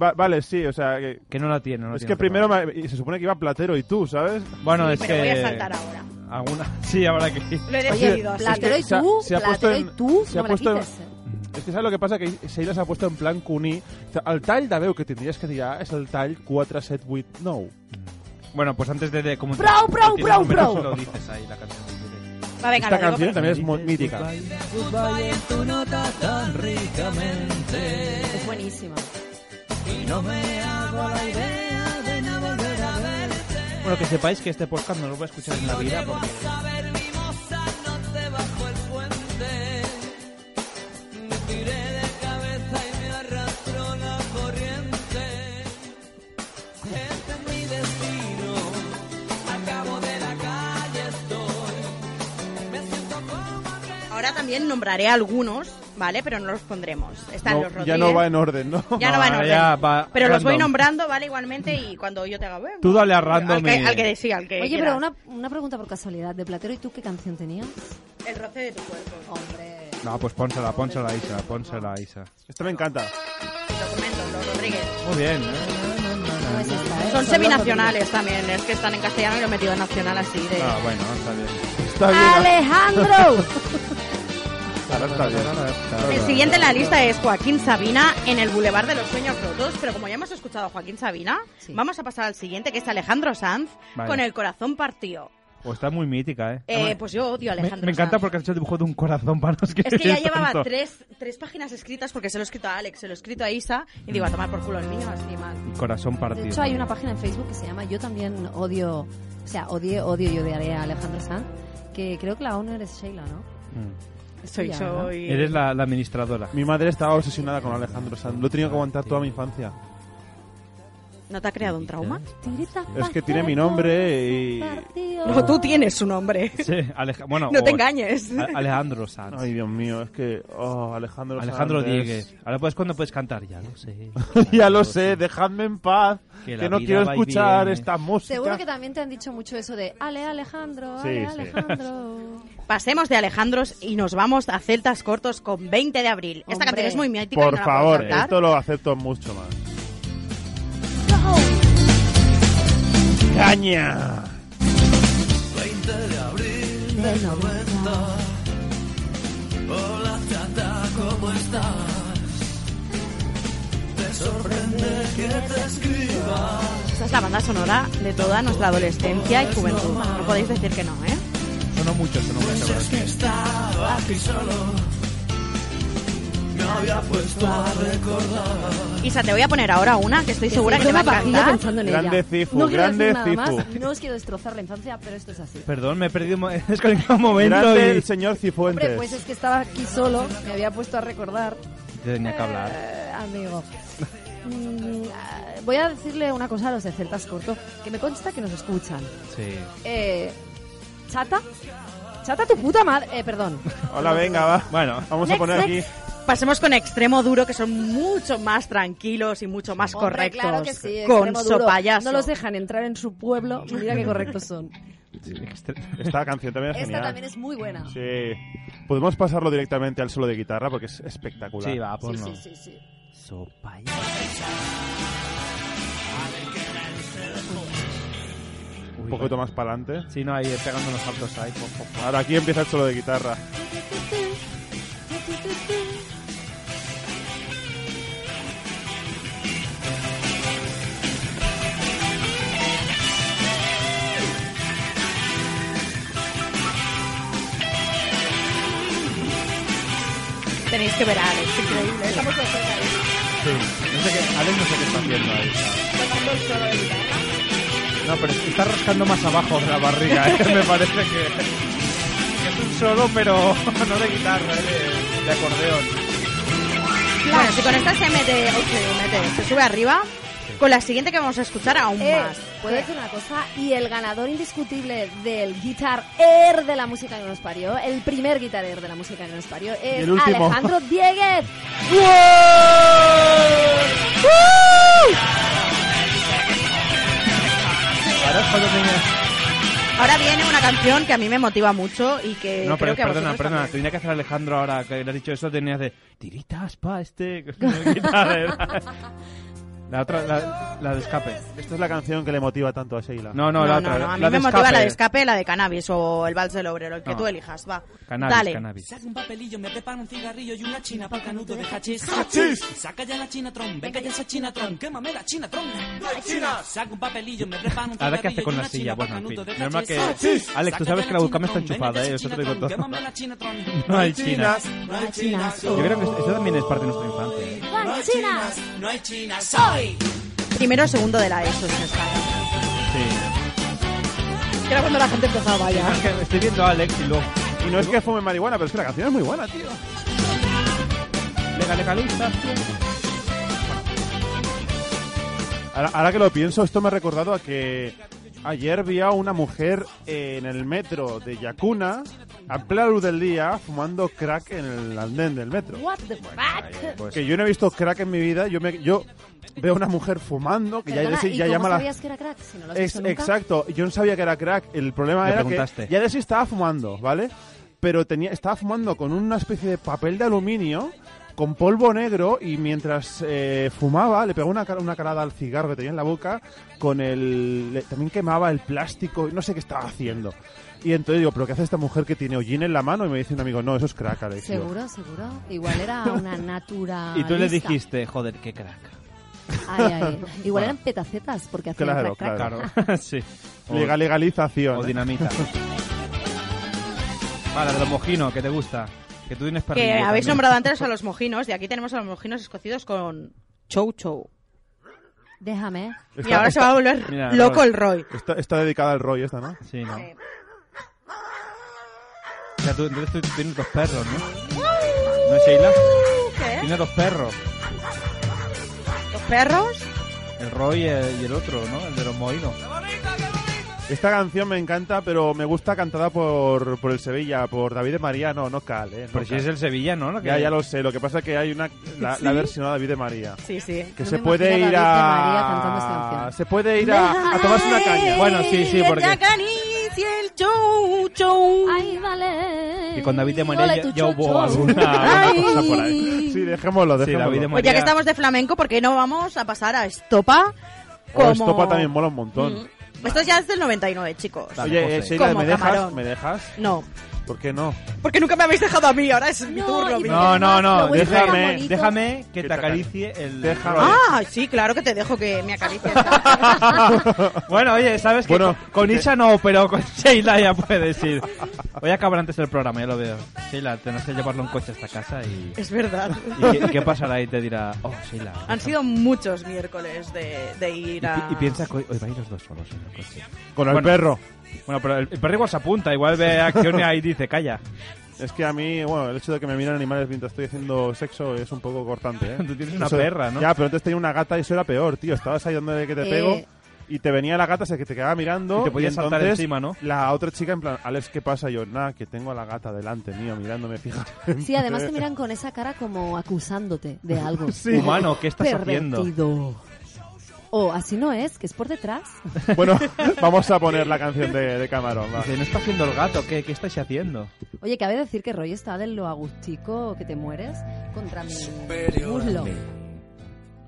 S8: va- vale, sí, o sea, que,
S6: Que no la tiene, no la
S8: es
S6: tiene
S8: que primero
S6: preparada.
S8: me- y se supone que iba Platero y tú, ¿sabes?
S6: Bueno, es
S11: Pero
S6: que...
S11: voy a saltar ahora.
S6: Alguna... Sí, ahora que...
S11: Lo
S7: Oye,
S11: he decidido así.
S7: Platero y
S8: se ha-
S7: tú,
S8: se ha puesto
S7: Platero y
S8: en-
S7: tú,
S8: se
S7: no
S8: ha
S7: me la
S8: puesto en-
S7: quites.
S8: És que saps el que passa? Que Sheila s'ha puesto en plan cuní. El tall de veu que tindries que tirar és el tall 4, 7, 8, 9.
S6: Bueno, pues antes de... de como
S7: Prou, prou,
S6: tiene
S7: prou,
S6: números,
S7: prou.
S6: Lo dices ahí, la canción.
S11: Va, venga,
S8: Esta
S11: lo digo
S8: canción
S11: para-
S8: també és molt mítica.
S7: Es buenísima.
S6: Bueno, que sepáis que este podcast no lo voy a escuchar en la vida porque...
S10: Este
S11: Ahora también nombraré algunos, ¿vale? Pero no los pondremos. Están los
S8: No,
S11: Rodríguez.
S8: ja no va en orden, no?
S11: Ya no va en
S6: No,
S11: orden.
S6: Ah, ya va
S11: Pero los voy
S6: random.
S11: nombrando, ¿vale? Igualmente y cuando yo te haga ver.
S6: Tú dale a random
S11: Al que,
S6: y-
S11: al que sí, al que
S7: Oye,
S11: quieras.
S7: pero una, una pregunta por casualidad. ¿De Platero y tú qué canción tenías?
S11: El roce de tu cuerpo.
S7: Hombre.
S6: No, pues pónsela, pónsela, Isa, pónsela, Isa.
S8: Esta m'encanta.
S11: Documentos, los Rodríguez.
S6: Muy bien, ¿eh?
S7: No es esta, ¿eh?
S11: Son
S7: los
S11: seminacionales también. Es que están en castellano y lo he metido en nacional así de...
S6: Ah, bueno, está bien.
S8: Està
S7: Rodríguez.
S8: bien.
S7: ¡Alejandro!
S8: Ara està bien.
S11: El siguiente en la lista es Joaquín Sabina en el Boulevard de los Sueños Rotos, pero como ya hemos escuchado a Joaquín Sabina,
S7: Sí.
S11: vamos a pasar al siguiente, que es Alejandro Sanz,
S6: Vale.
S11: con el corazón partido.
S6: O está muy mítica, ¿eh?
S11: Eh, pues yo odio a
S6: Me,
S11: Alejandro
S6: me encanta
S11: Sanz.
S6: porque has hecho el dibujo de un corazón para los que
S11: Es que ya
S6: eres
S11: llevaba
S6: tonto.
S11: tres, tres páginas escritas porque se lo he escrito a Alex, se lo he escrito a Isa y digo, a tomar por culo el niño, así mal.
S6: Corazón partido.
S7: De hecho, hay una página en Facebook que se llama Yo también odio, o sea, odio, odio y odiaré a Alejandro Sanz, que creo que la owner es Sheila, ¿no?
S6: Mm.
S11: Soy,
S7: Ya, ¿no?
S11: soy...
S6: Eres la, la administradora.
S8: Mi madre estaba obsesionada con Alejandro Sanz. Lo he tenido que aguantar toda mi infancia.
S11: ¿No te ha creado un trauma?
S8: Es que tiene mi nombre y...
S11: No, tú tienes su nombre.
S6: Sí, Alej- bueno,
S11: No te
S6: o-
S11: engañes.
S6: A- Alejandro Sanz.
S8: Ay, Dios mío, es que... Oh, Alejandro
S6: Alejandro
S8: Sanz es-
S6: Dieguez. Ahora pues cuando puedes cantar, ya lo sé.
S8: ya lo sé, dejadme en paz, que,
S6: Que la
S8: no
S6: vida
S8: quiero
S6: va y
S8: escuchar
S6: viene.
S8: esta música.
S14: Seguro que también te han dicho mucho eso de Ale Alejandro,
S8: Sí,
S14: Ale
S8: sí.
S14: Alejandro.
S11: Pasemos de Alejandros y nos vamos a Celtas Cortos con 20 de abril. Esta
S14: Hombre.
S11: canción es muy mítica y
S8: Por
S11: no la puedo
S8: favor,
S11: cantar.
S8: esto lo acepto mucho más. ¡Caña!
S10: 20 de abril del 90. Hola chata, ¿cómo estás? Te sorprende que te escriba.
S11: Esta es la banda sonora de toda nuestra adolescencia y juventud. No podéis decir que no, ¿eh?
S6: Sonó mucho, sonó mucho. pero sí.
S10: Estaba aquí solo. Me había puesto a recordar.
S11: Isa, te voy a poner ahora una que estoy
S14: Que
S11: segura
S14: se
S11: que te va a
S14: quema pajilla
S11: encantar.
S14: pensando en
S8: Grande
S14: ella.
S8: Cifu,
S14: no quiero
S8: grande
S14: decir nada
S8: Cifu.
S14: más, no os quiero destrozar la infancia, pero esto es así.
S6: Perdón, me he perdido, un mo- he desconectado un momento
S8: Grande
S6: y...
S8: el señor Cifuentes.
S7: Hombre, pues es que estaba aquí solo, me había puesto a recordar,
S6: Tenía que hablar.
S7: eh, amigo. Mm, ah, voy a decirle una cosa a los de Celtas Corto, que me consta que nos escuchan.
S6: Sí.
S7: Eh, chata, chata tu puta madre. Eh, perdón.
S8: Hola, venga, va.
S6: Bueno,
S8: vamos a
S7: Next,
S8: poner aquí.
S7: next.
S11: Pasemos con Extremo Duro, que son mucho más tranquilos y mucho más
S7: Hombre,
S11: correctos.
S7: claro que sí,
S11: con
S7: extremo duro.
S11: sopayaso.
S7: No los dejan entrar en su pueblo. Mira qué correctos son.
S8: Esta canción también es
S7: Esta
S8: genial.
S7: también es muy buena.
S8: Sí. Podemos pasarlo directamente al solo de guitarra porque es espectacular.
S6: Sí, va, pues ponlo.
S7: Sí, sí, sí, sí.
S8: Un poquito más para adelante.
S6: Sí, no, ahí eh, pegando unos saltos ahí. po, po, po.
S8: Ahora aquí empieza el solo de guitarra.
S11: Tenéis que ver a Alex, increíble. Estamos los tres ahí.
S6: Sí. No sé qué, Alex no sé qué está haciendo ahí.
S11: Tocando el solo de guitarra.
S6: No, pero está rascando más abajo de la barriga, ¿eh? me parece que que es un solo, pero no de guitarra, ¿eh? de, de acordeón.
S11: Bueno, si con esta se mete, o se mete, se sube arriba. Con la siguiente que vamos a escuchar aún
S7: Eh,
S11: más.
S7: ¿Puedo decir una cosa? Y el ganador indiscutible del Guitar Air de la música que nos parió, el primer Guitar Air de la música que nos parió,
S8: Y
S7: es
S8: el último.
S7: Alejandro Dieguez.
S6: Ahora es cuando tenía-
S11: Ahora viene una canción que a mí me motiva mucho y que
S6: No,
S11: Eh, creo
S6: pero
S11: que a
S6: perdona,
S11: vosotros
S6: perdona,
S11: también.
S6: tenía que hacer Alejandro ahora que le has dicho eso, tenías de tiritas pa este que es una guitarra. La otra, la, la de escape.
S8: Esta es la canción que le motiva tanto a Sheila.
S6: No, no, la otra,
S11: no, a mí
S6: la
S11: me
S6: de
S11: motiva
S6: escape.
S11: la de escape, la de cannabis o el vals del obrero, el que
S6: No.
S11: tú elijas, va.
S6: Cannabis,
S11: Dale.
S6: cannabis.
S13: Saca un papelillo, me preparo un cigarrillo y una china pa'l canuto de hachís.
S10: ¡Hachís!
S13: Saca ya la chinatron, venga ya esa chinatron, quémame la chinatron.
S10: ¡La china!
S13: Saca un papelillo, me preparo un
S6: Ahora
S13: cigarrillo
S6: qué hace
S13: y
S6: con la
S13: una
S6: silla,
S13: china pa'l
S6: bueno, en fin.
S13: canuto de
S6: Normal que
S13: hachís.
S6: Alex, tú
S13: Saca
S6: sabes
S13: ya
S6: que la webcam está
S13: chinatron,
S6: enchufada,
S13: venga ya
S6: eh,
S13: esa
S6: eso te digo
S13: chinatron,
S6: todo.
S13: quémame la chinatron.
S6: No hay chinas.
S13: No hay chinas.
S6: Yo creo que eso también es parte de nuestra infancia. ¿eh?
S13: No hay chinas. No hay chinas. Soy.
S11: Primero o segundo de la E, ESO, si os sale.
S6: Sí.
S11: Era cuando la gente empezaba vaya.
S6: Es que estoy viendo a Alex y luego.
S8: Y no es que fume marihuana, pero es que la canción es muy buena, tío.
S6: Legal, legalista.
S8: Ahora, ahora que lo pienso, esto me ha recordado a que ayer vi a una mujer en el metro de Yacuna, a plena luz del día, fumando crack en el andén del metro.
S7: What the fuck?
S8: Que yo no he visto crack en mi vida, yo me, yo veo a una mujer fumando, que ya-
S7: Perdona,
S8: ya,
S7: ¿y
S8: ya
S7: cómo
S8: llama la...
S7: sabías que era crack? Si no lo has
S8: Es,
S7: visto nunca.
S8: exacto, yo no sabía que era crack. El problema
S6: Le
S8: era
S6: preguntaste.
S8: que ya de sí estaba fumando, ¿vale? Pero tenía, estaba fumando con una especie de papel de aluminio con polvo negro y mientras eh, fumaba le pegó una, cal- una calada al cigarro que tenía en la boca con el le- también quemaba el plástico y no sé qué estaba haciendo y entonces digo pero qué hace esta mujer que tiene hollín en la mano y me dice un amigo no eso es crack Alex Digo,
S7: Seguro, seguro. Igual era una natura.
S6: Y tú le dijiste, joder, qué crack.
S7: Ay, ay. Igual eran petacetas porque hacían
S8: Claro,
S7: crack, crack.
S8: claro.
S6: sí. O-
S8: Legal, legalización
S6: O dinamita. Vale, de los mojinos, que te gusta. Que tú tienes
S11: Que
S6: perrillo
S11: habéis
S6: también.
S11: nombrado antes a los mojinos y aquí tenemos a los mojinos escocidos con Chow Chow.
S7: Déjame.
S11: Y ahora se va a volver
S8: Mira,
S11: loco
S8: Roy.
S11: el Roy.
S8: está, está dedicada al Roy esta no
S6: Sí, ¿no? O sea, tú, entonces tú tienes dos perros, ¿no? ¿No, Sheila?
S11: ¿Qué?
S6: Tienes dos perros.
S11: Los perros.
S6: El Roy eh, y el otro, ¿no? El de los moinos.
S8: Esta canción me encanta, pero me gusta cantada por, por el Sevilla, por David de María, no, no Cal, eh. no
S6: Pero si
S8: Cal.
S6: es el Sevilla, ¿no? La que-
S8: Ya, ya lo sé, lo que pasa es que hay una, la,
S6: ¿Sí?
S8: la versión a David de María.
S11: Sí, sí.
S8: Que
S11: No
S8: se
S11: me
S8: puede
S11: imagino
S8: ir
S11: a David de María
S8: a...
S11: cantando esta canción.
S8: se puede ir a, a tomarse una caña.
S6: Bueno, sí, sí, porque-
S11: el show, show.
S7: Ay, vale.
S6: Y con David de María
S7: Ole,
S6: ya,
S7: tu
S6: ya hubo
S7: chocho.
S6: alguna,
S11: Ay.
S6: alguna cosa por ahí.
S8: Sí, dejémoslo, dejémoslo.
S6: Sí, David de
S11: Pues ya
S6: María.
S11: que estamos de flamenco, ¿por qué no vamos a pasar a Estopa? Como...
S8: O
S11: Mm.
S8: Oh, Estopa también mola un montón.
S11: Esto ya es del 99, chicos.
S8: Oye, eh, Sheila,
S11: Como
S8: ¿me dejas?
S11: camarón.
S8: ¿Me dejas?
S11: No.
S8: ¿Por qué no?
S11: Porque nunca me habéis dejado a mí, ahora es mi turno. mi turno.
S6: No, no, no,
S8: vuestro tan
S6: déjame,
S8: bonito.
S6: déjame que te acaricie el...
S8: Déjame.
S6: Roy.
S11: Ah, sí, claro que te dejo que me acaricies. Ah.
S6: Bueno, oye, sabes que
S15: Bueno,
S6: con- con Isa no, pero con Sheila ya puedes ir. Voy a acabar antes del programa, ya lo veo. Sheila, tenés que llevarlo en coche hasta casa y...
S11: Es verdad.
S6: ¿Y qué, qué pasará? Y te dirá, oh, Sheila.
S11: Han sido muchos miércoles de, de ir a...
S6: Y, y piensa que hoy, hoy vais los dos solos en el coche.
S8: Con el perro.
S6: Bueno, pero el, el perro igual se apunta, igual ve acción y ahí dice, calla.
S8: Es que a mí, bueno, el hecho de que me miran animales mientras estoy haciendo sexo es un poco cortante, ¿eh?
S6: Tú tienes una
S8: Eso-
S6: perra, ¿no?
S8: Ya, pero antes tenía una gata y eso era peor, tío. Estabas ahí donde que te
S6: Eh.
S8: pego y te venía la gata, o sea, que te quedaba mirando.
S6: Y te podía saltar
S8: entonces
S6: encima, ¿no?
S8: La otra chica, en plan, Alex, ¿qué pasa? Y yo, nada, que tengo a la gata delante mío mirándome, fíjate.
S7: Sí, además te miran con esa cara como acusándote de algo.
S8: Sí. Humano, ¿qué estás haciendo?
S7: Pervertido. O así no es, que es por detrás.
S8: Bueno, vamos a poner la canción de, de Camarón, va.
S6: Dice, no está haciendo el gato, ¿qué, qué estáis haciendo?
S7: Oye, cabe decir que Roy está de lo agustico que te mueres contra mi
S10: Superior a
S7: muslo.
S10: mí.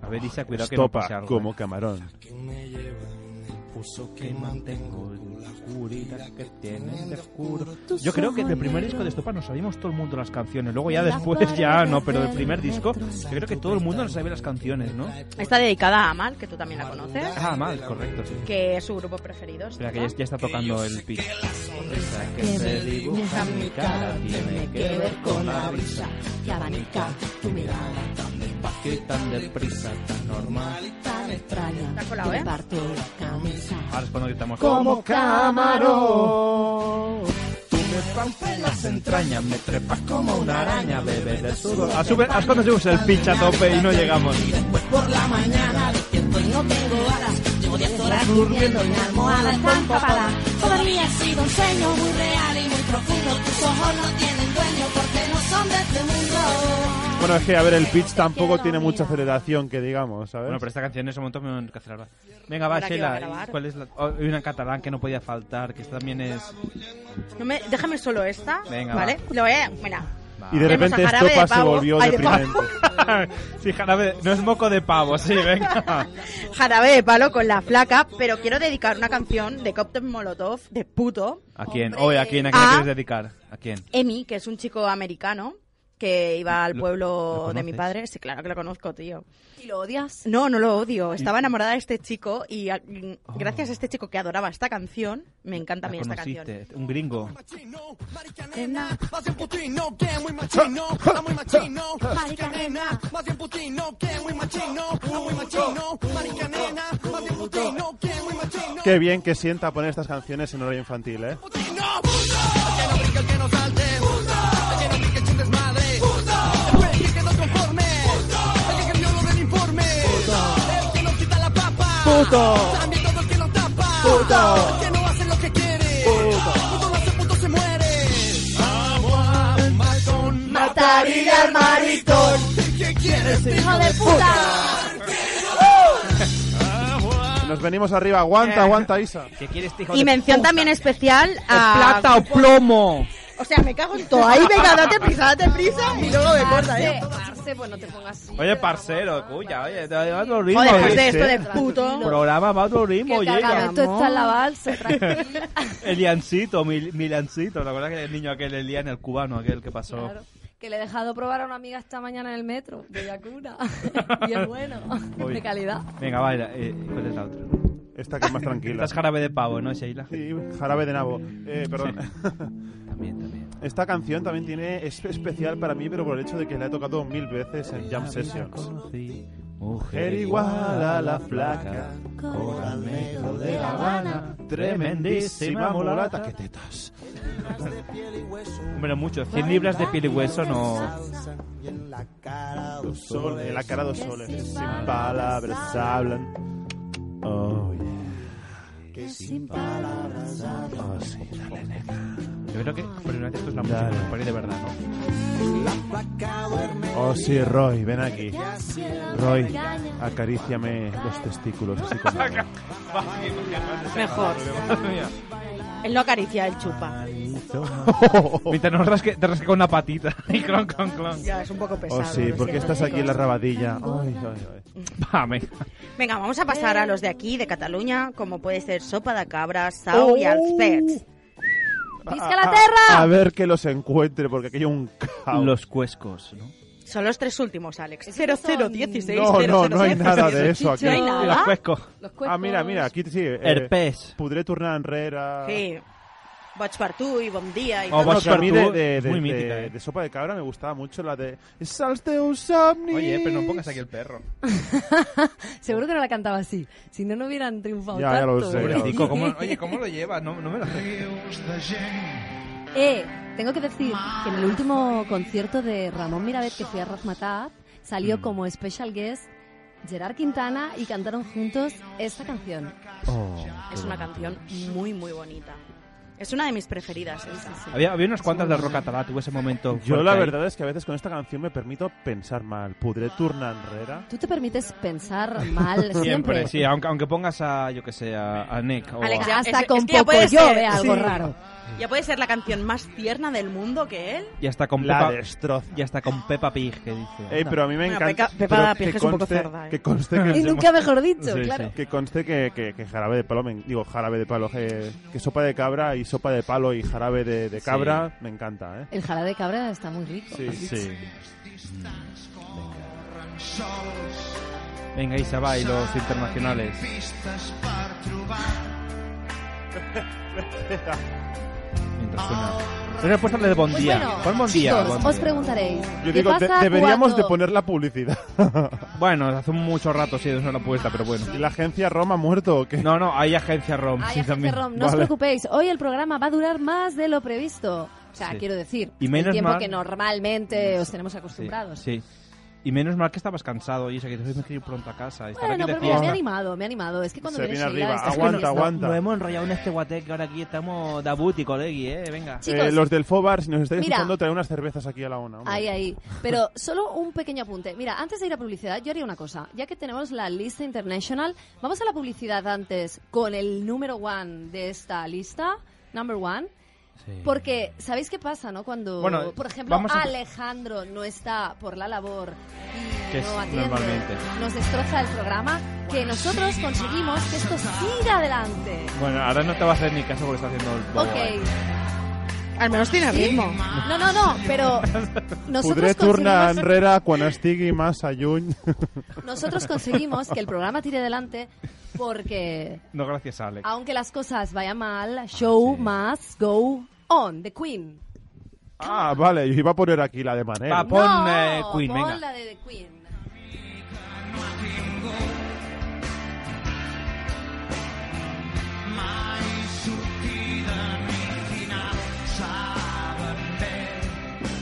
S6: A ver, Isa, cuidado que no
S8: Estopa
S6: pase algo. ¿eh?
S8: como Camarón.
S10: me llevan el pulso que mantengo con la oscuridad que tienen de oscuro.
S6: Yo creo que del primer disco de Estopa nos sabíamos todo el mundo las canciones. Luego ya después ya no, pero del primer disco yo creo que todo el mundo nos sabe las canciones, ¿no?
S11: Está dedicada a Amal, que tú también la conoces,
S6: Ah, mal, correcto, sí.
S11: que es su grupo preferido.
S6: Espera, que ya, ya está tocando el pitch.
S10: que se dibuja en mi cara tiene que ver con la brisa que abanica tu mirada tan despacio y tan deprisa, tan normal y tan extraña.
S11: colado,
S10: que
S11: eh?
S10: parto la camisa
S6: Ahora es cuando gritamos
S10: como camarón. Tú me
S6: rompe las
S10: entrañas, me trepas como una araña, bebé de sudor.
S6: Ah, sube- haz cuando subimos el pitch a tope y no llegamos.
S10: Por la mañana despierto y no tengo alas. Llevo 10 horas durmiendo en la almohada está empapada. Todavía ha sido un sueño muy real y muy profundo. Tus ojos no tienen dueño porque no son de este mundo.
S8: Bueno, es que, a ver, el pitch tampoco tiene mucha aceleración, que digamos, ¿sabes?
S6: Bueno, pero esta canción en ese momento me que hacerla. Venga, va,
S11: Ahora que va a
S6: Sheila.
S11: grabar.
S6: ¿y ¿Cuál es la? oh, hay una en catalán que no podía faltar, que esta también es...
S11: No me- déjame solo esta,
S6: Venga,
S11: ¿vale? Lo voy a... Mira.
S8: Y de
S11: Tenemos a
S8: repente
S11: Jarabe de
S8: Estopa se
S11: Pavo.
S8: volvió
S11: Ay, de pavo.
S8: deprimente.
S6: sí, jarabe, no es moco de pavo, sí, venga.
S11: Jarabe de palo con la flaca, pero quiero dedicar una canción de Cóctel Molotov de puto.
S6: ¿A quién? Oye, ¿a quién, a quién
S11: Ah.
S6: le quieres dedicar? ¿A quién?
S11: Emi, que es un chico americano que iba al
S6: ¿Lo-
S11: pueblo
S6: lo
S11: de mi
S6: conoces?
S11: padre. Sí, claro que lo conozco, tío.
S7: ¿Y lo odias?
S11: No, no lo odio. Estaba enamorada de este chico y a- mm, gracias a este chico que adoraba esta canción, me encanta a mí
S6: Oh. La
S11: esta canción.
S6: conociste, un gringo.
S10: Nena, más bien putino que muy machino, a muy machino, marica nena, más bien putino que muy machino, a muy machino, marica nena, más bien putino que muy machino.
S8: Qué bien que sienta poner estas canciones en horario infantil, ¿eh?
S10: No, puto. Que no brinque el que no salte. Puto. Que no brinque el sin desmadre. Puto. El que quedó conforme. Puto. El que cambió lo del informe. Puto. El que no quita la papa.
S6: Puto.
S10: También todo el que lo tapa.
S6: Puto.
S10: El que no hace lo que quiere. Puto. Puto no hace, puto se muere. Agua, un matón.
S6: Mataría al maritón.
S10: ¿Qué quieres, hijo de puta?
S8: Nos venimos arriba, aguanta, aguanta, Isa.
S6: ¿Qué quieres,
S11: Y mención también especial a...
S6: plata o plomo.
S11: O sea, me cago en todo. Ahí, venga, date prisa, date prisa y luego me corta, ¿eh?
S7: Parce, pues no te pongas
S6: Oye, parcero, cuya, oye, te va a otro ritmo.
S11: Joder, después
S6: oye,
S11: de esto
S6: sí.
S11: de puto.
S6: Programa va a otro ritmo,
S7: que el
S6: oye.
S7: cargamento está en la balsa.
S6: El liancito, mi, mi liancito. ¿Te acuerdas que el niño aquel, el lian, el cubano aquel que pasó?
S7: Claro, que le he dejado probar a una amiga esta mañana en el metro de Yakuna. y es bueno,
S6: Uy.
S7: de calidad.
S6: Venga, va, eh, ¿cuál es la otra?
S8: Esta que es más tranquila.
S6: Esta es jarabe de pavo, ¿no, Sheila? Sí,
S8: Jarabe de nabo. Eh, perdón.
S6: También, también.
S8: Esta canción también tiene es especial para mí, pero por el hecho de que la he tocado mil veces en Jam Sessions.
S6: Mujer
S8: igual a la flaca, coral negro de La Habana, tremendísima mulata. ¡Qué tetas!
S6: Hombre, mucho. 100 libras de piel y hueso no...
S8: Dos soles, la cara dos soles. Sin palabras hablan. Oh, yeah. Oh,
S10: Que sin palabras hablo.
S13: Yo creo que por primera vez esto es la música
S8: Dale.
S13: que nos pone de verdad, ¿no?
S8: Oh, sí, Roy, ven aquí. Roy,
S10: Roy,
S8: acaríciame los testículos. Así como...
S11: Mejor. Él no acaricia, él chupa.
S13: Mientras nos rasque, te rasca con una patita. Y clon, clon, clon.
S11: Ya, es un poco pesado.
S8: Oh, sí,
S11: lo
S8: porque
S11: siento,
S8: estás aquí en la
S11: chicos.
S8: rabadilla. Ay, ay, ay.
S11: Venga, vamos a pasar a los de aquí, de Cataluña, como puede ser sopa de cabra, sao y alfets. Oh.
S9: ¡Visca la terra!
S8: A ver que los encuentre, porque aquí hay un caos.
S13: Los cuescos, ¿no?
S11: Son los tres últimos, Alex. 0016.
S8: No, no, no hay
S11: 0016.
S8: nada de eso aquí.
S11: No hay nada.
S8: Ah, mira, mira, aquí sí. eh,
S13: Herpes.
S8: Podré tornar enrere...
S11: Sí. Boig per tu i bon dia. I
S8: No,
S11: tot.
S8: que pues a mí de, de-
S13: es muy
S8: de-
S13: mítica, eh.
S8: de- de sopa de cabra me gustaba mucho la de... Sals teus somnis.
S13: Oye, pero no pongas aquí el perro.
S7: Seguro que no la cantaba así. Si no, no hubieran triunfado
S8: Ya, ya lo
S7: tanto.
S8: sé, ya lo sé.
S13: Pobrecico, ¿cómo- oye, ¿cómo lo llevas? No, no me lo
S7: Eh, tengo que decir que en el último concierto de Ramón Miravet que fui a Razmataz
S13: Mm.
S7: salió como special guest Gerard Quintana y cantaron juntos esta canción.
S11: Es una canción muy, muy bonita. Es una de mis preferidas. esa.
S13: Había, había unas cuantas de rock catalá, tuve ese momento.
S8: Yo
S13: fuerte
S8: la
S13: ahí.
S8: verdad es que a veces con esta canción me permito pensar mal. Podré tornar enrere...
S7: Tú te permites pensar mal siempre.
S13: Siempre, sí, aunque, aunque pongas a, yo que sé, a, a Nick o
S11: Alex,
S13: a-
S7: Ya hasta
S11: es-
S7: con
S11: es que ya
S7: poco
S11: puede
S7: yo
S11: ser,
S7: ve algo
S11: sí.
S7: raro.
S11: Ya puede ser la canción más tierna del mundo que él.
S13: Y hasta con
S8: La
S13: Peppa,
S8: destroza.
S13: Y hasta con Peppa Pig, que dice.
S8: Ey,
S13: anda.
S8: pero a mí me
S11: Bueno,
S8: encanta.
S11: Peca- Pepa
S8: pero
S11: Pig
S8: que
S11: es un poco
S8: conste-
S11: cerda, ¿eh?
S8: Que conste que.
S7: Y nunca mejor dicho,
S13: Sí,
S7: claro.
S13: sí.
S8: Que conste que, que- que jarabe de palo, me, digo jarabe de palo, que, que sopa de cabra y sopa de palo y jarabe de, de cabra me encanta, ¿eh?
S7: El jarabe de cabra está muy rico.
S8: Sí, sí.
S13: Venga, Isa, va, y los internacionales. Mientras suena. Pero he puesto la de Bon
S7: Pues
S13: Día.
S7: bueno,
S13: Pon Bon Día,
S7: chicos,
S13: Bon
S7: os
S13: Día.
S7: preguntaréis,
S8: Yo
S7: ¿qué
S8: digo, de-
S7: pasa
S8: deberíamos
S7: cuando-
S8: de poner la publicidad.
S13: Bueno, hace mucho rato sí, no la puesta, pero bueno.
S8: ¿Y la agencia ROM ha muerto o qué?
S13: No, no, hay agencia ROM.
S7: Ay,
S13: sí,
S7: agencia
S13: también.
S7: Rom, no os
S13: Vale.
S7: preocupéis, hoy el programa va a durar más de lo previsto. O sea,
S13: Sí.
S7: quiero decir,
S13: Y menos
S7: el tiempo
S13: mal-
S7: que normalmente os tenemos
S13: Sí,
S7: acostumbrados.
S13: sí. Y menos mal que estabas cansado y eso que te me quiero ir pronto a casa. estar aquí
S7: Bueno, pero
S13: de
S7: mira, me ha
S13: fiesta.
S7: animado, me ha animado. Es que cuando
S8: Se
S7: viene
S8: viene
S7: Sheila,
S8: arriba,
S7: estás
S8: aguanta,
S7: comiendo.
S8: aguanta.
S13: Nos hemos enrollado en este guate que ahora aquí estamos Dabut y colegi, eh. Venga.
S7: Chicos.
S8: Eh, los del Fobar, si nos estáis
S7: Mira.
S8: escuchando, trae unas cervezas aquí a la una. hombre.
S7: Ahí, ahí. Pero solo un pequeño apunte. Mira, antes de ir a publicidad, yo haría una cosa. Ya que tenemos la lista internacional, vamos a la publicidad antes con el número one de esta lista, number one. Porque, ¿sabéis qué pasa, no? Cuando,
S13: Bueno,
S7: por ejemplo,
S13: vamos a-
S7: Alejandro no está por la labor y
S13: Que es
S7: no atiende,
S13: normalmente.
S7: nos destroza el programa, que nosotros conseguimos que esto siga adelante.
S13: Bueno, ahora no te vas a hacer ni caso porque está haciendo el bobo. eh.
S7: Ok.
S11: Al menos tiene
S7: ¿Sí?
S11: ritmo.
S7: No, no, no, pero
S8: Podré
S7: nosotros
S8: tornar
S7: conseguimos...
S8: enrere quan estigui massa lluny.
S7: Nosotros conseguimos que el programa tire adelante porque,
S13: No, gracias, Alex.
S11: Ah,
S7: aunque las cosas vayan mal, show must go on. The Queen.
S8: Ah, vale, yo iba a poner aquí la de manera.
S13: Va, pon
S7: No,
S13: eh, Queen,
S7: pon
S13: venga.
S7: la de The Queen.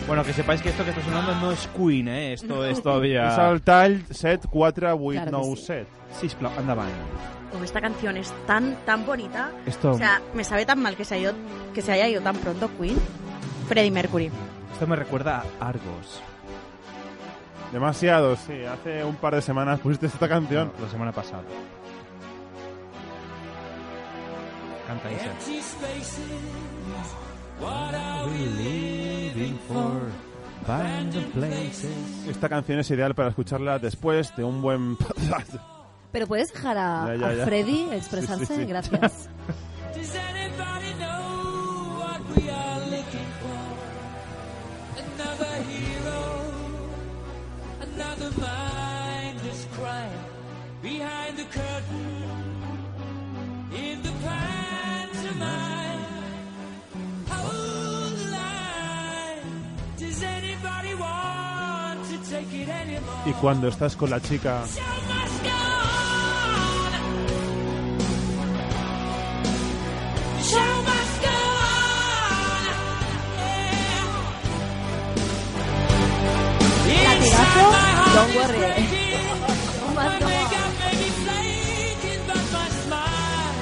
S13: Bueno, que sepáis que esto que está sonando no es Queen, eh. Esto es todavía.
S8: És el tall 74897.
S11: Claro que sí.
S13: Sis, plau, endavant.
S11: Oh, esta canción es tan, tan bonita.
S13: Esto-
S11: O sea, me sabe tan mal que se, haya ido, que se haya ido tan pronto Queen. Freddie Mercury.
S13: Esto me recuerda a Argos.
S8: Demasiado, sí. Hace un par de semanas pusiste esta canción.
S13: La semana pasada. Canta Isa.
S8: Esta canción es ideal para escucharla después de un buen...
S7: Pero puedes dejar a,
S8: Ya, ya,
S7: a
S8: ya.
S7: Freddy expresarse,
S8: Sí, sí, sí.
S7: gracias.
S10: Does anybody know what we are looking for? Another hero, another mindless crime. Behind the curtain, in the pantomime, hold the line. Does anybody want to take it anymore?
S8: y cuando estás con la chica...
S10: Show must go on.
S7: Latigazo, don't worry.
S10: Maybe flaking, but my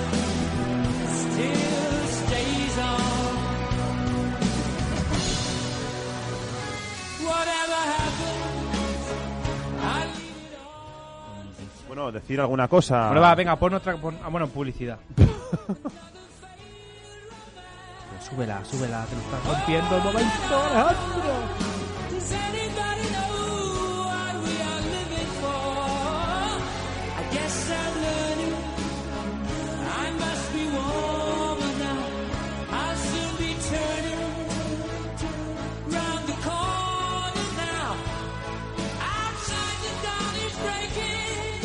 S8: Bueno, decir alguna cosa.
S6: Bueno, va, venga, pon otra. pon- ah, bueno, publicidad. Pero súbela, súbela, te lo estás rompiendo el momento, Alejandro.
S10: Does anybody know what we are living for? I guess I'm learning. I must be warmer now. I'll soon be turning round the corner now. Outside the dawn is breaking,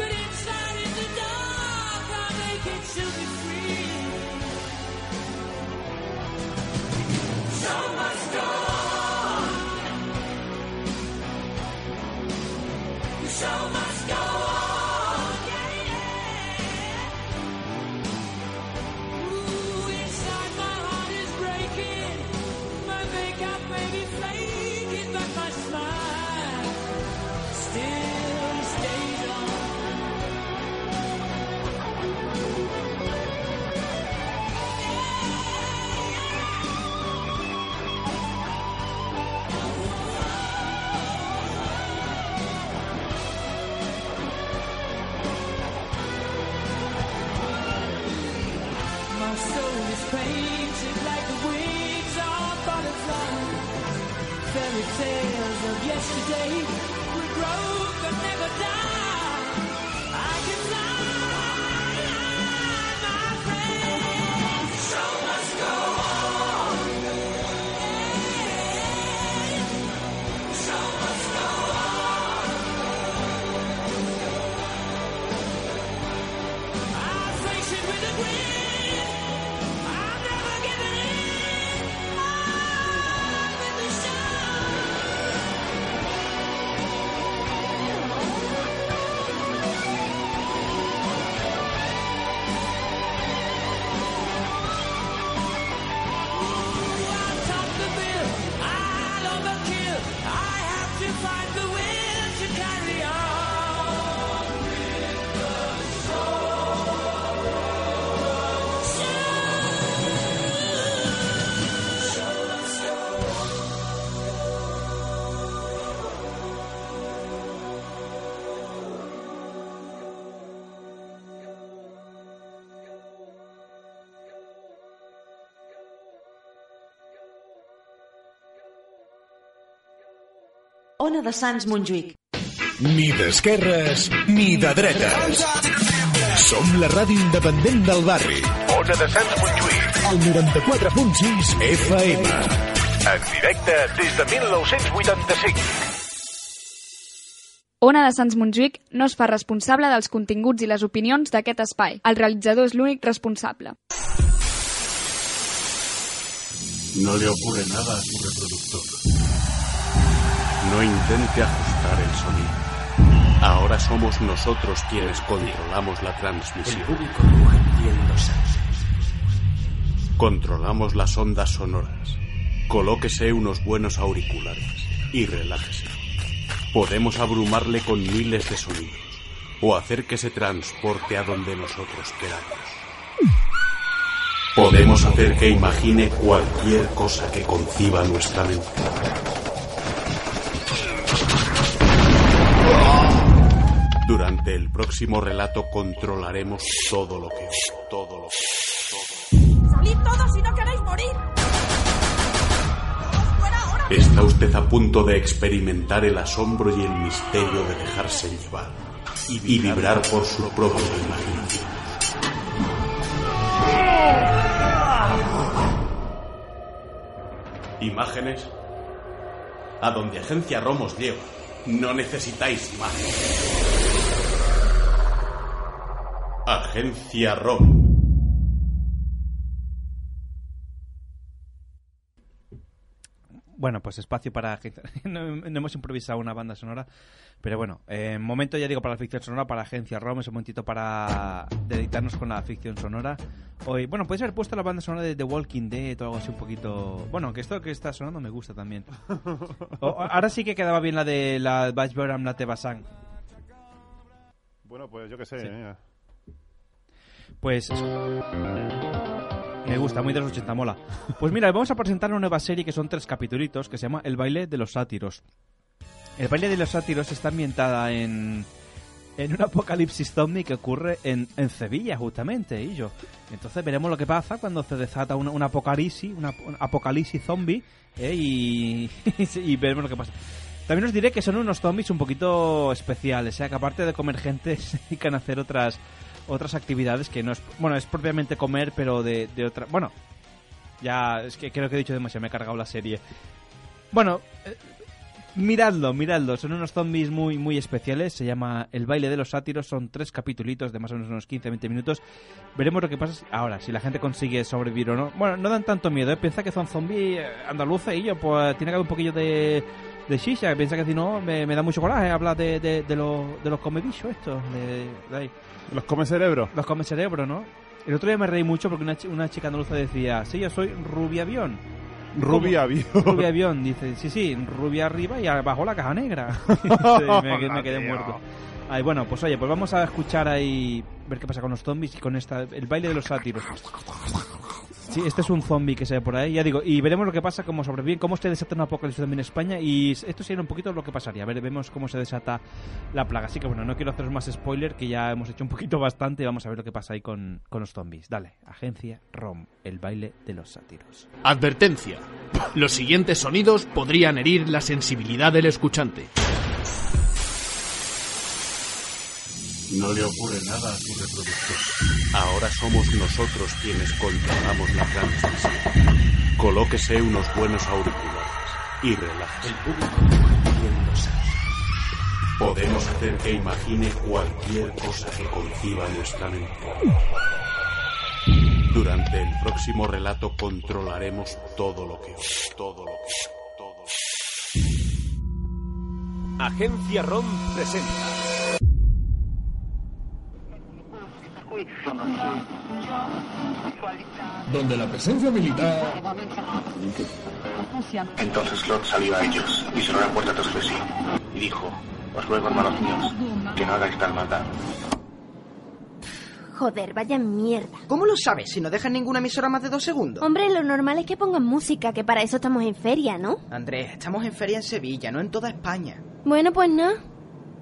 S10: but inside in the dark I'll make it to be free. So much gone. The show must go on. Yeah, yeah. Ooh, inside my heart is breaking. My makeup may be flaking, but my smile still stays on. My soul is painted like the wings of butterflies. Fairy tales of yesterday will grow but never die. I can fly, my friend. Show must go on. Show must go on. I'm facing with the wind. I'm never giving in. I'm in the top the bill. I'll overkill. I have to find the will to carry on. With the
S16: Ona de Sants Montjuïc.
S1: Ni d'esquerres ni de dretes. Som la ràdio independent del barri. Ona de Sants Montjuïc. El 94.6 FM. En directe des de 1985.
S3: Ona de Sants Montjuïc no es fa responsable dels continguts i les opinions d'aquest espai. El realitzador és l'únic responsable.
S17: No le ocurre nada a su reproductor. No intente ajustar el sonido. Ahora somos nosotros quienes controlamos la transmisión. Controlamos las ondas sonoras. Colóquese unos buenos auriculares y relájese. Podemos abrumarle con miles de sonidos o hacer que se transporte a donde nosotros queramos. Podemos hacer que imagine cualquier cosa que conciba nuestra mente. Durante el próximo relato controlaremos todo lo que todo lo que
S10: Salid todos si no queréis morir.
S17: Está usted a punto de experimentar el asombro y el misterio de dejarse llevar y vibrar por su propia imaginación. Imágenes a donde Agencia Romos lleva. No necesitáis imágenes. Agencia Rom.
S6: Bueno, pues espacio para. No, no hemos improvisado una banda sonora, pero bueno, eh, momento ya digo para la ficción sonora, para Agencia ROM, es un momentito para dedicarnos con la ficción sonora. Hoy, bueno, puedes haber puesto la banda sonora de The Walking Dead o algo así un poquito. Bueno, que esto que está sonando me gusta también. O- ahora sí que quedaba bien la de la Bash Beram, la Tebasang.
S8: Bueno, pues yo qué sé.
S6: Sí.
S8: venga.
S6: Pues. Me gusta, muy de los 80 mola. Pues mira, vamos a presentar una nueva serie que son tres capitulitos que se llama El baile de los sátiros. El baile de los sátiros está ambientada en. en un apocalipsis zombie que ocurre en, en Sevilla, justamente, y yo. Entonces veremos lo que pasa cuando se desata un, un apocalipsis, una- un apocalipsis zombie, ¿eh? y, y veremos lo que pasa. También os diré que son unos zombies un poquito especiales, o sea, que aparte de comer gente, se dedican a hacer otras otras actividades que no es... Bueno, es propiamente comer, pero de, de otra... Bueno, ya, es que creo que he dicho demasiado, me he cargado la serie. Bueno, eh, miradlo, miradlo. Son unos zombies muy, muy especiales. Se llama El baile de los sátiros. Son tres capitulitos de más o menos unos 15-20 minutos. Veremos lo que pasa ahora, si la gente consigue sobrevivir o no. Bueno, no dan tanto miedo, ¿eh? Piensa que son zombies eh, andaluces y yo, pues tiene que haber un poquillo de, de shisha. Piensa que si no, me, me da mucho coraje hablar de, de, de los, de los comebichos estos. De, de ahí.
S8: Los come cerebro.
S6: Los come cerebro, ¿no? El otro día me reí mucho porque una, chi- una chica andaluza decía, sí, yo soy rubia avión.
S8: Rubia
S6: ¿Cómo?
S8: avión.
S6: Rubia avión, dice, sí, sí, rubia arriba y abajo la caja negra. Sí, me, que- me quedé
S8: Tío.
S6: muerto. Ay, bueno, pues oye, pues vamos a escuchar ahí, ver qué pasa con los zombies y con esta, el baile de los sátiros. Sí, este es un zombie que se ve por ahí, ya digo, y veremos lo que pasa, cómo sobreviven, cómo se desata un apocalipsis también en España, y esto sería un poquito lo que pasaría, ver, vemos cómo se desata la plaga. Así que bueno, no quiero haceros más spoiler, que ya hemos hecho un poquito bastante, y vamos a ver lo que pasa ahí con, con los zombies. Dale, Agencia ROM, el baile de los sátiros.
S18: Advertencia. Los siguientes sonidos podrían herir la sensibilidad del escuchante.
S17: No le ocurre nada a su reproductor. Ahora somos nosotros quienes controlamos la transmisión. Colóquese unos buenos auriculares y relájese. Podemos hacer que imagine cualquier cosa que conciba nuestra mente. Durante el próximo relato controlaremos todo lo que oye, todo lo que todo.
S19: Agencia ROM presenta.
S20: Donde la presencia militar...
S1: Entonces Lot salió a ellos y cerró la puerta tras de sí. Y dijo, os ruego, hermanos míos, que no hagáis tal maldad.
S21: Joder, vaya mierda.
S22: ¿Cómo lo sabes si no dejan ninguna emisora más de dos segundos?
S21: Hombre, lo normal es que pongan música, que para eso estamos en feria, ¿no?
S22: Andrés, estamos en feria en Sevilla, no en toda España.
S21: Bueno, pues nada.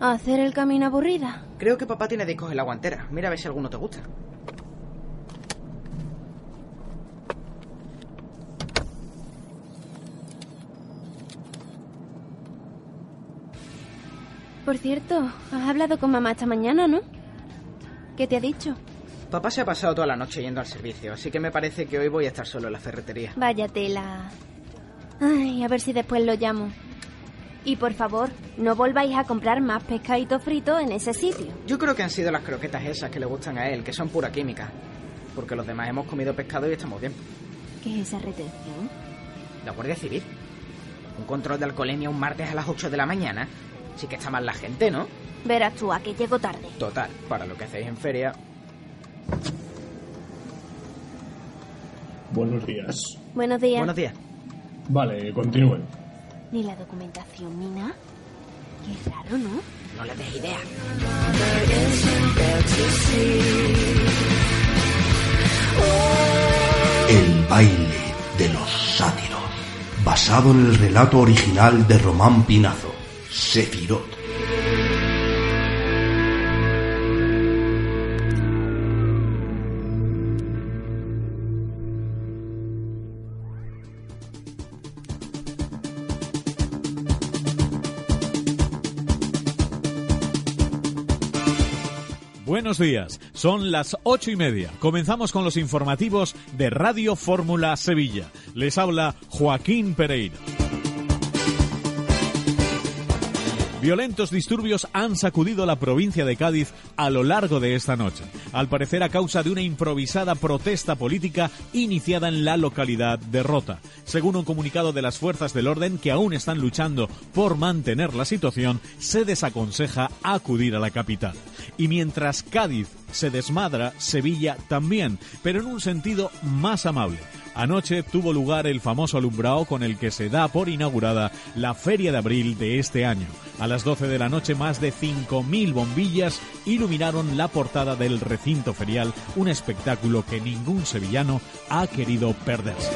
S21: A hacer el camino aburrida.
S22: Creo que papá tiene discos en la guantera. Mira a ver si alguno te gusta.
S21: Por cierto, has hablado con mamá esta mañana, ¿no? ¿Qué te ha dicho?
S22: Papá se ha pasado toda la noche yendo al servicio, así que me parece que hoy voy a estar solo en la ferretería.
S21: Vaya tela. Ay, a ver si después lo llamo. Y por favor, no volváis a comprar más pescadito frito en ese sitio.
S22: Yo creo que han sido las croquetas esas que le gustan a él, que son pura química. Porque los demás hemos comido pescado y estamos bien.
S21: ¿Qué es esa retención?
S22: La Guardia Civil. Un control de alcoholemia un martes a las 8 de la mañana. Sí que está mal la gente, ¿no?
S21: Verás tú, a que llego tarde.
S22: Total, para lo que hacéis en feria.
S20: Buenos días.
S21: Buenos días.
S22: días.
S20: Vale, continúe.
S21: Ni la documentación, ni nada. Qué raro, ¿no?
S22: No le des idea.
S10: El baile de los sátiros. Basado en el relato original de Román Pinazo, Sefirot.
S23: Buenos días, son las ocho y media. Comenzamos con los informativos de Radio Fórmula Sevilla. Les habla Joaquín Pereira. Violentos disturbios han sacudido la provincia de Cádiz a lo largo de esta noche, al parecer a causa de una improvisada protesta política iniciada en la localidad de Rota. Según un comunicado de las fuerzas del orden que aún están luchando por mantener la situación, se desaconseja acudir a la capital. Y mientras Cádiz se desmadra, Sevilla también, pero en un sentido más amable. Anoche tuvo lugar el famoso alumbrado con el que se da por inaugurada la Feria de Abril de este año. A las 12 de la noche más de 5.000 bombillas iluminaron la portada del recinto ferial, un espectáculo que ningún sevillano ha querido perderse.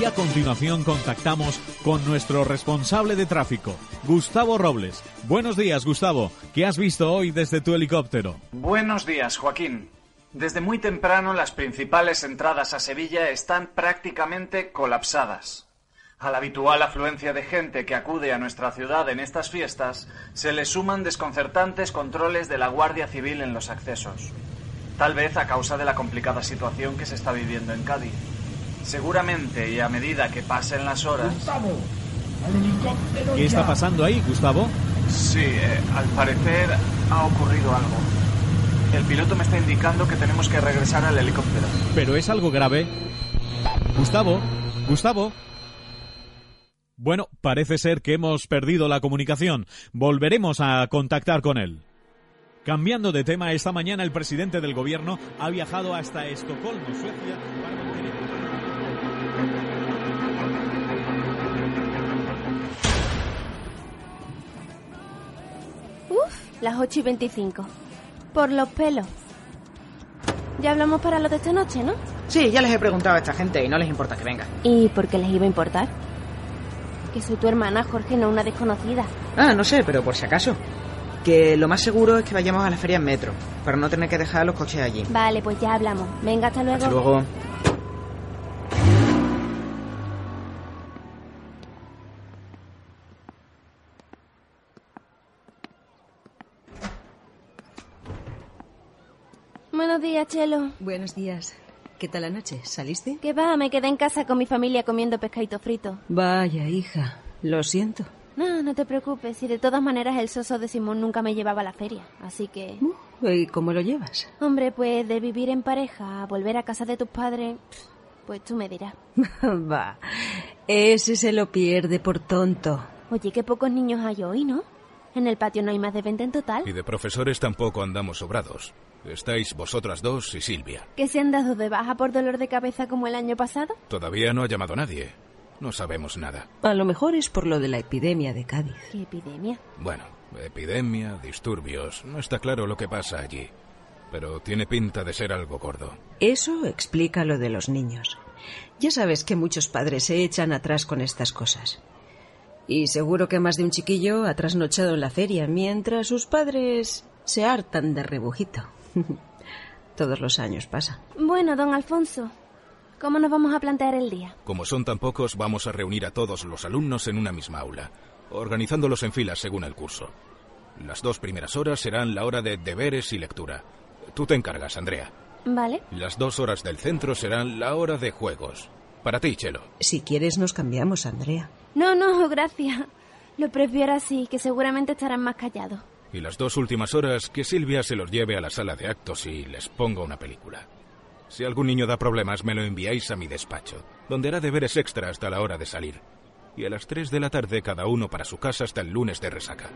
S23: y a continuación contactamos con nuestro responsable de tráfico, Gustavo Robles. Buenos días, Gustavo. ¿Qué has visto hoy desde tu helicóptero?
S2: Buenos días, Joaquín. Desde muy temprano las principales entradas a Sevilla están prácticamente colapsadas. A la habitual afluencia de gente que acude a nuestra ciudad en estas fiestas, se le suman desconcertantes controles de la Guardia Civil en los accesos. Tal vez a causa de la complicada situación que se está viviendo en Cádiz. Seguramente y a medida que pasen las horas...
S23: ¿Qué está pasando ahí, Gustavo?
S2: Sí, eh, al parecer ha ocurrido algo. El piloto me está indicando que tenemos que regresar al helicóptero.
S23: Pero es algo grave. Gustavo, Gustavo. Bueno, parece ser que hemos perdido la comunicación. Volveremos a contactar con él. Cambiando de tema, esta mañana el presidente del gobierno ha viajado hasta Estocolmo, Suecia, para mantener-
S21: Uf, las 8 y 25. Por los pelos. Ya hablamos para lo de esta noche, ¿no?
S22: Sí, ya les he preguntado a esta gente y no les importa que venga.
S21: ¿Y por qué les iba a importar? Que soy tu hermana, Jorge, no una desconocida.
S22: Ah, no sé, pero por si acaso. Que lo más seguro es que vayamos a la feria en metro, para no tener que dejar los coches allí.
S21: Vale, pues ya hablamos. Venga, hasta luego.
S22: Hasta luego.
S21: Buenos días, Chelo.
S4: Buenos días. ¿Qué tal la noche? ¿Saliste?
S21: Que va, me quedé en casa con mi familia comiendo pescadito frito.
S4: Vaya, hija. Lo siento.
S21: No, no te preocupes, si de todas maneras el soso de Simón nunca me llevaba a la feria, así que...
S4: Uh. ¿Y cómo lo llevas?
S21: Hombre, pues de vivir en pareja a volver a casa de tus padres, pf, pues tú me dirás.
S4: Va. Ese se lo pierde por tonto.
S21: Oye, qué pocos niños hay hoy, ¿no? En el patio no hay más de 20 en total.
S5: Y de profesores tampoco andamos sobrados. Estáis vosotras dos y Silvia.
S21: ¿Que se han dado de baja por dolor de cabeza como el año pasado?
S5: Todavía no ha llamado nadie. No sabemos nada.
S4: A lo mejor es por lo de la epidemia de Cádiz.
S21: ¿Qué epidemia?
S5: Bueno, epidemia, disturbios. No está claro lo que pasa allí. Pero tiene pinta de ser algo gordo.
S4: Eso explica lo de los niños. Ya sabes que muchos padres se echan atrás con estas cosas. Y seguro que más de un chiquillo ha trasnochado en la feria mientras sus padres se hartan de rebujito. Todos los años pasa.
S21: Bueno, don Alfonso, ¿cómo nos vamos a plantear el día?
S5: Como son tan pocos, vamos a reunir a todos los alumnos en una misma aula, organizándolos en filas según el curso. Las dos primeras horas serán la hora de deberes y lectura. Tú te encargas, Andrea.
S21: ¿Vale?
S5: Las dos horas del centro serán la hora de juegos. Para ti, Chelo.
S4: Si quieres nos cambiamos, Andrea.
S21: No, no, gracias. Lo prefiero así, que seguramente estarán más callados.
S5: Y las dos últimas horas, que Silvia se los lleve a la sala de actos y les ponga una película. Si algún niño da problemas, me lo enviáis a mi despacho, donde hará deberes extra hasta la hora de salir. Y a las 3 de la tarde cada uno para su casa hasta el lunes de resaca.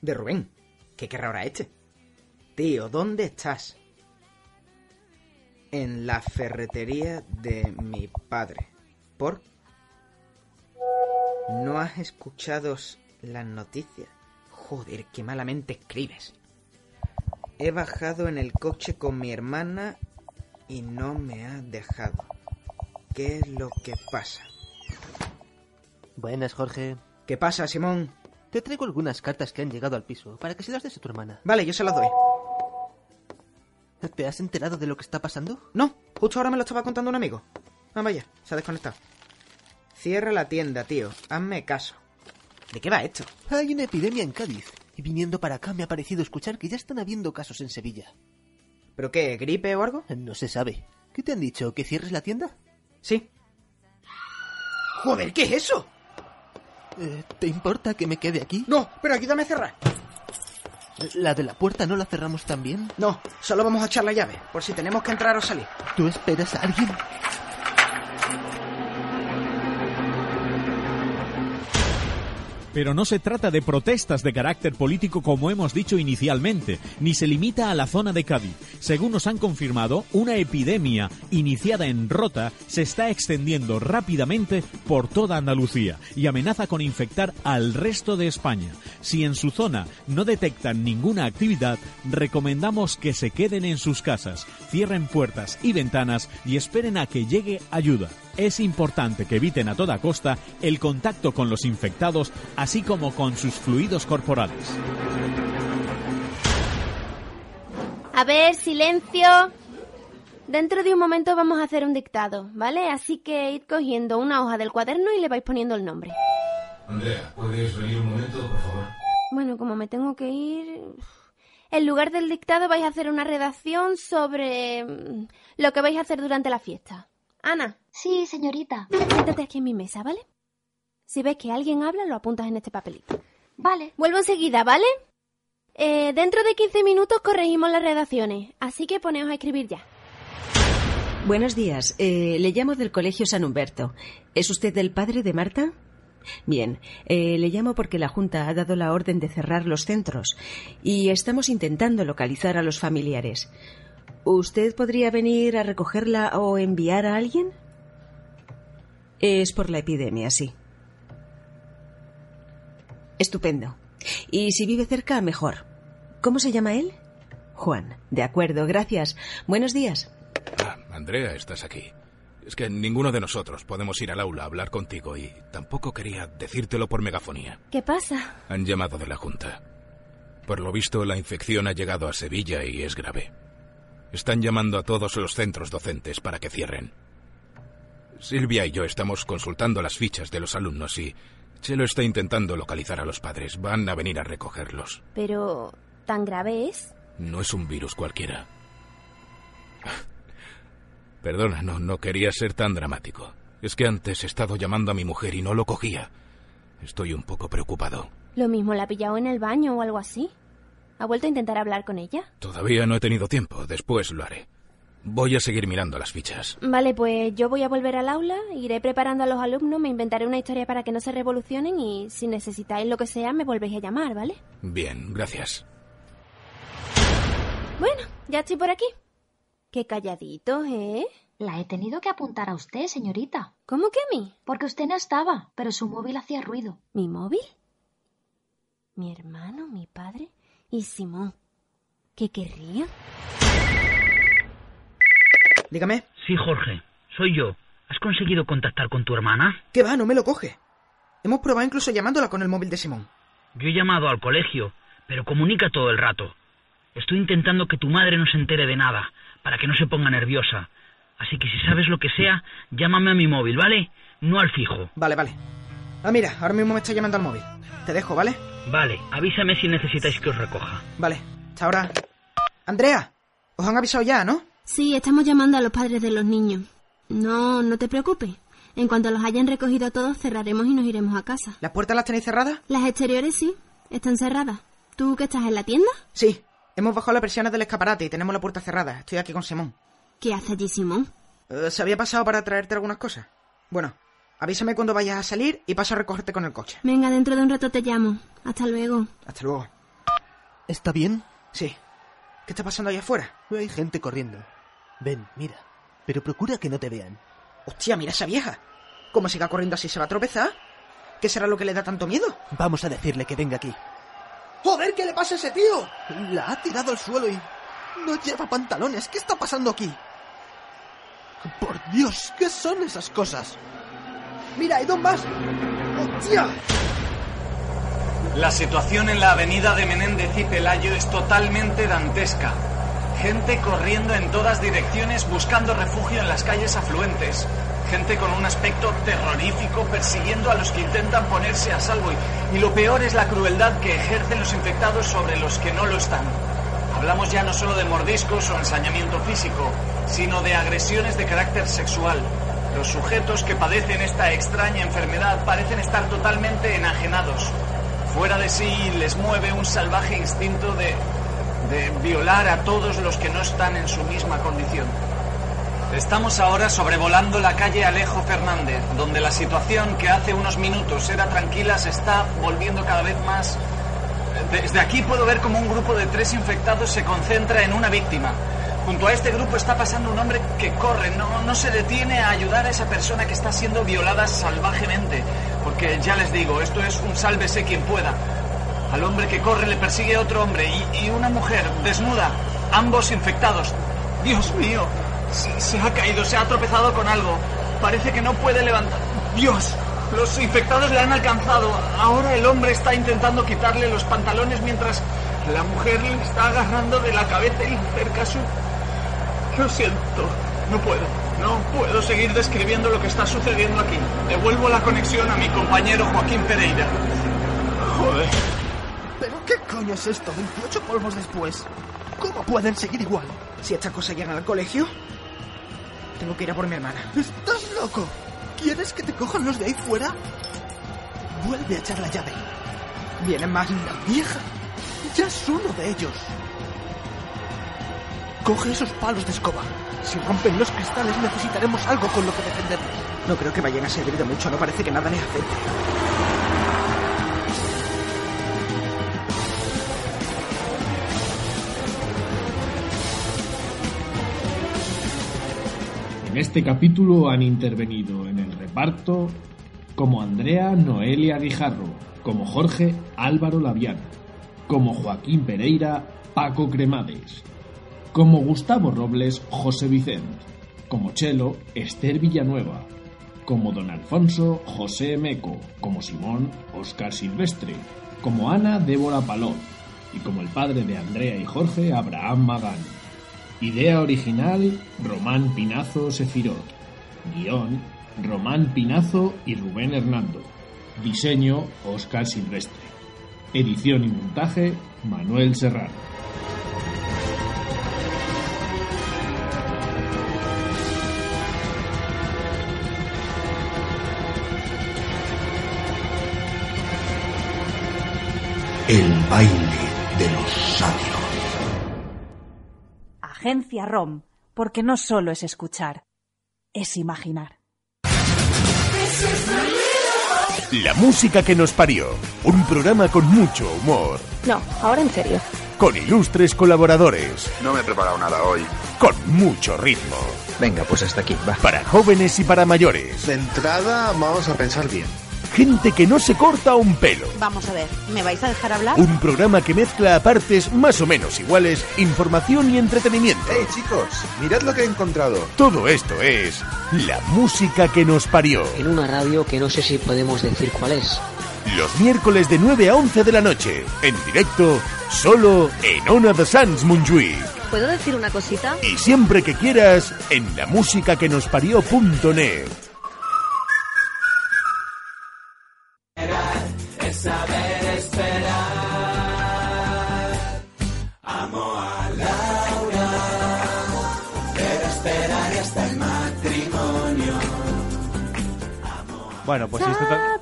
S22: De Rubén. ¿Qué querrá ahora este? Tío, ¿dónde estás? En la ferretería de mi padre. ¿Por? ¿No has escuchado s- las noticias? Joder, qué malamente escribes. He bajado en el coche con mi hermana y no me ha dejado. ¿Qué es lo que pasa?
S24: Buenas, Jorge.
S22: ¿Qué pasa, Simón?
S24: Te traigo algunas cartas que han llegado al piso para que se las des a tu hermana.
S22: Vale, yo se las doy.
S24: ¿Te has enterado de lo que está pasando?
S22: No, justo ahora me lo estaba contando un amigo. Ah, vaya, se ha desconectado. Cierra la tienda, tío. Hazme caso. ¿De qué va esto?
S24: Hay una epidemia en Cádiz. Y viniendo para acá me ha parecido escuchar que ya están habiendo casos en Sevilla.
S22: ¿Pero qué, gripe o algo?
S24: No se sabe. ¿Qué te han dicho? ¿Que cierres la tienda?
S22: Sí. Joder, ¿qué es eso?
S24: Eh, ¿Te importa que me quede aquí?
S22: No, pero ayúdame a cerrar.
S24: ¿La de la puerta no la cerramos también?
S22: No, solo vamos a echar la llave, por si tenemos que entrar o salir.
S24: ¿Tú esperas a alguien?
S23: Pero no se trata de protestas de carácter político como hemos dicho inicialmente, ni se limita a la zona de Cádiz. Según nos han confirmado, una epidemia iniciada en Rota se está extendiendo rápidamente por toda Andalucía y amenaza con infectar al resto de España. Si en su zona no detectan ninguna actividad, recomendamos que se queden en sus casas, cierren puertas y ventanas y esperen a que llegue ayuda. Es importante que eviten a toda costa el contacto con los infectados, así como con sus fluidos corporales.
S21: A ver, silencio. Dentro de un momento vamos a hacer un dictado, ¿vale? Así que id cogiendo una hoja del cuaderno y le vais poniendo el nombre.
S5: Andrea, ¿puedes venir un momento, por favor?
S21: Bueno, como me tengo que ir... En lugar del dictado vais a hacer una redacción sobre mm, lo que vais a hacer durante la fiesta. Ana.
S6: Sí, señorita.
S21: Siéntate aquí en mi mesa, ¿vale? Si ves que alguien habla, lo apuntas en este papelito. Vale. Vuelvo enseguida, ¿vale? Eh, dentro de 15 minutos corregimos las redacciones, así que poneos a escribir ya.
S4: Buenos días. Eh, le llamo del Colegio San Humberto. ¿Es usted el padre de Marta? Bien, eh, le llamo porque la Junta ha dado la orden de cerrar los centros y estamos intentando localizar a los familiares. ¿Usted podría venir a recogerla o enviar a alguien? Es por la epidemia, sí. Estupendo. Y si vive cerca, mejor. ¿Cómo se llama él? Juan. De acuerdo, gracias. Buenos días.
S5: Andrea, estás aquí. Es que ninguno de nosotros podemos ir al aula a hablar contigo y tampoco quería decírtelo por megafonía.
S21: ¿Qué pasa?
S5: Han llamado de la Junta. Por lo visto, la infección ha llegado a Sevilla y es grave. Están llamando a todos los centros docentes para que cierren. Silvia y yo estamos consultando las fichas de los alumnos y Chelo está intentando localizar a los padres. Van a venir a recogerlos.
S21: Pero... ¿Tan grave es?
S5: No es un virus cualquiera. Perdona, no, no quería ser tan dramático. Es que antes he estado llamando a mi mujer y no lo cogía. Estoy un poco preocupado.
S21: Lo mismo la ha pillado en el baño o algo así. ¿Ha vuelto a intentar hablar con ella?
S5: Todavía no he tenido tiempo, después lo haré. Voy a seguir mirando las fichas.
S21: Vale, pues yo voy a volver al aula, iré preparando a los alumnos, me inventaré una historia para que no se revolucionen y si necesitáis lo que sea me volvéis a llamar, ¿vale?
S5: Bien, gracias.
S21: Bueno, ya estoy por aquí. Qué calladitos, ¿eh?
S6: La he tenido que apuntar a usted, señorita.
S21: ¿Cómo que a mí?
S6: Porque usted no estaba, pero su móvil hacía ruido.
S21: ¿Mi móvil? ¿Mi hermano, mi padre y Simón? ¿Qué querría?
S22: Dígame.
S9: Sí, Jorge, soy yo. ¿Has conseguido contactar con tu hermana?
S22: ¿Qué va? No me lo coge. Hemos probado incluso llamándola con el móvil de Simón.
S9: Yo he llamado al colegio, pero comunica todo el rato. Estoy intentando que tu madre no se entere de nada, para que no se ponga nerviosa. Así que si sabes lo que sea, llámame a mi móvil, ¿vale? No al fijo.
S22: Vale, vale. Ah, mira, ahora mismo me está llamando al móvil. Te dejo, ¿vale?
S9: Vale, avísame si necesitáis que os recoja.
S22: Vale. Hasta ahora. Andrea, os han avisado ya, ¿no?
S21: Sí, estamos llamando a los padres de los niños. No, no te preocupes. En cuanto los hayan recogido a todos, cerraremos y nos iremos a casa.
S22: ¿Las puertas las tenéis cerradas?
S21: Las exteriores sí, están cerradas. ¿Tú que estás en la tienda?
S22: Sí. Hemos bajado la persiana del escaparate y tenemos la puerta cerrada. Estoy aquí con Simón.
S21: ¿Qué hace allí Simón?
S22: Eh, se había pasado para traerte algunas cosas. Bueno, avísame cuando vayas a salir y paso a recogerte con el coche.
S21: Venga, dentro de un rato te llamo. Hasta luego.
S22: Hasta luego.
S24: ¿Está bien?
S22: Sí. ¿Qué está pasando allá afuera?
S24: Hay gente corriendo. Ven, mira. Pero procura que no te vean.
S22: Hostia, mira esa vieja. ¿Cómo siga corriendo así se va a tropezar? ¿Qué será lo que le da tanto miedo?
S24: Vamos a decirle que venga aquí.
S22: ¡Joder, qué le pasa a ese tío!
S24: La ha tirado al suelo y... No lleva pantalones. ¿Qué está pasando aquí? Por Dios, ¿qué son esas cosas?
S22: Mira, hay dos más. ¡Hostia!
S2: La situación en la avenida de Menéndez y Pelayo es totalmente dantesca. Gente corriendo en todas direcciones buscando refugio en las calles afluentes. Gente con un aspecto terrorífico persiguiendo a los que intentan ponerse a salvo. Y, y lo peor es la crueldad que ejercen los infectados sobre los que no lo están. Hablamos ya no solo de mordiscos o ensañamiento físico, sino de agresiones de carácter sexual. Los sujetos que padecen esta extraña enfermedad parecen estar totalmente enajenados. Fuera de sí les mueve un salvaje instinto de, de violar a todos los que no están en su misma condición. Estamos ahora sobrevolando la calle Alejo Fernández, donde la situación que hace unos minutos era tranquila se está volviendo cada vez más... Desde aquí puedo ver como un grupo de tres infectados se concentra en una víctima. Junto a este grupo está pasando un hombre que corre, no, no se detiene a ayudar a esa persona que está siendo violada salvajemente. Porque ya les digo, esto es un sálvese quien pueda. Al hombre que corre le persigue otro hombre y, y una mujer desnuda, ambos infectados. Dios mío, se, se ha caído, se ha tropezado con algo. Parece que no puede levantar. Dios, los infectados le han alcanzado. Ahora el hombre está intentando quitarle los pantalones mientras la mujer le está agarrando de la cabeza y cerca su... Lo siento, no puedo. No puedo seguir describiendo lo que está sucediendo aquí. Devuelvo la conexión a mi compañero Joaquín Pereira. Joder.
S22: ¿Pero qué coño es esto? 28 polvos después. ¿Cómo pueden seguir igual?
S25: Si esta cosa llegan al colegio, tengo que ir a por mi hermana.
S22: ¿Estás loco? ¿Quieres que te cojan los de ahí fuera? Vuelve a echar la llave.
S25: Vienen más.
S22: La vieja ya es uno de ellos. Coge esos palos de escoba. Si rompen los cristales necesitaremos algo con lo que defendernos.
S25: No creo que vayan a servir de mucho, no parece que nada les afecte.
S18: En este capítulo han intervenido en el reparto como Andrea Noelia Guijarro, como Jorge Álvaro Laviano, como Joaquín Pereira Paco Cremades, como Gustavo Robles José Vicente, como Chelo Esther Villanueva, como Don Alfonso José Emeco, como Simón Óscar Silvestre, como Ana Débora Paló y como el padre de Andrea y Jorge Abraham Magán. Idea original, Román Pinazo Sefirot. Guión, Román Pinazo y Rubén Hernando. Diseño, Óscar Silvestre. Edición y montaje, Manuel Serrano.
S17: El baile de los sátiros.
S16: Agencia ROM, porque no solo es escuchar, es imaginar.
S1: La música que nos parió. Un programa con mucho humor.
S26: No, ahora en serio.
S1: Con ilustres colaboradores.
S27: No me he preparado nada hoy.
S1: Con mucho ritmo.
S27: Venga, pues hasta aquí, va.
S1: Para jóvenes y para mayores.
S27: De entrada, vamos a pensar bien.
S1: Gente que no se corta un pelo.
S16: Vamos a ver, ¿me vais a dejar hablar?
S1: Un programa que mezcla a partes más o menos iguales información y entretenimiento.
S27: ¡Hey, chicos! Mirad lo que he encontrado.
S1: Todo esto es la música que nos parió.
S28: En una radio que no sé si podemos decir cuál es.
S1: Los miércoles de 9 a 11 de la noche, en directo, solo en Ona de Sans Montjuïc.
S26: ¿Puedo decir una cosita?
S1: Y siempre que quieras, en la música que nos parió.net.
S10: Es saber esperar. Amo a Laura. Pero esperaré hasta el matrimonio.
S6: Bueno, pues esto ta-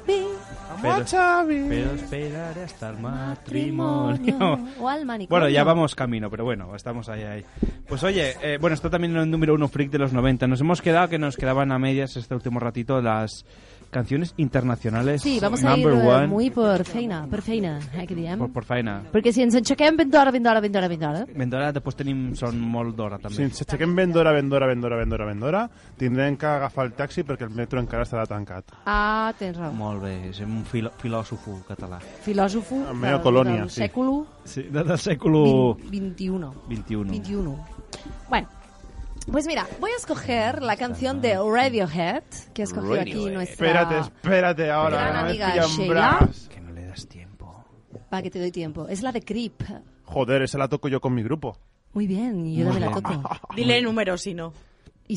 S8: Amo a Xavi.
S6: pero esperaré hasta el matrimonio.
S26: O al manicomio.
S6: Bueno, ya vamos camino, pero bueno, estamos ahí, ahí. Pues oye, eh, bueno, está también en el número uno Freak de los 90. Nos hemos quedado que nos quedaban a medias este último ratito las canciones internacionales.
S7: Sí, vamos a ir
S6: number
S7: eh,
S6: one.
S7: muy por feina, per feina, eh, que diem.
S6: Por, por faena.
S7: Perquè si ens aixequem ben d'hora, ben d'hora, ben d'hora, ben d'hora...
S6: Vendora, després tenim Son molt d'hora,
S8: Si
S6: també.
S8: ens aixequem vendora, vendora, vendora, vendora, vendora, tindrem que agafar el taxi perquè el metro encara estarà tancat.
S7: Ah, tens raó.
S6: Molt bé, és un filo filòsofo català.
S7: Filòsofo
S8: A
S7: del,
S8: meva colònia,
S7: del
S8: sí.
S7: sèculo
S6: Sí, de- del segle...
S7: 21.
S6: 21.
S7: 21. Bueno, pues mira, voy a escoger la canción de Radiohead, que escogió aquí
S8: Radiohead.
S7: nuestra...
S8: Espérate, espérate ahora. eh,
S7: gran
S8: me
S7: amiga
S8: pillan
S7: Sheila.
S8: bras.
S7: Va, que te doy tiempo. Es la de Creep.
S8: Joder, esa la toco yo con mi grupo.
S7: Muy bien, y yo
S8: Muy
S7: también la
S8: bien.
S7: toco.
S16: Dile número si no.
S7: Y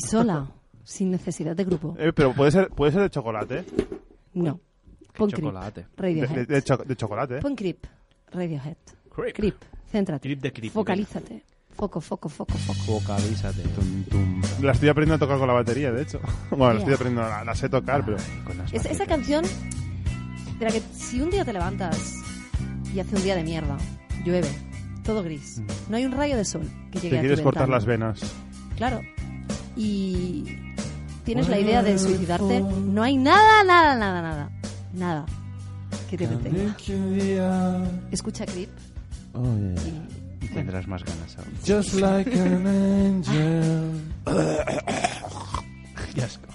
S7: sola, sin necesidad de grupo.
S8: Eh, pero puede ser, puede ser de chocolate.
S7: No. Pon Creep.
S8: De, de-
S7: Radiohead.
S8: de cho- de chocolate.
S7: Pon Creep. Radiohead.
S6: Creep.
S7: Céntrate.
S6: Creep de creep.
S7: Focalízate. Foco, foco, foco, foco.
S6: Vocalízate.
S8: La estoy aprendiendo a tocar con la batería, de hecho. Bueno, la
S7: Ya.
S8: estoy aprendiendo, la, la sé tocar, pero...
S7: Es- esa canción de la que si un día te levantas y hace un día de mierda, llueve, todo gris, no hay un rayo de sol que
S8: Te
S7: llegue a tu
S8: quieres Mm. cortar
S7: ventana.
S8: las venas.
S7: Claro. y tienes la idea de suicidarte, no hay nada, nada, nada, nada. Nada que te detenga. Escucha Creep.
S6: Oh, Y tendrás más ganas aún.
S13: Just like an angel.
S6: Qué asco.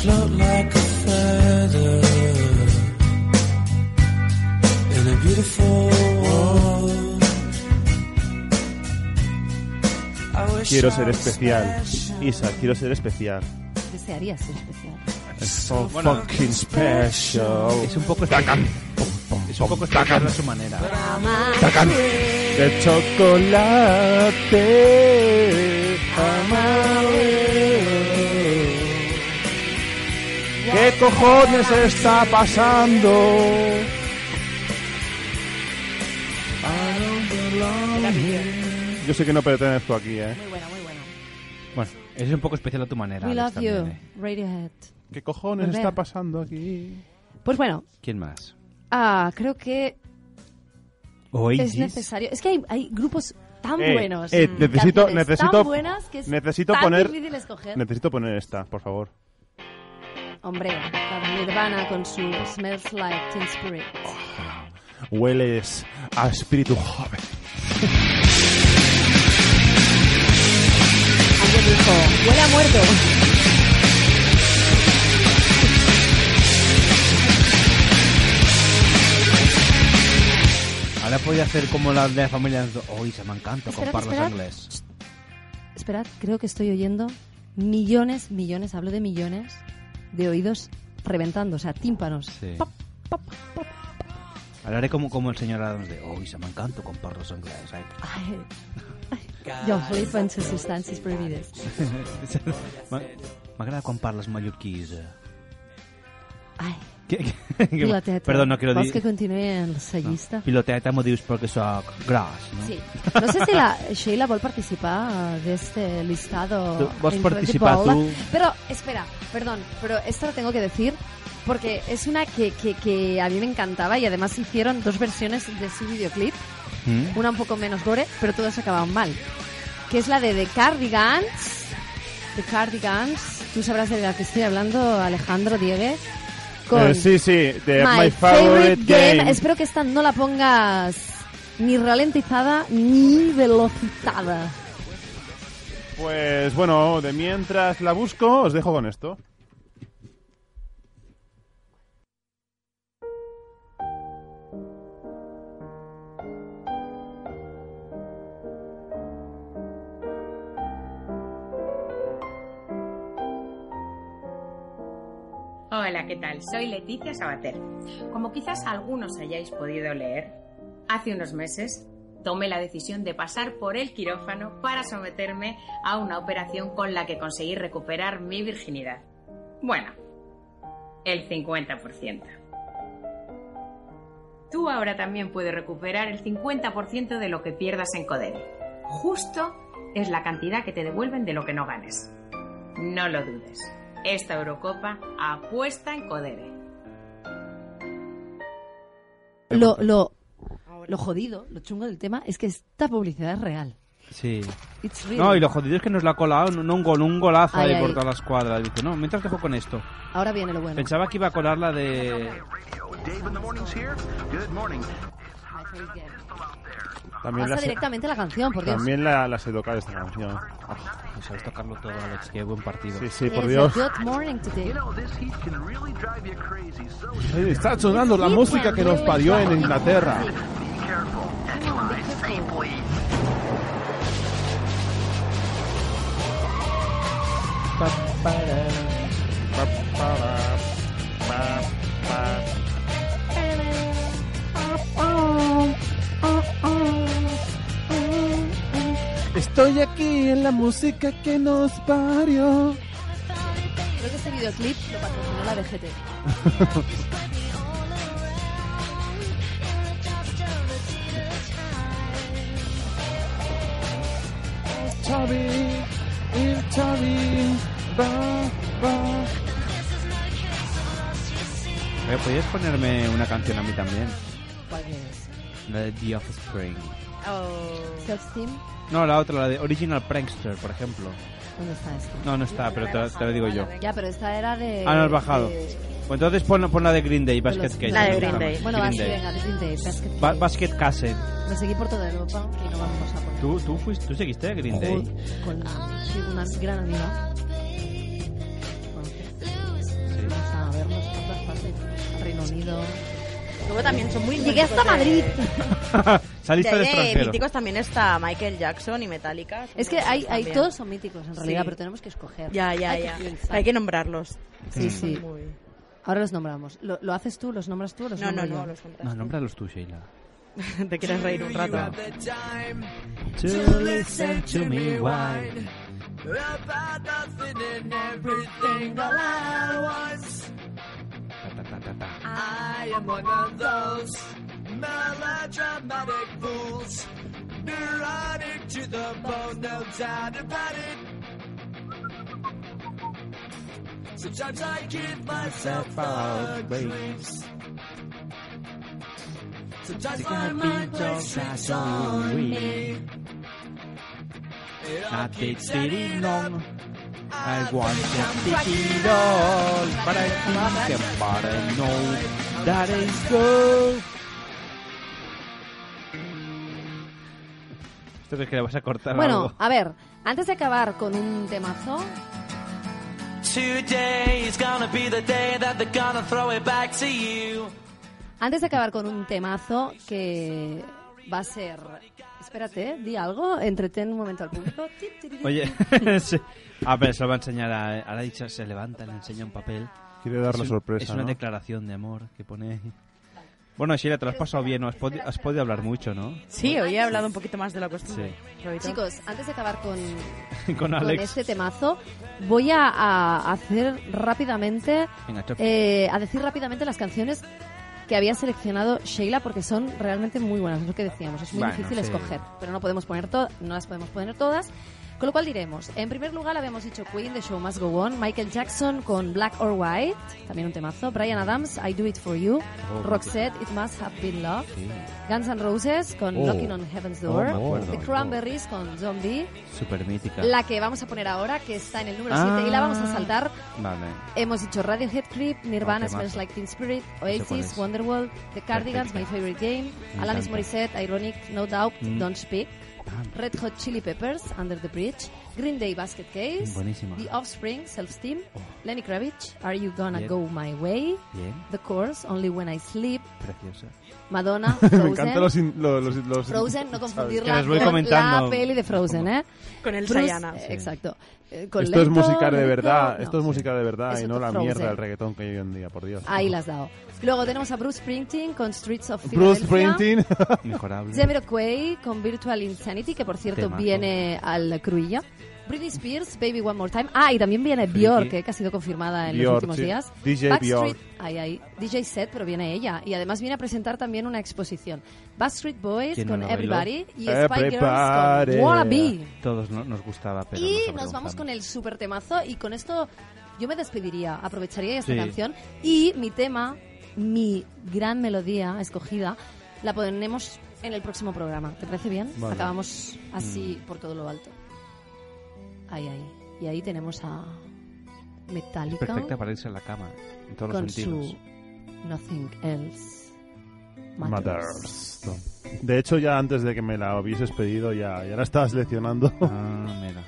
S13: Float like a feather in a beautiful world. I wish
S8: Quiero
S13: I
S8: ser
S13: was
S8: especial. Isa, quiero ser especial.
S7: Desearía ser especial.
S8: It's so
S6: Bueno,
S8: fucking special.
S6: Es un poco Es un poco especial a su manera.
S8: Tacan. De chocolate. ¿Qué cojones está pasando? Yo sé que no pertenezco aquí, ¿eh?
S6: Bueno, es un poco especial a tu manera.
S7: We
S6: Alex,
S7: love you,
S6: también, ¿eh?
S7: Radiohead.
S8: ¿Qué cojones
S7: Volver.
S8: está pasando aquí?
S7: Pues bueno,
S6: ¿Quién más?
S7: ah, creo que
S6: Oasis.
S7: es necesario. Es que hay, hay grupos tan
S8: Eh,
S7: buenos.
S8: eh,
S7: mm,
S8: necesito,
S7: canciones
S8: necesito,
S7: tan buenas que es
S8: necesito
S7: tan
S8: poner,
S7: difícil escoger.
S8: necesito poner esta, por favor.
S7: Hombre, la de Nirvana con su Smells Like Teen Spirit.
S8: Hueles a espíritu joven.
S7: Alguien dijo, huele a muerto.
S6: Ahora podía hacer como la de la familia. Hoy se me encanta con
S7: Esperad,
S6: parlos
S7: esperad.
S6: inglés.
S7: Esperad, creo que estoy oyendo millones, millones, hablo de millones, de oídos reventando, o sea, tímpanos.
S6: Sí. Ahora haré como, como el señor Adams de. Hoy se me encanta con parlos inglés. Ay.
S7: Ay, ay, Yo flipo en sus sustancias prohibidas.
S6: Ma- M'agrada quan parles mallorquís. eh.
S7: Ai.
S6: Que, que, que,
S7: Piloteta.
S6: Perdó, no quiero
S7: Vols que
S6: dir...
S7: continuï en la llista?
S6: Piloteta m'ho dius perquè sóc gros, no?
S7: Sí. No sé si la Sheila vol participar de este listado.
S6: Tú, vols
S7: incredible.
S6: participar tú.
S7: Pero, espera, perdón, pero esto lo tengo que decir porque es una que, que, que a mí me encantaba y además hicieron dos versiones de su videoclip.
S6: Mm?
S7: Una un poco menos gore, pero todas acababan mal. Que es la de The Cardigans. The Cardigans. Tú sabrás de la que estoy hablando, Alejandro Dieguez. Con
S8: Eh, sí, sí, de
S7: My,
S8: My, Favorite, Game.
S7: Espero que esta no la pongas ni ralentizada ni velocitada.
S8: Pues bueno, de mientras la busco, os dejo con esto.
S29: Hola, ¿qué tal? Soy Leticia Sabater. Como quizás algunos hayáis podido leer, hace unos meses tomé la decisión de pasar por el quirófano para someterme a una operación con la que conseguí recuperar mi virginidad. Bueno, el 50%. Tú ahora también puedes recuperar el 50% de lo que pierdas en Codere. Justo es la cantidad que te devuelven de lo que no ganes. No lo dudes. Esta Eurocopa apuesta en Codere.
S7: Lo, lo, lo jodido, lo chungo del tema es que esta publicidad es real.
S6: Sí.
S7: It's real.
S6: No, y lo jodido es que nos la ha colado no, no un gol, un golazo
S7: Ay,
S6: ahí
S7: ay.
S6: por todas las cuadras. Dice, no, mientras dejo con esto.
S7: Ahora viene lo bueno.
S6: Pensaba que iba a colar la de...
S8: También
S7: Pasa
S8: la sé-
S7: directamente la canción, por Dios.
S8: También la, la sé tocar esta canción.
S6: sabes tocarlo todo, Alex. Qué buen partido.
S8: Sí, sí, por
S7: Es
S8: Dios.
S7: a Good morning today.
S8: Sí, Está sonando la música que nos parió en Inglaterra.
S13: Estoy aquí en la música que nos parió.
S7: Creo que este videoclip lo patrocinó la DGT.
S13: Chavi, il Chavi, va, va.
S6: Eh, ¿Podrías ponerme una canción a mí también?
S7: ¿Cuál quieres?
S6: La de The Offspring.
S7: o... Self-Steam.
S6: No, la otra, la de Original Prankster, por ejemplo.
S7: ¿Dónde está esto?
S6: No, no está, pero te, te lo digo yo.
S7: Ya, pero esta era de...
S6: Ah, no has bajado.
S7: de-
S6: Pues entonces pon, pon la de Green Day,
S7: de
S6: Basket
S7: los-
S6: Case.
S7: la
S6: me
S7: de
S6: gusta
S7: Green
S6: más.
S7: Day. Bueno, va, sí, venga, de Green Day, Basket
S6: Ba-
S7: Case.
S6: Basket Case.
S7: Me seguí por toda Europa y no vamos a por
S6: ¿Tú, tú, fuiste, ¿Tú seguiste a Green Day?
S7: con sí, una gran amiga. Vamos a verlos por todas partes. Reino Unido.
S11: Luego también son muy
S7: Llegué hasta Madrid.
S10: ¿eh?
S6: Saliste al
S11: de
S6: extranjero.
S11: eh, míticos también está Michael Jackson y Metallica.
S7: Es que hay, hay
S11: También.
S7: todos son míticos en realidad,
S11: Sí.
S7: pero tenemos que escoger.
S11: Ya, ya,
S7: Hay que
S11: ya.
S7: priorizar.
S11: Hay que nombrarlos.
S7: Sí,
S6: Mm.
S7: sí. Ahora los nombramos. ¿Lo, lo haces tú? ¿Los nombras tú? o Los
S11: No, no,
S7: nombro
S11: no,
S7: yo?
S11: los nombras
S6: No, nómbralos tú, Sheila.
S11: Te quieres reír un rato.
S6: To listen to me whine
S10: About nothing and everything all at once.
S6: Ta, ta, ta, ta, ta.
S10: I am one of those melodramatic fools, neurotic to the bone, no doubt about it. Sometimes I give myself
S6: Sometimes
S10: Sometimes my mind plays tricks on me.
S6: I did it long. I want to take it all, but I think about it know that is good. Esto es que le vas a cortar
S7: Bueno,
S6: algo.
S7: a ver, antes de acabar con un temazo,
S10: Today is gonna be the day that they're gonna throw it back to you.
S7: antes de acabar con un temazo que va a ser, espérate, di algo, entretén un momento al público.
S6: Oye, sí. a ver, se lo va a enseñar a, a la dicha, se levanta, le enseña un papel.
S8: Quiere dar
S6: Es
S8: la
S6: un-
S8: sorpresa,
S6: Es una
S8: ¿no?
S6: declaración de amor que pone... ahí. Bueno, Sheila, te lo has pasado bien, ¿no? Has, podi- has podido hablar mucho, ¿no?
S11: Sí, hoy he hablado un poquito más de lo costumbre.
S7: Chicos, antes de acabar con,
S6: Con Alex.
S7: este temazo, voy a, a hacer rápidamente,
S6: Venga, chop.
S7: eh, a decir rápidamente las canciones que había seleccionado Sheila porque son realmente muy buenas, es lo que decíamos, es muy
S13: Bueno,
S7: difícil
S13: sí.
S7: escoger, pero no podemos poner to- no las podemos poner todas. Con lo cual diremos, en primer lugar habíamos dicho Queen, The Show Must Go On, Michael Jackson con Black or White, también un temazo, Brian Adams, I Do It For You,
S13: Oh,
S7: Roxette, It Must Have Been Love, Guns N' Roses con
S6: Oh.
S7: Knocking on Heaven's
S6: Oh,
S7: Door,
S6: me acuerdo.
S7: The Cranberries con Zombie,
S6: Súper mítica.
S7: la que vamos a poner ahora, que está en el número
S6: Ah.
S7: 7 y la vamos a saltar.
S6: Vale.
S7: Hemos dicho Radiohead Creep, Nirvana,
S6: Oh, temazo.
S7: Smells Like Teen Spirit,
S6: cuál
S7: Oasis,
S6: es.
S7: Wonderwall, The Cardigans, My Favorite Game,
S6: Me
S7: Alanis
S6: encanta.
S7: Morissette, Ironic, No Doubt,
S6: Mm.
S7: Don't Speak,
S6: Pam.
S7: Red Hot Chili Peppers, Under the Bridge, Green Day Basket Case,
S6: Buenísima.
S7: The Offspring, Self Steam, Lenny Kravitz, Are You Gonna
S6: Bien.
S7: Go My Way,
S6: Bien.
S7: The Course, Only When I Sleep,
S6: Preciosa.
S7: Madonna,
S8: Me
S7: Frozen,
S8: encantan los, in- lo- los, los-
S7: Frozen,
S8: ¿sabes?
S7: no confundirla con la peli de Frozen, ¿eh?
S11: Con el
S7: Bruce-
S11: Sayana.
S7: eh,
S11: Sí.
S7: Exacto. Eh, con
S8: Esto es
S7: Lenton,
S8: música de
S7: Lenton,
S8: verdad,
S7: no.
S8: esto es música de verdad y
S7: Es
S8: no
S7: otro
S8: la
S7: Frozen.
S8: mierda del reggaetón que hay hoy en día, por Dios.
S7: Ahí las dado. Luego tenemos a Bruce Springsteen con Streets of
S8: Bruce
S7: Philadelphia.
S8: Springsteen.
S6: Mejorable.
S7: Jamiroquai con Virtual Insanity, que por cierto
S6: Temazo.
S7: viene al Cruilla. Britney Spears, Baby One More Time. Ah, y también viene Björk, eh, que ha sido confirmada en los
S8: Björk,
S7: últimos
S8: sí.
S7: días.
S8: DJ Björk.
S7: Ay, ay, DJ Set, pero viene ella. Y además viene a presentar también una exposición. Backstreet Boys
S6: ¿Quién no
S7: con
S6: la bailó?
S7: Everybody y
S8: Eh,
S7: Spy Girls con Wannabe.
S6: Todos no- nos gustaba, pero
S7: Y
S6: nos
S7: nos vamos
S6: avergonzamos.
S7: con el super temazo y con esto yo me despediría, aprovecharía esta
S6: Sí.
S7: canción y mi tema, mi gran melodía escogida, la ponemos en el próximo programa. ¿Te parece bien?
S13: Vale.
S7: Acabamos así
S6: Mm.
S7: por todo lo alto. Ahí, ahí. Y ahí tenemos a
S6: Es
S7: Metallica
S6: perfecta para irse a la cama, en todos
S7: con
S6: los sentidos.
S7: su Nothing Else
S8: Matters. De hecho, ya antes de que me la hubieses pedido, ya, ya la estabas leccionando.
S6: Ah, mira.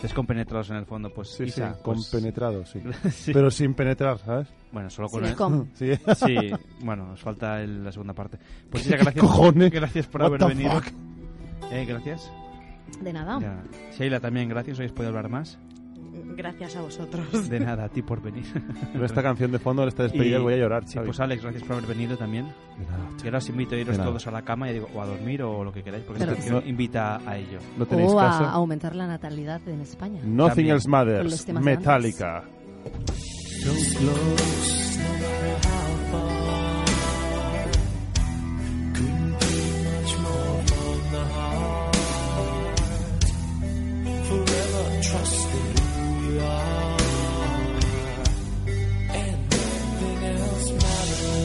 S6: Descompenetrados en el fondo, pues
S8: Sí, sí,
S6: Isa, pues-
S8: compenetrado, sí.
S6: Sí.
S8: Pero sin penetrar, ¿sabes?
S6: Bueno, solo con
S8: Sin
S6: el-
S8: el com.
S6: Sí.
S8: Sí.
S6: bueno, nos falta el- la segunda parte. Pues
S8: ¿Qué
S6: Isa, gracias,
S8: cojones?
S6: gracias por
S8: What
S6: haber
S8: the
S6: venido.
S8: fuck?
S6: Eh, gracias.
S7: De
S11: Ah.
S7: nada.
S6: Ya. Sheila también, gracias. Hoy has podido hablar más.
S11: Gracias a vosotros.
S6: De nada, a ti por venir.
S8: Con esta canción de fondo, esta despedida,
S6: Y-
S8: voy a llorar,
S6: sí,
S8: Xavi.
S6: pues Alex, gracias por haber venido también. Y ahora os invito a iros
S8: De nada.
S6: todos a la cama y digo, o a dormir o lo que queráis, porque
S7: Pero
S6: esta
S7: que
S6: canción
S7: sí.
S6: invita a ello.
S8: No
S7: o a aumentar la natalidad en España.
S8: Nothing
S6: También.
S8: Else
S7: Con los
S8: Matters,
S7: temas de antes.
S8: Metallica.
S10: much more from the heart. Forever trusting who we are. And nothing else matters.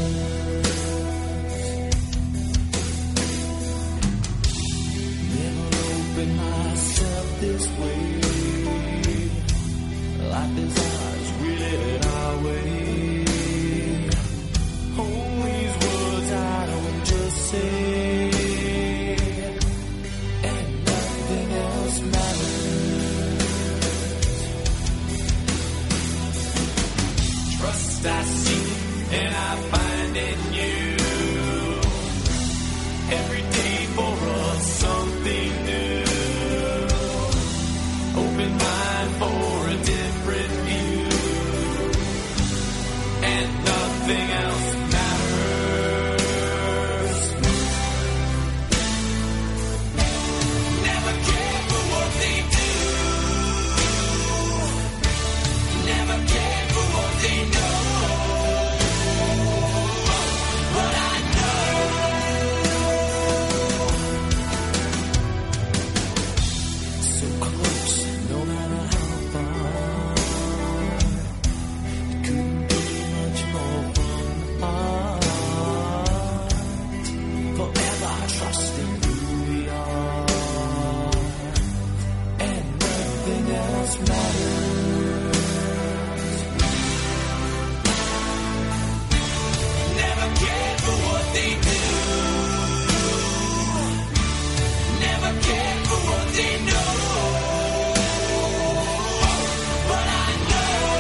S10: finding you. Every day for us, something new. Open mind for a different view. And nothing else matters. Never care for what they do. Never care for what they know. What I know. So close, no matter how far. It couldn't be much more from apart. Forever trusting who we are. And nothing else matters. Never cared for what they do. Never cared for what they know. But I know.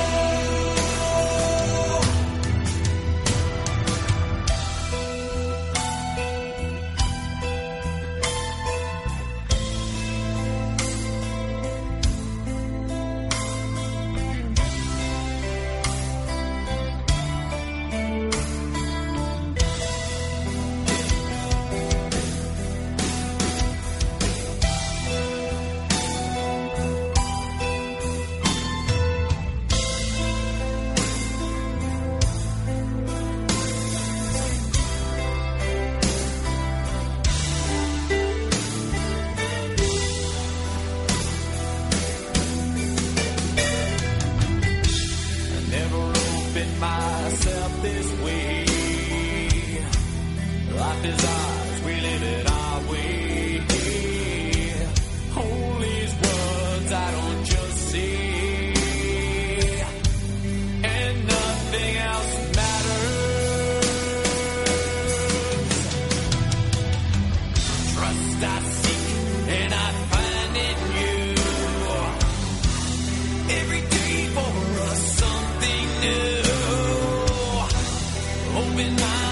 S10: I never opened myself this way. Life is ours, we live it our way. All these words I don't just say, and nothing else matters. Trust I seek, and I find in you. Every day for us something new. Open my